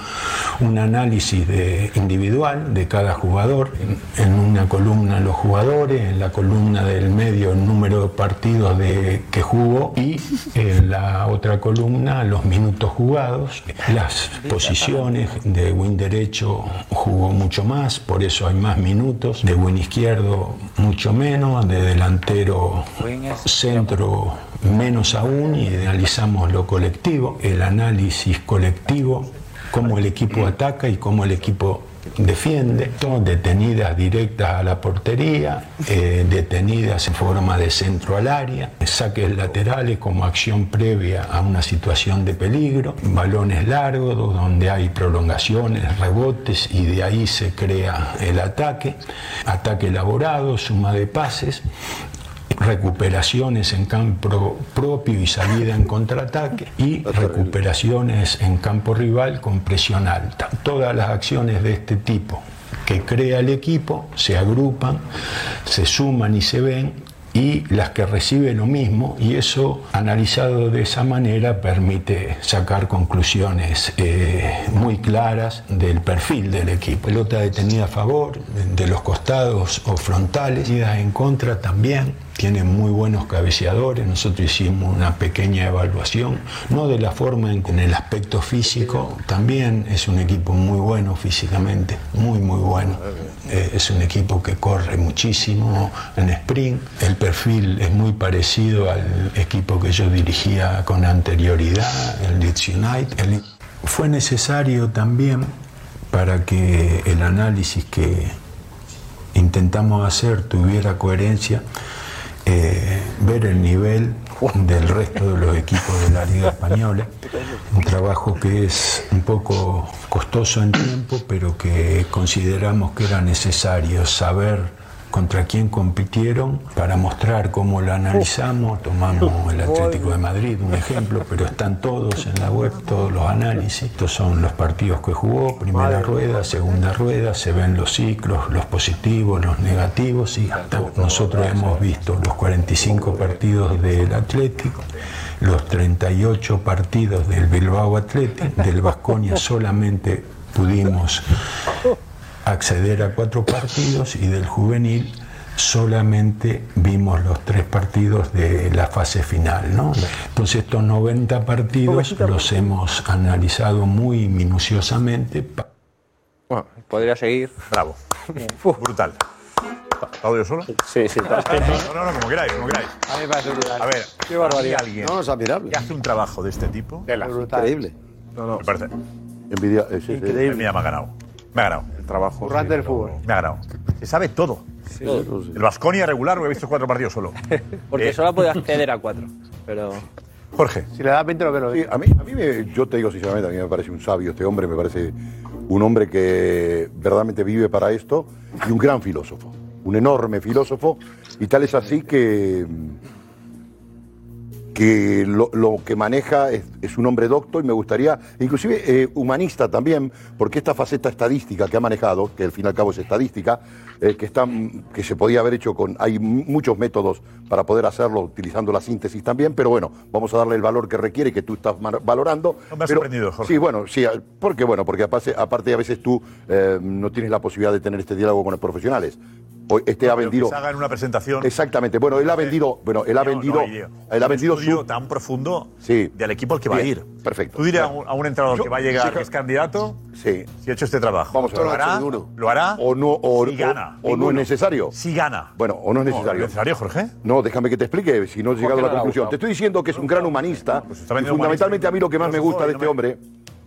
S21: un análisis de- individual de cada jugador, en, en una columna los jugadores, en la columna del medio el número de partidos de, que jugó y en la otra columna los minutos jugados, las posiciones de win derecho jugó mucho más, por eso hay más minutos, de win izquierdo mucho menos, de delantero centro menos aún y analizamos lo colectivo, el análisis colectivo cómo el equipo ataca y cómo el equipo defiende. Son Detenidas directas a la portería, eh, detenidas en forma de centro al área, saques laterales como acción previa a una situación de peligro, balones largos do- donde hay prolongaciones, rebotes y de ahí se crea el ataque, ataque elaborado, suma de pases recuperaciones en campo propio y salida en contraataque y recuperaciones en campo rival con presión alta. Todas las acciones de este tipo que crea el equipo se agrupan, se suman y se ven y las que reciben lo mismo y eso analizado de esa manera permite sacar conclusiones eh, muy claras del perfil del equipo. Pelota detenida a favor, de los costados o frontales, idas en contra también, tienen muy buenos cabeceadores, nosotros hicimos una pequeña evaluación, no de la forma en, en el aspecto físico, también es un equipo muy bueno físicamente, muy muy bueno, Eh, es un equipo que corre muchísimo en sprint, el perfil es muy parecido al equipo que yo dirigía con anterioridad, el Leeds United. El- Fue necesario también para que el análisis que intentamos hacer tuviera coherencia, eh, ver el nivel del resto de los equipos de la Liga Española. Un trabajo que es un poco costoso en tiempo, pero que consideramos que era necesario saber contra quién compitieron para mostrar cómo lo analizamos. Tomamos el Atlético de Madrid, un ejemplo, pero están todos en la web, todos los análisis. Estos son los partidos que jugó, primera rueda, segunda rueda, se ven los ciclos, los positivos, los negativos y hasta nosotros hemos visto los 45 partidos del Atlético, los 38 partidos del Bilbao Atlético, del Vasconia solamente pudimos acceder a cuatro partidos y del juvenil solamente vimos los tres partidos de la fase final. ¿no? Entonces estos 90 partidos los hemos analizado muy minuciosamente.
S5: Bueno, podría seguir.
S6: Bravo. Brutal. ¿Audio solo?
S5: Sí, sí.
S6: No, no, no, como queráis, como queráis.
S5: A mí me parece brutal.
S6: A ver,
S5: Qué barbaridad.
S6: ¿hay alguien
S8: No, es admirable.
S6: que hace un trabajo de este tipo?
S8: Increíble.
S6: No, no. Me parece.
S10: Envidia, eh, sí, sí.
S6: Increíble. Mira, me ha ganado. Me ha ganado. El trabajo.
S14: Currante del fútbol.
S6: Me ha ganado. Se sabe todo.
S5: Todo.
S6: El Vasconia regular, porque he visto cuatro partidos solo. Eh,
S5: Porque solo podía acceder a cuatro. Pero.
S6: Jorge.
S14: Si le das 20 lo que lo
S10: Sí, a mí, a mí me- yo te digo sinceramente, a mí me parece un sabio este hombre, me parece un hombre que verdaderamente vive para esto y un gran filósofo, un enorme filósofo y tal es así que que lo, lo que maneja es, es un hombre docto y me gustaría, inclusive eh, humanista también, porque esta faceta estadística que ha manejado, que al fin y al cabo es estadística, eh, que, está, que se podía haber hecho con, hay m- muchos métodos para poder hacerlo utilizando la síntesis también, pero bueno, vamos a darle el valor que requiere, que tú estás mar- valorando.
S6: No me ha
S10: pero-
S6: sorprendido, Jorge.
S10: Sí, bueno, sí, a- porque bueno, porque aparte, aparte a veces tú eh, no tienes la posibilidad de tener este diálogo con los profesionales. Hoy, este
S6: Pero
S10: ha
S6: que
S10: vendido...
S6: se haga en una presentación.
S10: Exactamente. Bueno, él ha vendido, bueno, él ha
S6: No, no
S10: vendido,
S6: hay idea.
S10: él ha
S6: Un
S10: vendido
S6: estudio
S10: su
S6: tan profundo
S10: Sí.
S6: del equipo al que va a
S10: Bien,
S6: ir.
S10: Perfecto.
S6: Tú dirás a
S10: Bueno,
S6: un, a un entrenador
S10: Yo-
S6: que va a llegar,
S10: sí,
S6: que es candidato,
S10: Sí.
S6: si ha hecho este trabajo.
S10: Vamos a ver.
S6: ¿Lo hará? ¿Lo hará?
S10: O no, o,
S6: Si gana.
S10: o- o no es
S6: Ninguno.
S10: necesario.
S6: Si gana.
S10: Bueno, o no es necesario.
S6: ¿Es necesario, Jorge?
S10: No, déjame que te explique, si no he llegado a
S6: no le
S10: la
S6: ha
S10: conclusión.
S6: gustado.
S10: Te estoy diciendo que es un gran humanista. y
S6: Pues está vendiendo
S10: fundamentalmente
S6: humanista.
S10: a mí lo que más me
S6: Filósofo
S10: gusta de
S6: y no
S10: este
S6: me-
S10: hombre,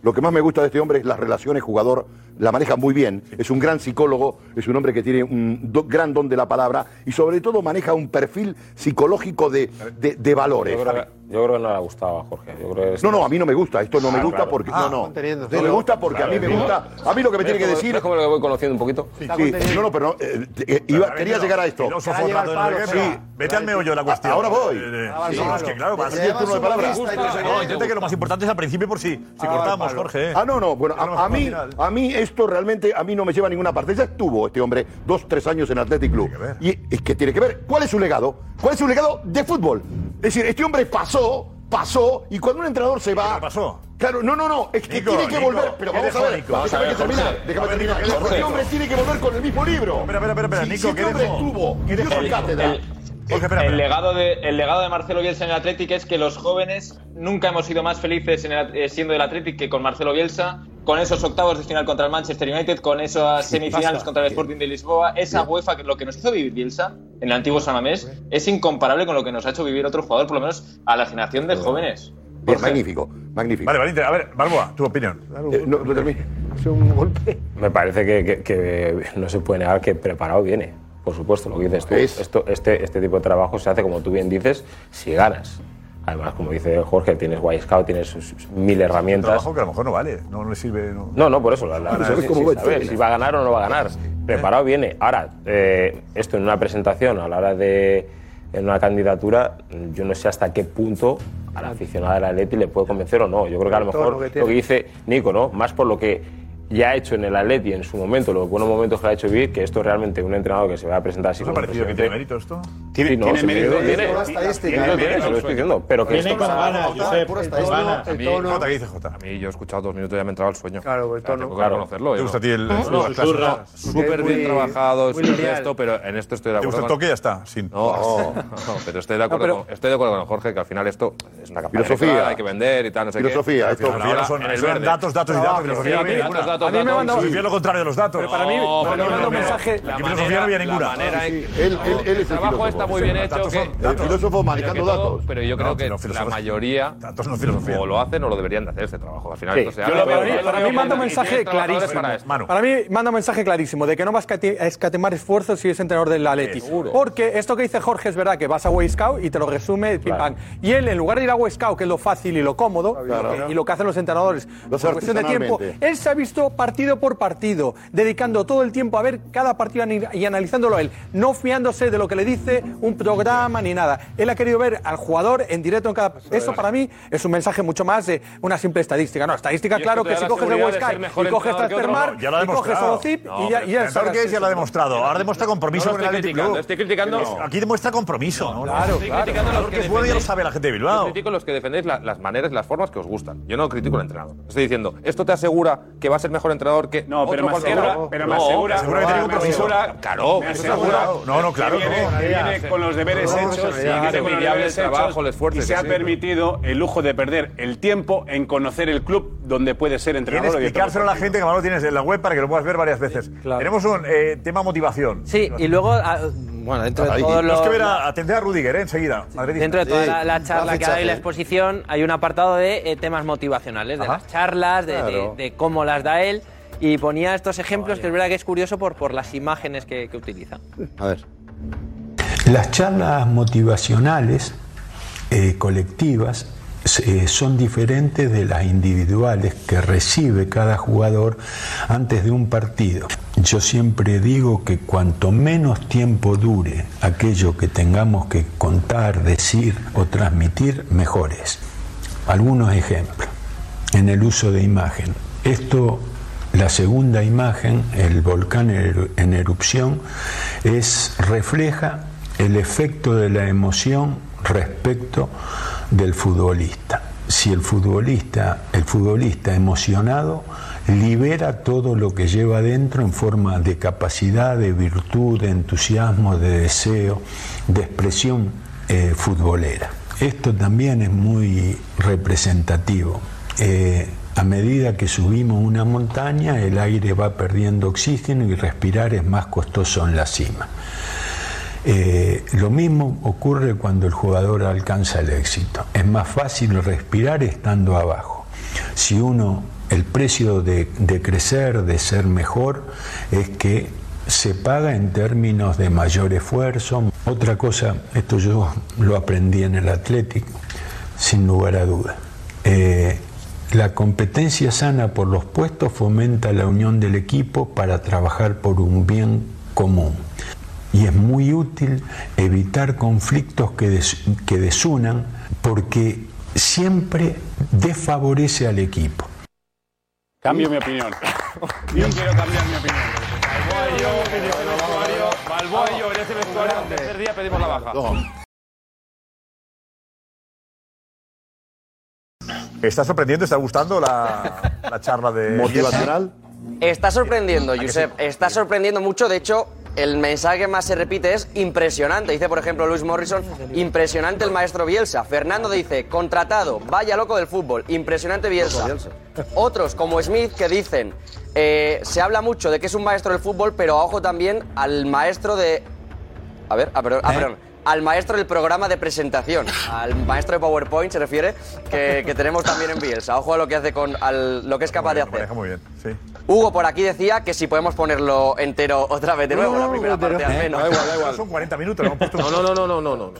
S10: lo que más me gusta de este hombre es las relaciones jugador, la maneja muy bien. Es un gran psicólogo, es un hombre que tiene un do- gran don de la palabra y sobre todo maneja un perfil psicológico de, de- de valores.
S12: Yo creo, que, yo creo que no le ha gustado a Jorge. Yo creo que es-
S10: No, no, a mí no me gusta, esto no me
S12: Ah,
S10: gusta
S12: claro.
S10: porque.
S12: Ah,
S10: no, no.
S12: conteniendo.
S10: No me gusta porque a mí me
S12: Claro,
S10: gusta. A mí lo que me
S12: ¿Ves
S10: tiene que
S12: cómo-
S10: decir.
S12: ves cómo lo voy conociendo un poquito?
S10: Sí,
S12: Está
S10: sí.
S12: contenido.
S10: No, no, pero no, eh, eh, iba- quería llegar a esto.
S6: Filósofo Fernando Enrique,
S10: Sí.
S6: pero Vete al meollo de la cuestión.
S10: Ahora voy.
S6: Eh, eh,
S10: Sí.
S6: no, es que claro, va a
S10: Te
S6: ser el turno de
S10: llevas
S6: palabra.
S10: una lista y te
S6: No, intenta que lo más importante es al principio por si, si cortamos, Jorge. eh.
S10: Ah, no, no. Bueno,
S6: Pero
S10: a, a mí, a mí esto realmente a mí no me lleva a ninguna parte. Ya estuvo este hombre dos, tres años en Athletic Club. Y es que tiene que ver. ¿Cuál es su legado? ¿Cuál es su legado de fútbol? Es decir, este hombre pasó, pasó, y cuando un entrenador se va. pasó? Claro, no, no, no. Es que
S6: Nico,
S10: tiene que
S6: Nico,
S10: volver. Pero
S6: ¿qué
S10: vamos a
S6: dejó
S10: ver.
S6: Nico? Vamos a
S10: Déjame
S6: ver,
S10: terminar.
S6: Jorge.
S10: Déjame
S6: A ver,
S10: terminar.
S6: Nico, ¿qué dejó?
S10: Este hombre tiene que volver con el mismo libro.
S6: Espera, espera, espera, espera,
S10: Si- si
S6: Nico,
S10: este
S6: ¿qué
S10: hombre
S6: dejó?
S10: estuvo,
S6: ¿Qué
S10: dio
S6: dejó?
S10: su cátedra.
S6: El- Jorge, espera,
S18: El
S6: espera.
S18: legado, de, el legado de Marcelo Bielsa en el Athletic es que los jóvenes nunca hemos sido más felices en el- eh, siendo del Athletic que con Marcelo Bielsa, con esos octavos de final contra el Manchester United, con esas semifinales
S10: basta.
S18: contra el Sporting de Lisboa, esa UEFA, que lo que nos hizo vivir Bielsa en el antiguo San Mamés, es incomparable con lo que nos ha hecho vivir otro jugador, por lo menos a la generación de jóvenes.
S10: Bien, magnífico, magnífico.
S6: Vale, Valiente, a ver, Balboa, tu opinión.
S10: Eh, no, no termine.
S14: un golpe.
S12: Me parece que, que- que no se puede negar que preparado viene. Por supuesto, lo que dices tú. Esto, este, este tipo de trabajo se hace, como tú bien dices, si ganas. Además, como dice Jorge, tienes White Scout, tienes sus- sus mil
S6: Un
S12: herramientas.
S6: trabajo que a lo mejor no vale, no, no le sirve. No.
S12: No, no, por eso. Pues La, la-
S6: Pero
S12: la-
S6: ¿sabes
S12: sí,
S6: cómo
S12: sí,
S6: va el
S12: saber
S6: tema?
S12: si va a ganar o no va a ganar. Preparado viene. Ahora, eh, esto en una presentación, a la hora de en una candidatura, yo no sé hasta qué punto a la aficionada de la Atleti le puede convencer o no. Yo creo que a lo
S14: Todo
S12: mejor
S14: lo
S12: lo
S14: que
S12: que,
S14: tiene.
S12: dice Nico, ¿no? Más por lo que ya ha hecho en el Atleti en su momento, los buenos momentos que ha hecho vivir, que esto realmente un entrenador que se va a presentar así
S6: ¿Os ha
S12: como
S6: parecido que
S12: presidente-
S6: tiene mérito esto?
S12: Tiene, sí, no,
S6: tiene
S12: sí,
S6: mérito,
S12: tiene-
S6: tiene
S12: tiene-
S6: pura
S12: tiene-
S1: este
S6: estadística.
S12: no, tiene, se lo
S6: Tiene
S12: estoy diciendo, pero que esto-
S15: A
S1: este
S15: mí-
S6: Jota, ¿qué dice Jota?
S15: A mí yo he escuchado dos minutos y ya me he entrado el sueño.
S14: Claro, el
S15: O sea,
S14: tono.
S15: tengo que
S14: Claro.
S15: reconocerlo.
S6: ¿Te
S15: yo.
S6: gusta a ti el-
S15: ¿Eh?
S6: el- Susurra. las clases?
S15: Está Súper bien
S6: Muy-
S15: trabajado,
S6: muy
S15: súper de
S6: lineal.
S15: esto, pero en esto estoy de
S6: ¿Te
S15: acuerdo.
S6: gusta el
S15: con-
S6: toque y ya está? Sin...
S15: No, [laughs] no, pero estoy de acuerdo, con, estoy de acuerdo con Jorge que al final esto es una campaña
S10: Filosofía.
S15: electoral, hay que vender y tal, no sé
S10: Filosofía,
S15: qué.
S10: esto-
S15: Ahora,
S6: son-
S15: en el
S6: son
S15: verde.
S6: datos, datos y datos,
S15: Sí,
S6: filosofía,
S15: datos,
S6: venga.
S1: datos,
S6: A mí me
S1: datos.
S6: manda-
S1: Sí.
S6: Prefiero lo contrario de los datos.
S1: Pero para mí,
S6: No,
S1: para mí
S6: no,
S1: manda
S6: no,
S1: un
S6: no.
S1: mensaje.
S6: La filosofía no viene ninguna.
S1: manera en-
S10: Él- él- él es el
S1: el trabajo
S10: filósofo.
S1: está muy bien
S10: Los
S1: hecho.
S10: datos
S1: que-
S10: son- El filósofo manejando
S15: Pero que todo-
S10: datos.
S15: Pero yo creo
S10: No,
S15: que
S10: no,
S15: la
S10: filósofos-
S15: mayoría o lo hacen o lo deberían de hacer este trabajo. Al final
S9: Sí.
S15: esto se
S9: Yo
S15: hace
S9: lo veo-
S15: por-
S9: para mí, para mí
S15: por-
S9: manda un
S15: y
S9: mensaje
S15: tienes trabajadores
S9: clarísimo.
S15: para esto.
S9: Para mí manda un mensaje clarísimo de que no vas a escati- a escatimar esfuerzos si es entrenador del Atleti. Porque esto que dice Jorge es verdad, que vas a Huescao y te lo resume pim, pam. Y él, en lugar de ir a Huescao, que es lo fácil y lo cómodo,
S10: Claro.
S9: y lo que- y lo que hacen los entrenadores,
S10: Lo hace
S9: por cuestión de tiempo,
S10: artesanalmente.
S9: él se ha visto partido por partido, dedicando todo el tiempo a ver cada partido ani- y analizándolo él, no fiándose de lo que le dice un programa ni nada. Él ha querido ver al jugador en directo en cada... Eso para mí es un mensaje mucho más de una simple estadística. No, estadística,
S1: Y
S9: claro
S1: esto te
S9: que
S1: da
S9: si
S1: la
S9: coges de
S1: seguridad de
S9: Huesca
S1: ser mejor
S9: y coges
S1: entrenador que otro,
S9: Transfermarkt
S1: no.
S6: Pues Ya lo ha
S9: y coges
S6: demostrado.
S9: Odocip
S6: No,
S9: y ya,
S6: pero
S9: y ya
S6: el entrenador que es ya lo ha demostrado. Ahora demuestra compromiso
S1: No lo
S6: con el
S1: estoy
S6: Athletic
S1: criticando,
S6: Club.
S1: estoy criticando-
S6: Es- Aquí demuestra compromiso. ¿no?
S15: Claro,
S6: Estoy
S15: claro.
S6: criticando a los que es bueno ya lo
S15: defendéis.
S6: sabe la gente de
S15: Yo
S6: Bilbao.
S15: critico los que defendéis la- las maneras, las formas que os gustan. Yo no critico al entrenador. Estoy diciendo, ¿esto te asegura que va a ser mejor entrenador que
S13: No,
S15: otro
S13: pero me
S15: cualquiera?
S13: asegura- pero me
S15: No,
S13: asegura-
S15: asegura que tiene
S13: me
S15: compromiso.
S13: asegura-
S15: Claro,
S13: me
S15: eso
S13: asegura
S15: seguro.
S13: No, no, claro, que viene- no. que viene con los deberes
S15: No,
S13: hechos,
S15: sí, que
S13: y viene
S15: es
S13: con los
S15: envidiable el
S13: deberes
S15: trabajo,
S13: hechos,
S15: el esfuerzo
S13: y
S15: que
S13: se ha
S15: sí.
S13: permitido el lujo de perder el tiempo en conocer el club donde puede ser
S6: Tiene
S13: entrenador. o
S6: que
S13: director
S6: explicárselo a la gente que más lo tienes en la web para que lo puedas ver varias veces. Tenemos un eh, tema motivación.
S17: Sí, y luego, ah, [laughs] bueno, dentro de
S6: Ahí.
S17: todos
S6: Tenemos
S17: los.
S6: que ver a, atender a Rudiger eh, enseguida. madridista.
S17: Dentro de toda la, la charla que ha dado y la exposición, hay un apartado de eh, temas motivacionales, de
S6: Ajá.
S17: las charlas, de, de-
S6: Claro.
S17: de cómo las da él. Y ponía estos ejemplos que es verdad que es curioso por, por las imágenes que, que utiliza.
S8: A ver.
S21: Las charlas motivacionales eh, colectivas eh, son diferentes de las individuales que recibe cada jugador antes de un partido. Yo siempre digo que cuanto menos tiempo dure aquello que tengamos que contar, decir o transmitir, mejor es. Algunos ejemplos en el uso de imagen. Esto, la segunda imagen, el volcán en en erupción, es, refleja el efecto de la emoción respecto del futbolista. Si el futbolista, el futbolista emocionado libera todo lo que lleva dentro en forma de capacidad, de virtud, de entusiasmo, de deseo, de expresión eh, futbolera. Esto también es muy representativo. Eh, a medida que subimos una montaña, el aire va perdiendo oxígeno y respirar es más costoso en la cima. Eh, lo mismo ocurre cuando el jugador alcanza el éxito. Es más fácil respirar estando abajo. Si uno, el precio de, de crecer, de ser mejor, es que se paga en términos de mayor esfuerzo. Otra cosa, esto yo lo aprendí en el Atlético, sin lugar a duda. Eh, la competencia sana por los puestos fomenta la unión del equipo para trabajar por un bien común y es muy útil evitar conflictos que, des- que desunan porque siempre desfavorece al equipo.
S13: Cambio mi opinión. [laughs] Yo quiero cambiar mi opinión.
S1: Balboa y yo en ese vestuario, al tercer día pedimos la baja.
S6: ¿Está sorprendiendo? ¿Está gustando
S17: [laughs]
S6: la, la charla de
S11: ¿Motivacional? Está sorprendiendo,
S6: que
S11: Josep. Está sorprendiendo mucho. De hecho, el mensaje que más se repite es impresionante. Dice, por ejemplo, Luis Morrison, impresionante el maestro Bielsa. Fernando dice, contratado, vaya loco del fútbol, impresionante Bielsa. Otros, como Smith, que dicen, eh, se habla mucho de que es un maestro del fútbol, pero ojo también al maestro de... A ver, ah, perdón,
S6: ¿Eh?
S11: ah, perdón. Al maestro del programa de presentación, al maestro de PowerPoint se refiere, que, que tenemos también en Bielsa. Ojo a lo que hace con al- lo que es capaz de hacer.
S6: Muy bien, sí.
S11: Hugo por aquí decía que si podemos ponerlo entero otra vez de nuevo, la primera parte
S6: ¿Eh?
S11: al menos.
S6: Son 40 minutos. No,
S15: no, no, no, no, no, no.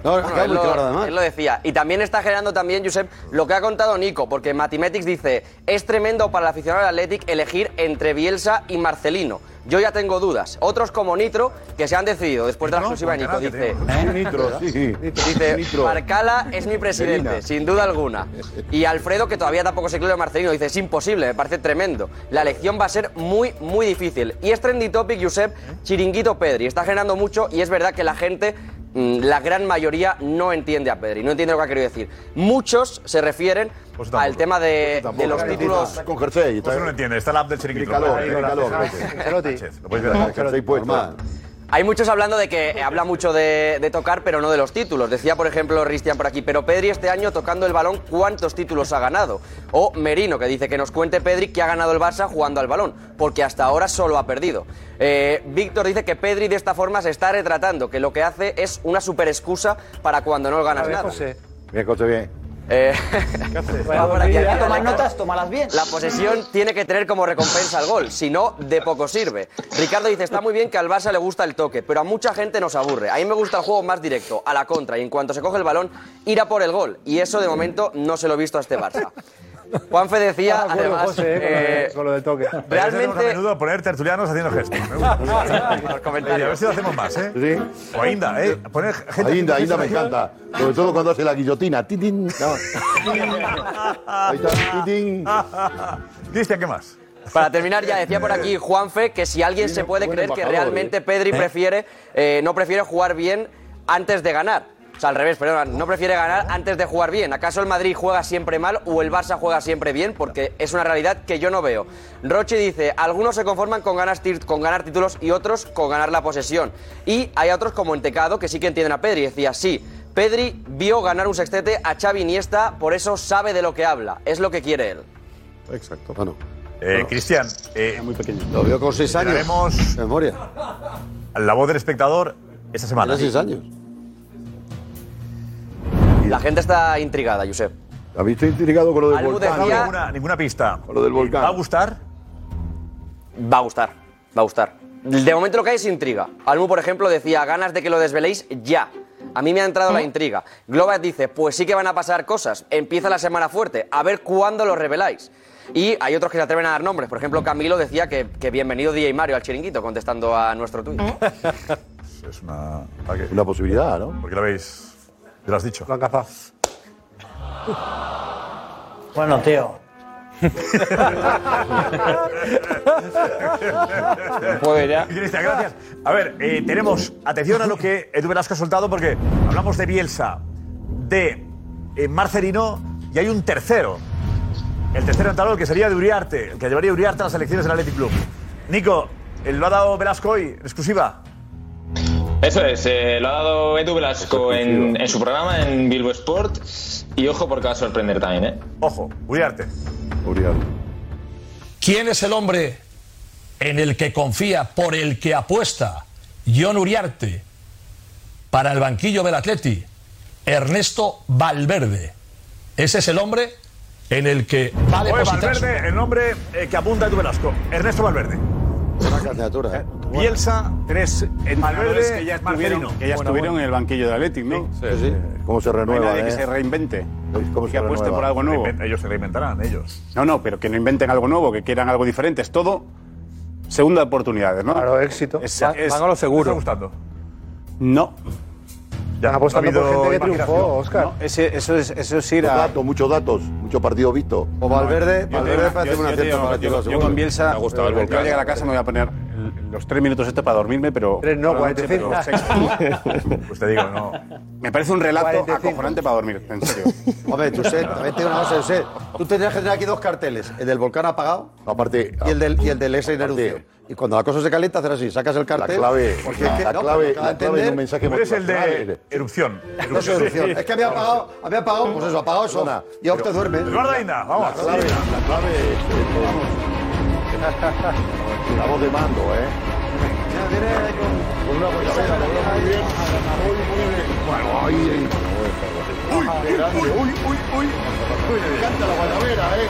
S11: Bueno, él, lo, él lo decía. Y también está generando también, Josep, lo que ha contado Nico, porque Mathematics dice, es tremendo para el aficionado del Athletic elegir entre Bielsa y Marcelino. Yo ya tengo dudas. Otros como Nitro, que se han decidido después de la exclusiva de Nico, dice...
S10: Nitro, sí.
S11: Dice, Marcala es mi presidente,
S10: Celina.
S11: sin duda alguna. Y Alfredo, que todavía tampoco se cree lo Marcelino, dice, es imposible, me parece tremendo. La elección va a ser muy, muy difícil. Y es trendy topic, Josep, Chiringuito Pedri. Está generando mucho y es verdad que la gente, mm, la gran mayoría, no entiende a Pedri, no entiende lo que ha querido decir. Muchos se refieren al tema de, de
S6: ¿eh?
S11: los títulos...
S10: Está con jersey.
S6: Pues no lo entiende. Está la app del chiringuito. Lo
S10: Calor,
S6: puedes ver.
S10: calor,
S6: Sánchez, lo puedes ver.
S10: Jersey puesto.
S11: Hay muchos hablando de que eh, habla mucho de, de tocar, pero no de los títulos. Decía, por ejemplo, Cristian por aquí, pero Pedri este año tocando el balón, ¿cuántos títulos ha ganado? O Merino, que dice que nos cuente Pedri que ha ganado el Barça jugando al balón, porque hasta ahora solo ha perdido. Eh, Víctor dice que Pedri de esta forma se está retratando, que lo que hace es una super excusa para cuando no ganas
S10: A ver,
S11: nada.
S10: José. Bien, José, bien.
S11: Eh,
S10: Bueno,
S11: por aquí.
S10: mira,
S11: La
S10: tomas
S11: reco-
S10: notas, tómalas bien.
S11: La posesión tiene que tener como recompensa el gol, si no, de poco sirve. Ricardo dice, está muy bien que al Barça le gusta el toque, pero a mucha gente nos aburre. A mí me gusta el juego más directo, a la contra, y en cuanto se coge el balón, ir a por el gol. Y eso, de momento, no se lo he visto a este Barça. Juanfe decía,
S14: Estás de acuerdo,
S11: además...
S14: José, eh, con lo de-
S11: eh,
S14: con lo del toque.
S6: Realmente. A menudo poner tertulianos haciendo gestos. Me
S11: [laughs]
S6: gusta. Oye, a ver si lo hacemos más, ¿eh?
S10: Sí.
S6: O Inda, ¿eh? Poner gente.
S10: A Inda,
S6: haciendo
S10: Inda me
S6: gestos.
S10: encanta. Sobre todo cuando hace la guillotina. Tin, tin. No. Ahí está. Tin, tin.
S6: [laughs] Cristian, ¿qué más?
S11: Para terminar, ya decía por aquí Juanfe que si alguien se puede
S10: buen
S11: creer que
S10: embajador,
S11: realmente
S10: ¿eh?
S11: Pedri
S10: ¿Eh?
S11: prefiere, eh, no prefiere jugar bien antes de ganar. O sea, al revés, perdón, no prefiere ganar antes de jugar bien. ¿Acaso el Madrid juega siempre mal o el Barça juega siempre bien? Porque es una realidad que yo no veo. Roche dice, algunos se conforman con ganar, tir- con ganar títulos y otros con ganar la posesión. Y hay otros como Entecado que sí que entienden a Pedri. Decía, sí, Pedri vio ganar un sextete a Xavi Iniesta, por eso sabe de lo que habla. Es lo que quiere él.
S10: Exacto. Bueno.
S6: Eh, Cristian, eh, muy pequeño.
S10: Lo veo con seis años. Memoria.
S6: La voz del espectador esta semana.
S10: Tiene seis años.
S11: La gente está intrigada, Josep.
S10: A mí estoy intrigado con lo del
S11: Albu
S10: volcán.
S11: decía-
S6: Ninguna, ninguna pista.
S10: Con lo del volcán.
S6: ¿Va a gustar?
S11: Va a gustar, va a gustar. De momento lo que hay es intriga. Almu, por ejemplo, decía, ganas de que lo desveléis ya. A mí me ha entrado la intriga. Globas dice, pues sí que van a pasar cosas. Empieza la semana fuerte, a ver cuándo lo reveláis. Y hay otros que se atreven a dar nombres. Por ejemplo, Camilo decía que, que bienvenido DJ Mario al chiringuito, contestando a nuestro tuit.
S6: Es una, ¿para qué?
S10: Ah, Una posibilidad, ¿no?
S6: Porque lo habéis. ¿Te lo has dicho? Lo han
S14: cazado.
S4: Bueno, tío.
S6: [laughs] Puedo ya. Cristian, gracias. A ver, eh, tenemos atención a lo que Edu Velasco ha soltado porque hablamos de Bielsa, de eh, Marcelino y hay un tercero. El tercero en talón que sería de Uriarte, el que llevaría Uriarte a las elecciones del Athletic Club. Nico, eh, lo ha dado Velasco hoy, en exclusiva.
S18: Eso es, eh, lo ha dado Edu Velasco en, en su programa en Bilbo Sport. Y ojo porque va a sorprender también, ¿eh?
S6: Ojo, Uriarte.
S10: Uriarte.
S3: ¿Quién es el hombre en el que confía, por el que apuesta John Uriarte para el banquillo del Atleti? Ernesto Valverde. Ese es el hombre en el que va a
S6: Oye,
S3: depositar su-
S6: Valverde, el nombre eh, que apunta Edu Velasco. Ernesto Valverde. Eh,
S10: Una candidatura. ¿eh?
S6: Bielsa, tres. En
S13: Valverde,
S6: Valverde,
S13: que ya estuvieron,
S6: Marcelino.
S13: que ya estuvieron en el banquillo de Athletic, ¿no?
S10: Sí, sí. ¿Cómo se
S13: No hay
S10: renueva?
S13: nadie que
S10: eh?
S13: se reinvente.
S10: ¿Cómo
S13: que
S10: se
S13: apueste
S10: renueva?
S13: por algo nuevo.
S10: Reinventa-
S6: Ellos se reinventarán, ellos.
S13: No, no, pero que no inventen algo nuevo, que quieran algo diferente. Es todo segunda oportunidades, ¿no? Claro,
S14: éxito.
S13: Es,
S14: Van- van a lo seguro.
S6: ¿Te está gustando?
S13: No.
S6: Ya,
S14: apostando por gente que triunfó, Oscar.
S13: eso, es, eso es ir
S10: Muchos
S13: a.
S10: datos, muchos datos, muchos partidos vistos.
S13: O Valverde-
S10: Yo
S13: Valverde
S10: digo-
S13: parece
S10: yo-
S13: una
S10: yo
S13: cierta
S10: digo-
S13: para ti,
S10: yo-
S13: lo
S10: yo
S13: seguro.
S10: con
S13: Me
S10: Bielsa.
S13: ha gustado el
S10: eh,
S13: volcán. Yo llegué a la casa me voy a poner los tres minutos estos para dormirme, pero.
S14: Tres no,
S13: por la noche,
S14: 45.
S13: pero sexy.
S6: Pues te digo, no.
S13: Me parece un relato acojonante para dormir, en serio.
S10: [laughs] Hombre, tú sé, también te digo una cosa, yo sé. Tú tendrías que tener aquí dos carteles, el del volcán apagado
S6: aparte,
S10: y el del, y el del ese en erupción. Y cuando la cosa se calienta, hacer así, sacas el cartel. porque es que- no, pero te va a entender.
S6: Pero es el de erupción.
S10: No es erupción. Es que había apagado, había apagado, pues eso, apagado eso. Y ahora te duermes.
S6: Eduardo Ainda, vamos.
S10: La clave, la clave es, eh, vamos. La voz de mando, ¿eh? Con una guayabera, con una muy bien. Bueno, ahí, ahí. Uy, qué grande, uy, uy, uy. Me encanta la guayabera, ¿eh?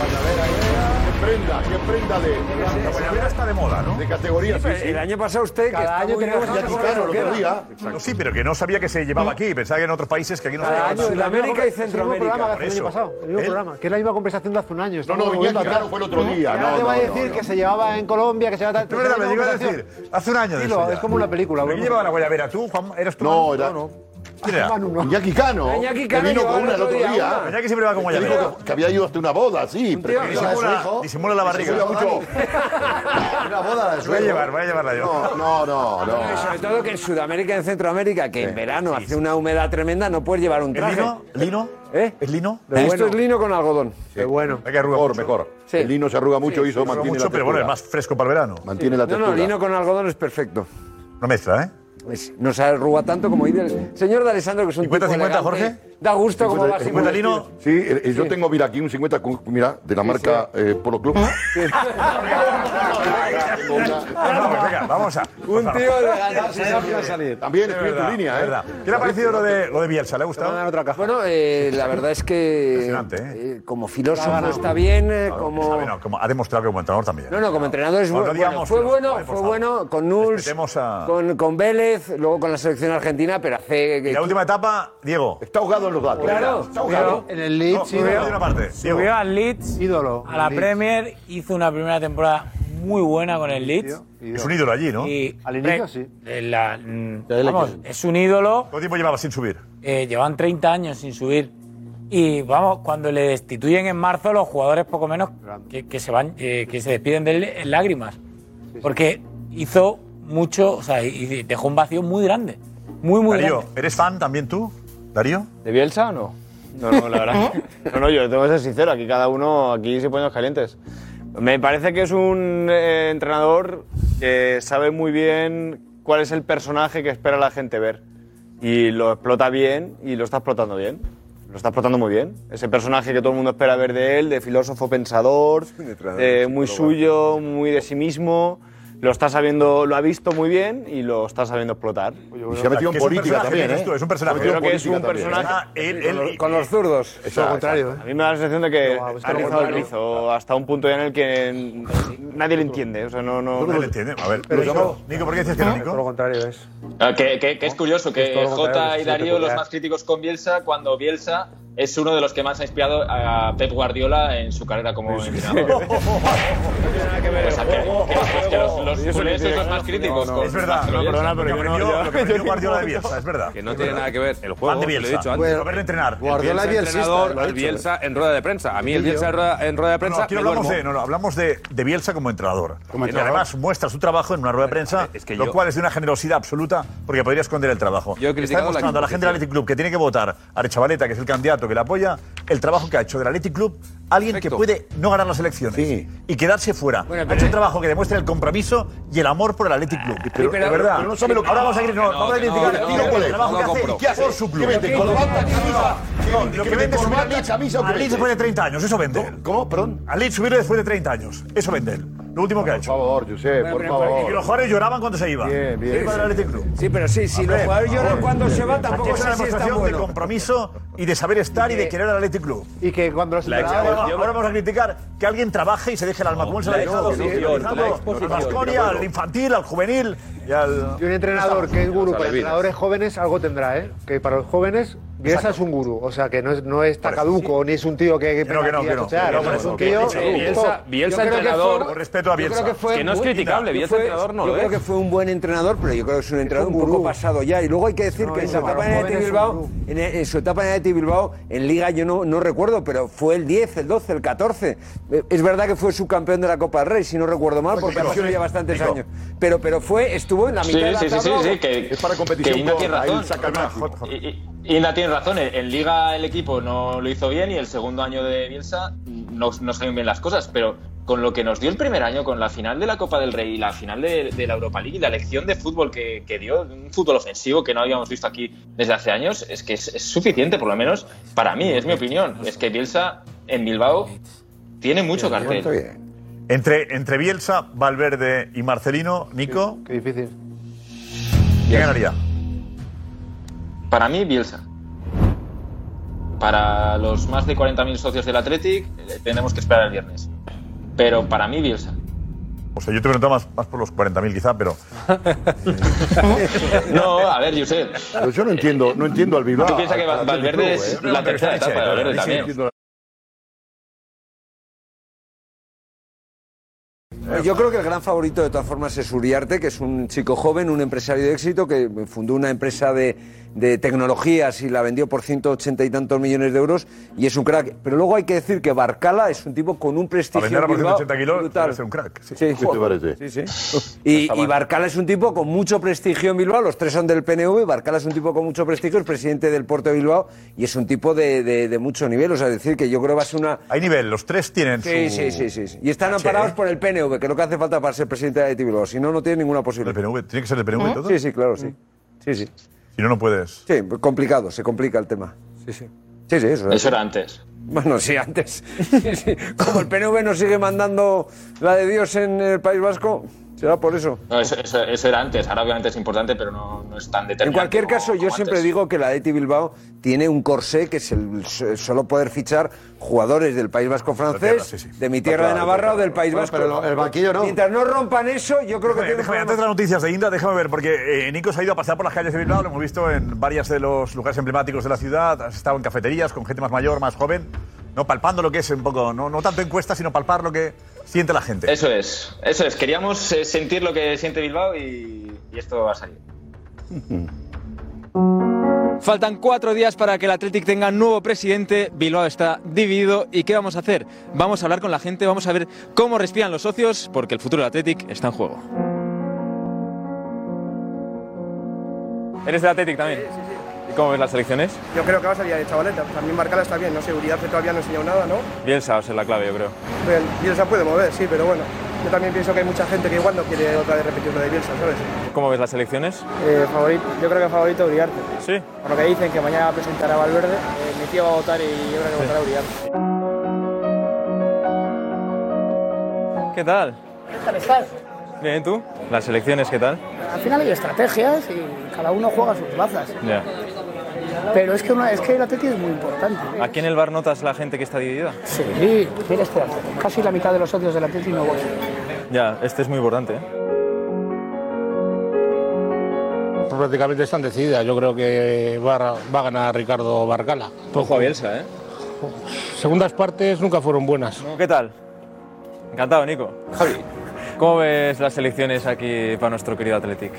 S10: Guayabera, ¿eh? Qué prenda, qué prenda de... La guayabera
S6: está de moda, ¿no?
S10: De categoría, sí, sí.
S6: El año pasado usted, que
S10: Cada
S6: está
S10: año
S6: muy
S10: tenemos
S6: viajado,
S10: ya Chicano,
S6: ¿no?
S10: el otro día.
S6: No, sí, pero que no sabía que se llevaba aquí. Pensaba que en otros países que aquí no
S14: [laughs]
S6: se
S14: Cada
S6: llevaba.
S14: año,
S6: tanto.
S14: el mismo programa- El mismo programa que hace el año
S6: Por eso.
S14: pasado. El mismo programa. Que es la misma conversación de hace un año.
S10: No, no, venía aquí, claro, fue el otro día.
S14: No,
S10: No,
S14: te va a
S10: no,
S14: decir
S10: no,
S14: que se llevaba en Colombia, que se llevaba tal.
S6: Es verdad,
S14: Es la
S6: me iba a
S14: misma
S6: decir.
S14: conversación.
S6: Hace un año de
S14: Dilo,
S6: eso ya.
S14: es como una película.
S6: ¿Pero ¿Quién
S14: bueno.
S6: llevaba la guayabera? ¿Tú, Juan? ¿Eras tú?
S10: No,
S6: Manu?
S10: era-
S6: ¿Quién era?
S10: Manu, no. Iñaki Cano.
S6: Iñaki
S10: que
S6: Cano
S10: vino
S6: llevaba
S10: con una el otro día.
S6: una. Iñaki siempre va con
S10: Que dijo
S6: guayabera.
S10: Que, que había ido hasta una boda, sí. Pero
S6: Que
S10: que iba a su
S6: disimula,
S10: hijo.
S6: disimula la barriga.
S10: Disimula mucho.
S6: [laughs]
S10: Una boda la de su
S6: Voy a
S10: hijo.
S6: llevar, voy a llevarla yo.
S10: No, no, no. no.
S22: Pero sobre todo que en Sudamérica y en Centroamérica, que en verano hace una humedad tremenda, no puedes llevar un traje.
S6: lino? ¿Lino?
S22: ¿Eh?
S6: ¿Es lino?
S22: Esto es lino con algodón.
S10: Qué
S14: bueno.
S6: Hay que arrugar
S10: mejor, mejor. El lino se arruga mucho y eso
S6: Arruga
S10: mantiene
S6: mucho,
S10: la
S6: pero bueno,
S10: textura.
S22: [laughs]
S6: es más fresco para el verano.
S10: Mantiene la
S22: No, no,
S10: textura.
S22: lino con algodón es perfecto.
S6: No mezcla, ¿eh?
S22: Pues no se arruga tanto como Idel. Señor D Alessandro, que es un 50,
S6: 50, Jorge?
S22: Da gusto como va
S10: 50, 50 Lino. Sí, eh, eh, yo
S22: Sí.
S10: tengo, mira, aquí un 50, cu- mira, de la marca eh, Polo Club.
S22: ¿Ah?
S6: Venga, vamos a.
S22: Un tío de ganas,
S6: Sí,
S22: se sabe
S6: sí,
S22: a
S6: sí.
S22: salir.
S10: También
S6: Es
S10: estoy en tu
S6: verdad,
S10: línea,
S6: es
S10: ¿eh?
S6: verdad. ¿Qué le ha parecido lo de, lo de Bielsa? ¿Le ha gustado?
S22: Bueno, eh, la verdad es que eh, como filósofo está bien, eh, como...
S6: Sabe, no, como ha demostrado que es un buen entrenador también.
S22: No, no, como entrenador es
S6: No, no
S22: bueno.
S6: digamos
S22: fue
S6: filósofo,
S22: bueno,
S6: eh, por
S22: fue bueno con Nuls, con, con Vélez, luego con la selección argentina, pero hace...
S6: Y la última etapa,
S2: [laughs]
S6: Diego.
S10: Está ahogado en los datos.
S22: Claro,
S10: Está
S22: ahogado.
S6: En el Leeds,
S22: ídolo.
S6: una parte. Diego.
S5: Subió al Leeds, ídolo, a la
S6: Leeds.
S5: Premier, hizo una primera temporada muy buena con el Leeds.
S6: Es un ídolo allí, ¿no?
S5: Y-
S6: Al
S5: inicio,
S6: sí.
S5: Vamos, es un ídolo.
S6: ¿Cuánto tiempo llevaba sin subir?
S5: Eh, llevan 30 años sin subir. Y vamos, cuando le destituyen en marzo, los jugadores poco menos que, que se van, eh, que se despiden de él en lágrimas. Porque hizo mucho, o sea, y- y dejó un vacío muy grande. Muy, muy
S6: Darío,
S5: grande.
S6: ¿eres fan también tú? ¿Darío?
S7: ¿De Bielsa o no? No, no, la verdad. que- No, no, yo tengo que ser sincero, aquí cada uno, aquí se ponen los calientes. Me parece que es un eh, entrenador que sabe muy bien cuál es el personaje que espera la gente ver. Y lo explota bien y lo está explotando bien. Lo está explotando muy bien. Ese personaje que todo el mundo espera ver de él, de filósofo
S10: [laughs]
S7: pensador, eh, muy suyo, muy de sí mismo. Lo está sabiendo, lo ha visto muy bien y lo está sabiendo explotar.
S10: Y se ha metido en política también, ¿eh?
S6: Es un personaje.
S7: Yo creo que es
S10: política
S7: un
S10: también.
S7: personaje.
S10: Ah,
S22: con los zurdos.
S10: Es lo contrario, ¿eh?
S7: A mí me da la sensación de que ha
S10: lo
S7: rizado el
S10: contrario.
S7: rizo hasta un punto ya en el que n- nadie le entiende. O sea, no, no.
S6: Nadie le entiende. A ver, Nico, Nico, ¿por qué dices que
S14: ¿Eh?
S6: no, Nico? Todo lo contrario es.
S18: Ah, Que, que- que es curioso
S6: Es
S18: que
S6: todo lo
S18: Jota
S6: contrario,
S18: y
S6: sí, te
S18: Darío, los
S6: podrías.
S18: más críticos con Bielsa, cuando Bielsa es uno de los que más ha inspirado a Pep Guardiola en su carrera como
S6: [laughs]
S18: entrenador. O sea, que-
S15: Pues
S18: que- es que los- los culés son los más críticos. con-
S6: Es verdad.
S18: con Bielsa.
S6: Lo que aprendió Guardiola de Bielsa, es verdad.
S2: Que no tiene nada que ver el
S6: Fan de
S2: juego, que lo he
S6: Bielsa.
S2: dicho antes.
S6: Bueno, a verle entrenar.
S2: Guardiola el Bielsa entrenador, el Bielsa en rueda de prensa. A mí el Bielsa en rueda, en rueda de prensa
S6: No, aquí
S2: me
S6: no hablamos,
S2: duermo.
S6: de, no, no, hablamos de, de Bielsa como entrenador.
S2: Como
S6: Y
S2: entrenador.
S6: además muestra su trabajo en una rueda de prensa,
S2: que
S6: lo
S2: yo-
S6: cual es de una generosidad absoluta porque podría esconder el trabajo.
S2: Yo he
S6: Está
S2: criticado la
S6: demostrando a la gente del Athletic Club que tiene que votar a Arechavaleta, que es el candidato que le apoya, el trabajo que ha hecho del Athletic Club, alguien que puede no ganar las elecciones y quedarse fuera. ha
S2: eh.
S6: hecho un trabajo que demuestra el compromiso y el amor por el Athletic Club.
S10: pero-
S6: de verdad.
S10: pero no sabe lo que-
S6: Ahora vamos a, cri- no,
S10: No,
S6: vamos a
S10: que no,
S6: criticar
S10: que no,
S6: tío,
S10: que
S6: el
S10: no,
S6: trabajo
S10: no
S6: que hace
S10: compro.
S6: y qué hace por su
S10: ¿Qué
S6: club.
S10: vende? ¿Corbata, camisa?
S6: No,
S10: ¿Qué
S6: Lo que
S10: vende?
S6: vende
S10: ¿Corbata,
S6: subir al-
S10: camisa o qué
S6: al Leeds
S10: vende?
S6: después de 30 años, eso vende él.
S10: ¿Cómo? ¿Perdón?
S6: Al Leeds subir después de 30 años, eso vende él. Lo último que ha hecho. Por
S10: favor, Josep, por
S6: Y
S10: favor.
S6: que los jugadores lloraban cuando se iba.
S10: Bien, bien.
S6: Se iba del Athletic Club.
S22: Sí, pero sí, si
S6: Hombre,
S22: los jugadores
S6: por
S22: lloran
S6: favor.
S22: cuando se van,
S6: Aquí
S22: tampoco
S6: es una
S22: sé si está
S6: demostración de
S22: bueno.
S6: compromiso y de saber estar y de querer al Athletic Club.
S14: Y que cuando los
S6: Ahora,
S14: entrenadores-
S6: ahora vamos a criticar que alguien trabaje y se deje el alma. como él se la ha
S14: la
S6: dejado?
S14: exposición,
S6: Organizando
S14: la exposición,
S6: al Baskonia,
S14: pero bueno.
S6: al infantil, al juvenil y al.
S14: Y un entrenador que es gurú
S6: Los
S14: para
S6: alevíes.
S14: entrenadores jóvenes algo tendrá, ¿eh? Que para los jóvenes Bielsa es un gurú, o sea que no es, no está caduco ni es un tío que, que,
S6: Que no, que no,
S14: aquí a
S6: que no.
S14: chochear,
S6: Que no, que no,
S14: es un
S6: que no,
S14: tío uh,
S6: que no.
S2: Bielsa-
S14: Yo
S2: Bielsa
S14: creo que
S2: entrenador.
S14: fue-
S2: Con respeto a
S14: yo creo
S2: Bielsa.
S14: que fue
S2: Que no es
S14: muy-
S2: criticable,
S14: yo
S2: Bielsa
S14: fue-
S2: entrenador no eh?
S14: yo
S2: lo
S14: creo
S2: es.
S14: que
S22: fue un buen entrenador, pero yo creo que es un entrenador un, poco pasado ya. Y luego hay que decir
S14: No,
S22: que en
S14: es
S22: su
S14: un
S22: etapa en
S14: gurú.
S22: el
S14: Joven es un
S22: Bilbao, en, e, en su etapa en el Bilbao, en Liga yo no, no recuerdo, pero fue el 10, el 12, el 14. Eh, Es verdad que fue subcampeón de la Copa del Rey, si no recuerdo mal, porque ha pasado ya bastantes años. Pero, pero fue, estuvo en la mitad
S18: Sí,
S22: de la
S18: sí, sí, sí,
S22: tabla.
S18: sí, que, que Inda tiene razón. Y- y- Inda tiene razón. En en Liga el equipo no lo hizo bien y el segundo año de Bielsa no, no salieron bien las cosas, pero con lo que nos dio el primer año, con la final de la Copa del Rey y la final de, de la Europa League y la lección de fútbol que, que dio, un fútbol ofensivo que no habíamos visto aquí desde hace años, es que es, es suficiente, por lo menos para mí, es mi opinión. Es que Bielsa en Bilbao tiene mucho cartel.
S6: Entre, entre Bielsa, Valverde y Marcelino, Nico. Qué, difícil. ¿Quién ganaría?
S18: Para mí, Bielsa. Para los más de 40.000 socios del Athletic, eh, tenemos que esperar el viernes. Pero para mí, Bielsa.
S6: O sea, yo te preguntaba más, más por los 40.000 quizá, pero.
S18: [laughs] No, a ver, Josep.
S10: Pero yo no entiendo, no entiendo al Bilbao.
S18: Tú piensas que
S10: Al
S18: Valverde
S10: Athletic
S18: es
S10: Club, ¿eh?
S18: la tercera etapa de Valverde
S10: Sí,
S18: también.
S10: entiendo
S22: Eh, Yo creo que el gran favorito de todas formas es Uriarte, que es un chico joven, un empresario de éxito, que fundó una empresa de, de tecnologías y la vendió por 180 y tantos millones de euros y es un crack. Pero luego hay que decir que Barcala es un tipo con un prestigio
S6: Para venderla por
S22: en Bilbao
S6: 180 kilos,
S22: brutal.
S6: debe ser un crack. Sí,
S22: Sí,
S6: ¿Qué te parece?
S22: Sí, sí. Y, y Barcala es un tipo con mucho prestigio en Bilbao, los tres son del PNV, Barcala es un tipo con mucho prestigio, es presidente del Puerto de Bilbao y es un tipo de, de- de mucho nivel, o sea, decir que yo creo que va a ser una...
S6: Hay nivel, los tres tienen
S22: Sí,
S6: su-
S22: sí, sí, sí, sí. Y están
S6: Caché,
S22: amparados
S6: ¿eh?
S22: por el PNV, que es lo que hace falta para ser presidente de Athletic Bilbao. Si no, no tiene ninguna posibilidad.
S6: ¿Tiene que ser el PNV todo? Mm.
S22: Sí, sí, claro, sí. Sí, sí.
S6: Si no, no puedes.
S22: Sí, complicado, se complica el tema. Sí, sí. Sí, sí, eso.
S23: Eso era antes.
S22: Bueno, sí, antes. [laughs] Sí, sí. Como el PNV nos sigue mandando la de Dios en el País Vasco, será por eso.
S23: No, eso, eso- eso era antes. Ahora obviamente es importante, pero no, no es tan determinante.
S22: En cualquier
S23: como-
S22: caso, yo
S23: como
S22: siempre
S23: antes.
S22: digo que la Athletic Bilbao tiene un corsé que es el, el solo poder fichar jugadores del País Vasco francés,
S6: sí, sí.
S22: de mi tierra de
S6: Claro,
S22: Navarra
S6: claro.
S22: o del País
S6: Bueno,
S22: Vasco.
S6: pero lo- el banquillo no.
S22: Mientras no rompan eso, yo creo que
S6: Déjame,
S22: tiene
S6: déjame, antes de las noticias de Inda, déjame ver, porque eh, Nico se ha ido a pasar por las calles de Bilbao, lo hemos visto en varios de los lugares emblemáticos de la ciudad, has estado en cafeterías con gente más mayor, más joven, no palpando lo que es un poco, no, no tanto encuestas, sino palpar lo que siente la gente.
S23: Eso es, eso es. Queríamos eh, sentir lo que siente Bilbao y, y esto va a salir.
S3: Faltan cuatro días para que el Athletic tenga nuevo presidente. Bilbao está dividido. ¿Y qué vamos a hacer? Vamos a hablar con la gente, vamos a ver cómo respiran los socios, porque el futuro del Athletic está en juego.
S18: ¿Eres del Athletic también? ¿Y cómo ves las selecciones?
S24: Yo creo que va a salir de chavaleta. También Barcala está bien, no sé, Uriarte todavía no ha enseñado nada, ¿no?
S18: Bielsa va a ser la clave, yo creo.
S24: Bien, Bielsa puede mover, sí, pero bueno. Yo también pienso que hay mucha gente que igual no quiere otra vez repetir lo de Bielsa, ¿sabes?
S18: ¿Cómo ves las selecciones?
S24: Eh, favorito, yo creo que favorito Uriarte.
S18: Sí.
S24: Por lo que dicen que mañana presentará Valverde, eh, mi tío va a votar y yo creo que votará Uriarte.
S18: ¿Qué tal?
S19: ¿Qué tal estás?
S18: Bien, ¿tú? ¿Las selecciones qué tal?
S19: Al final hay estrategias y cada uno juega sus bazas.
S18: Ya.
S19: Pero es que, una, es que el Atleti es muy importante.
S18: ¿Aquí en el bar notas la gente que está dividida?
S19: Sí, mira este dato. Casi la mitad de los socios del Atleti no votan.
S18: Ya, este es muy importante. ¿eh?
S12: Prácticamente están decididas. Yo creo que va a, va a ganar Ricardo Barcala.
S18: Ojo a Bielsa, ¿eh?
S12: Segundas partes nunca fueron buenas.
S18: ¿Qué tal? Encantado, Nico. Javi. ¿Cómo ves las selecciones aquí para nuestro querido Athletic?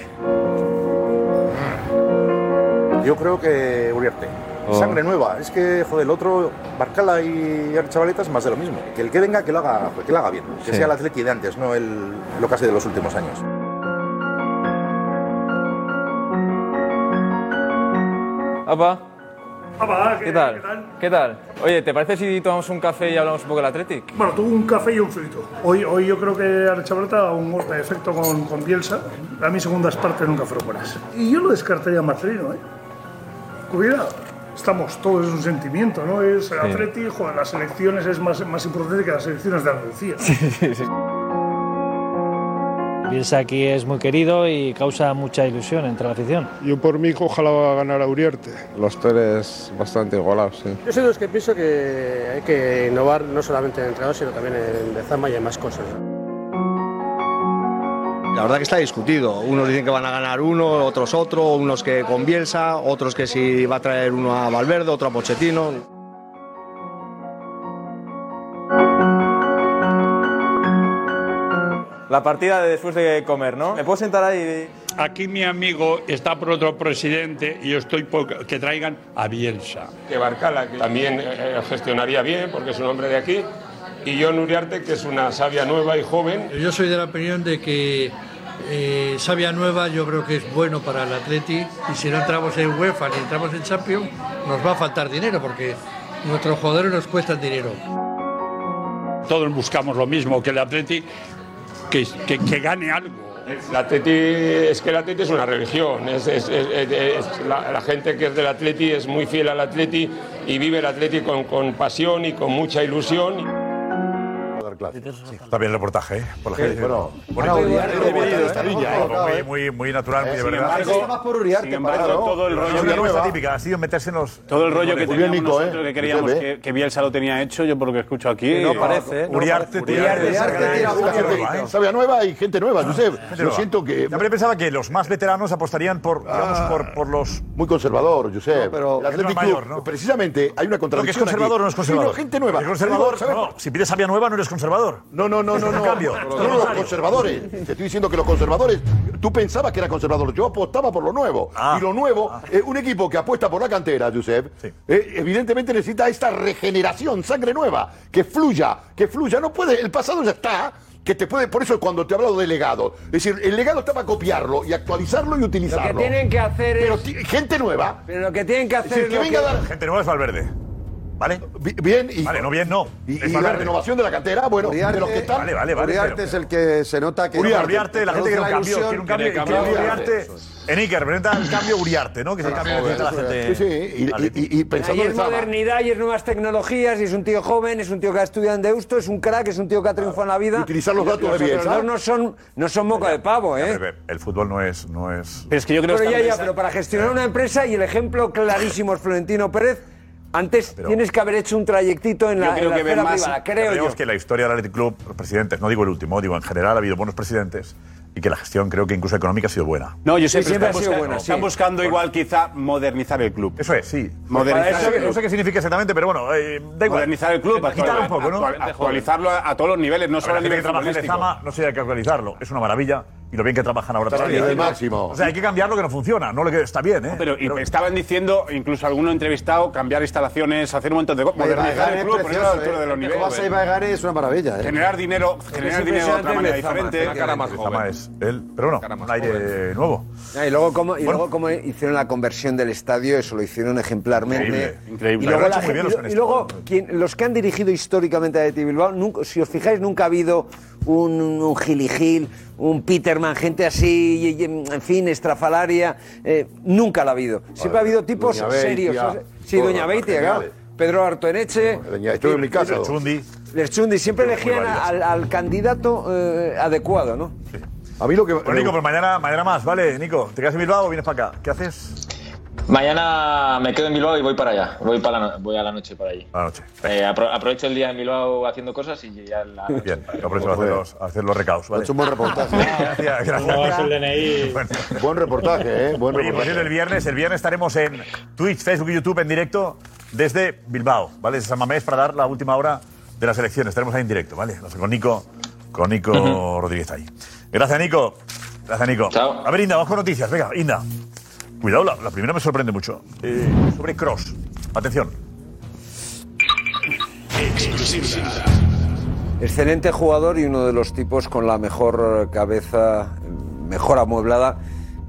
S8: Yo creo que Uriarte.
S18: Oh.
S8: Sangre nueva. Es que, joder, el otro, Barcala y Chavaleta es más de lo mismo. Que el que venga, que lo haga, que lo haga bien. Que
S18: Sí.
S8: sea el atleti de antes, no el, lo que hace de los últimos años.
S18: Apa. ¿Qué, tal? ¿Qué tal? Oye, ¿te parece si tomamos un café y hablamos un poco del Athletic?
S25: Bueno, tuvo un café y un frito. Hoy, hoy yo creo que Archabaleta ha dado un golpe de efecto con, con Bielsa. A mí segundas partes nunca fueron buenas. Y yo lo descartaría a Marcelino, ¿eh? Cuidado. Estamos, todo es un sentimiento, ¿no? Es el
S18: Sí.
S25: Atleti, joder, las elecciones es más, más importante que las elecciones de Andalucía.
S20: Bielsa aquí es muy querido y causa mucha ilusión entre la afición.
S26: Yo por mí ojalá va a ganar a Uriarte. Los tres bastante igualados, sí.
S19: Yo soy de los que pienso que hay que innovar no solamente en entrenador, sino también en Bezama y en más cosas.
S1: La verdad que está discutido. Unos dicen que van a ganar uno, otros otro, unos que con Bielsa, otros que si va a traer uno a Valverde, otro a Pochettino.
S18: La partida de después de comer, ¿no? ¿Me puedo sentar ahí?
S27: Aquí mi amigo está por otro presidente y yo estoy por que traigan a Bielsa.
S28: que Barcala que también eh, gestionaría bien porque es un hombre de aquí y John Uriarte que es una sabia nueva y joven
S9: Yo soy de la opinión de que eh, Sabia Nueva yo creo que es bueno para el Atleti y si no entramos en UEFA ni entramos en Champions nos va a faltar dinero porque nuestros jugadores nos cuestan dinero.
S27: Todos buscamos lo mismo que el Atleti, que, que- que gane algo.
S28: el Atleti es que el Atleti es una religión es, es- es- es- es- la, la gente que es del Atleti es muy fiel al Atleti y vive el Atleti con, con pasión y con mucha ilusión
S6: Está bien el reportaje, ¿eh? Por las
S10: Pues,
S28: Sí,
S6: calles.
S28: bueno.
S6: Bonito.
S28: Ahora Uriarte,
S6: Muy-
S28: Uriarte,
S6: muy-
S28: está bien colocado,
S6: pues, muy-
S28: ¿eh?
S6: muy, muy natural, muy de
S28: Sin
S6: verdad.
S28: embargo- Está más por Uriarte, sin embargo, parado. todo el
S6: Pero
S28: rollo
S6: es una
S28: que-
S6: cosa típica, ha sido meterse en los...
S13: Todo el rollo que
S6: Muy bien,
S13: teníamos
S6: Nico,
S13: nosotros,
S6: ¿eh?
S13: que queríamos
S6: Se ve.
S13: que, que Bielsa lo tenía hecho, yo por lo que escucho aquí...
S6: No parece, ¿eh? No Uriarte, parece. Uriarte, Uriarte, Uriarte, tira una nueva, ¿eh?
S10: Sabia nueva y gente nueva,
S6: Ah,
S10: Josep. Yo siento que. Ah,
S6: Siempre pensaba que los más veteranos apostarían por, digamos, por, por los...
S10: Muy conservador, Josep.
S6: No, pero-
S10: el Athletic
S6: Gente mayor,
S10: Club, precisamente, hay una
S6: Lo que es
S10: contradicción.
S6: conservador
S10: aquí.
S6: no es conservador.
S10: Sí, no, gente nueva.
S6: El conservador,
S10: ¿Sabes?
S6: no, si pides sabia nueva no eres conservador.
S10: No, no, no, no, no.
S6: cambio.
S10: No,
S6: Esto
S10: no,
S6: es
S10: los
S6: contrario.
S10: conservadores. Te estoy diciendo que los conservadores. Tú pensabas que era conservador. Yo apostaba por lo nuevo.
S6: Ah.
S10: y lo nuevo, eh, un equipo que apuesta por la cantera, Josep, eh, evidentemente necesita esta regeneración, sangre nueva, que fluya, que fluya. No puede, el pasado ya está. Que te puede, por eso cuando te he hablado de legado. Es decir, el legado está para copiarlo y actualizarlo y utilizarlo.
S22: Lo que tienen que hacer es.
S10: Gente nueva.
S22: Pero lo que tienen que
S10: Es decir,
S22: hacer
S10: que venga a dar-
S6: Gente nueva es Valverde. ¿Vale?
S10: Bien y.
S6: Vale, no bien, no.
S10: Y,
S6: Es
S10: y la
S6: Valverde.
S10: renovación de la cantera, bueno, de los que están.
S6: Vale, vale, vale.
S10: Uriarte
S6: pero-
S10: es
S1: el que se nota
S10: que-
S6: Uriarte,
S10: Uriarte,
S6: la gente quiere un cambio. Quiere un cambio. y
S10: Quiere
S6: quiere un
S10: cambiar.
S6: Uriarte. Enrique, representa el cambio Uriarte, ¿no? Que es el cambio que necesita la gente.
S10: Sí, sí, y- y, y, y pensando
S22: y
S10: en
S22: es
S10: Zaba.
S22: modernidad y es nuevas tecnologías y es un tío joven, es un tío que ha estudiado en Deusto, es un crack, es un tío que ha triunfado en la vida.
S10: Y utilizar los datos de
S22: Los otros
S10: Bielsa.
S22: dos no son, no son moco de pavo, ¿eh?
S6: El fútbol no es. No es... Eh,
S22: Pero Pero ya, ya, pero para gestionar una empresa y el ejemplo clarísimo es Florentino Pérez. Antes tienes que haber hecho un trayectito en la, en la esfera privada, creo yo.
S6: Creemos que la historia del Athletic Club, los presidentes, no digo el último, digo en general ha habido buenos presidentes y que la gestión, creo que incluso económica, ha sido buena.
S29: No, yo sé, pero
S6: Sí,
S29: están
S6: siempre ha sido
S29: buscando,
S6: buena,
S29: están
S6: sí.
S29: buscando igual quizá modernizar el club.
S6: Eso es, sí.
S29: Modernizar
S6: Para eso,
S29: el
S6: no
S29: club.
S6: sé qué significa exactamente, pero bueno, eh, da igual.
S29: Modernizar el club,
S6: quitar un
S29: actual-
S6: poco, ¿no?
S29: actual- actualizarlo a, a todos los niveles, no
S6: No
S29: solo a
S6: la gente
S29: nivel
S6: que trabaja en el
S29: futbolístico.
S6: Zama, no sé, hay que actualizarlo. Es una maravilla y lo bien que trabajan ahora.
S29: Está
S6: todavía.
S29: al nivel máximo.
S6: O sea, hay que cambiar lo que no funciona, no lo que está bien, ¿eh?
S29: Pero, y estaban diciendo, incluso alguno entrevistado, cambiar instalaciones, hacer un montón de cosas, modernizar el club, ponerlo a la
S30: ¿eh?
S29: altura de los niveles.
S1: es una maravilla. ¿eh?
S29: Generar dinero, generar
S1: Es
S29: dinero de otra
S1: impresionante
S29: manera
S1: el Zama,
S29: diferente.
S1: la cara más
S6: El Zama es él, pero bueno, un aire nuevo.
S22: Ah, y luego cómo, y luego cómo hicieron la conversión del estadio, eso lo hicieron ejemplarmente.
S6: Increíble, increíble.
S22: Y luego,
S6: Lo han
S22: la
S6: hecho muy bien
S22: gente-
S6: los que han
S22: y luego, quien- los que han dirigido históricamente a Athletic Bilbao, nunca- si os fijáis, nunca ha habido un, un Giligil, un Peterman, gente así, y- y- en fin, estrafalaria. eh, nunca la ha habido. Siempre ha habido tipos
S10: Doña Beitia,
S22: serios. sí,
S10: todos
S22: Doña
S10: los
S22: Beitia, claro.
S10: marginales.
S22: Pedro Artoeneche.
S10: Doña- estuve en mi casa.
S6: Lerchundi.
S22: Lerchundi. Siempre elegían
S10: válidas.
S22: al, al candidato eh, adecuado, ¿no?
S10: A mí lo que.
S6: Bueno, Nico, pues mañana, mañana más, ¿vale? Nico, ¿te quedas en Bilbao o vienes para acá? ¿Qué haces?
S18: Mañana me quedo en Bilbao y voy para allá. Voy, para la no- voy a la noche para allí. Eh, apro- aprovecho el día en Bilbao haciendo cosas y ya la noche.
S6: Bien, aprovecho a hacer los, a hacer los recados, ¿vale?
S18: Ha hecho un buen reportaje.
S6: [laughs] gracias, gracias. Bueno.
S10: Buen reportaje, ¿eh? Buen
S6: Oye, por
S10: reportaje.
S6: cierto, el viernes, el viernes estaremos en Twitch, Facebook y YouTube en directo desde Bilbao, ¿vale? Desde San Mamés para dar la última hora de las elecciones. Estaremos ahí en directo, ¿vale? Nos- Con Nico, con Nico Rodríguez ahí. Gracias, Nico. Gracias, Nico. A ver, Inda, vamos con noticias. Venga, Inda. Cuidado, la, la primera me sorprende mucho. Eh, sobre Cross. Atención.
S22: Excelente jugador y uno de los tipos con la mejor eh, cabeza, mejor amueblada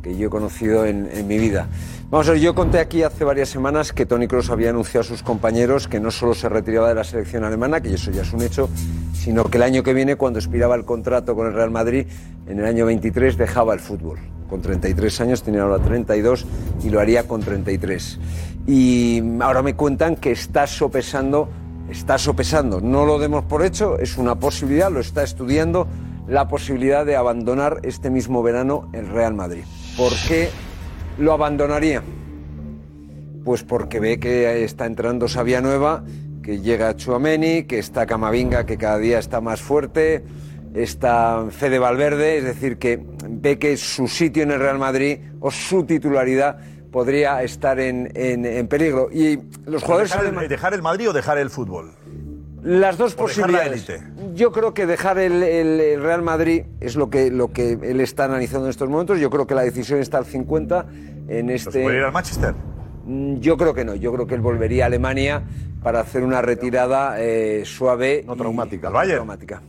S22: que yo he conocido en, en mi vida. Vamos a ver, yo conté aquí hace varias semanas que Tony Kroos había anunciado a sus compañeros que no solo se retiraba de la selección alemana, que eso ya es un hecho, sino que el año que viene, cuando expiraba el contrato con el Real Madrid, en el año 23 dejaba el fútbol. Con 33 años, tenía ahora 32 y lo haría con 33. Y ahora me cuentan que está sopesando está sopesando, no lo demos por hecho, es una posibilidad, lo está estudiando, la posibilidad de abandonar este mismo verano el Real Madrid. ¿Por qué lo abandonaría? Pues porque ve que está entrando Sabia Nueva, que llega Chuameni, que está Camavinga, que cada día está más fuerte, está Fede Valverde, es decir, que ve que su sitio en el Real Madrid o su titularidad podría estar en, en- en peligro. Y los jugadores
S6: ¿Dejar
S22: alemanes-
S6: el, eh, dejar el Madrid o dejar el fútbol?
S22: las dos
S6: O dejar la
S22: posibilidades. Yo creo que dejar el, el- el Real Madrid es lo que, lo que él está analizando en estos momentos. Yo creo que la decisión está al 50 en este.
S6: ¿Puede ir al Manchester?
S22: Mm, Yo creo que no. Yo creo que él volvería a Alemania para hacer una retirada eh, suave. No traumática. traumática.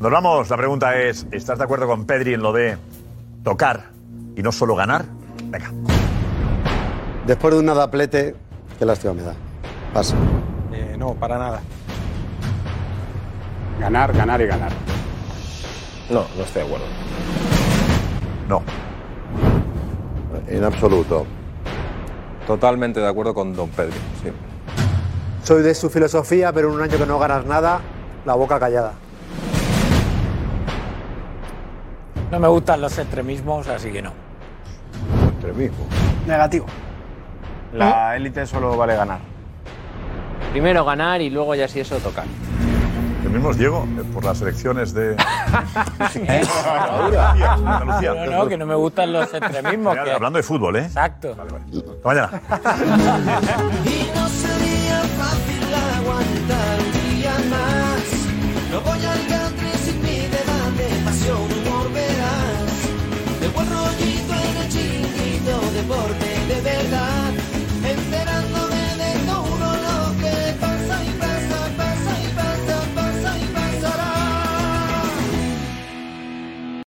S6: Nos vamos. La pregunta es, ¿estás de acuerdo con Pedri en lo de tocar y no solo ganar?
S1: Después de un nadaplete, qué lástima me da. Pasa.
S30: Eh, no, para nada.
S29: Ganar, ganar y ganar.
S1: No, no estoy de acuerdo.
S6: No.
S10: En absoluto.
S2: Totalmente de acuerdo con Don Pedro. Sí.
S14: Soy de su filosofía, pero en un año que no ganas nada, la boca callada.
S3: No me gustan los extremismos, así que no.
S10: Extremismo.
S3: Negativo.
S29: La élite solo vale ganar.
S4: Primero ganar y luego ya si eso tocar.
S6: El mismo es Diego, eh, por las
S3: [laughs]
S6: elecciones de... Andalucía.
S3: No, no, que no me gustan
S6: [laughs]
S3: los extremismos.
S6: Mira,
S3: que-
S6: Hablando de fútbol, ¿eh?
S3: Exacto.
S6: Hasta mañana.
S5: [laughs] Y no sería fácil aguantar un día más. No voy a alcanzar.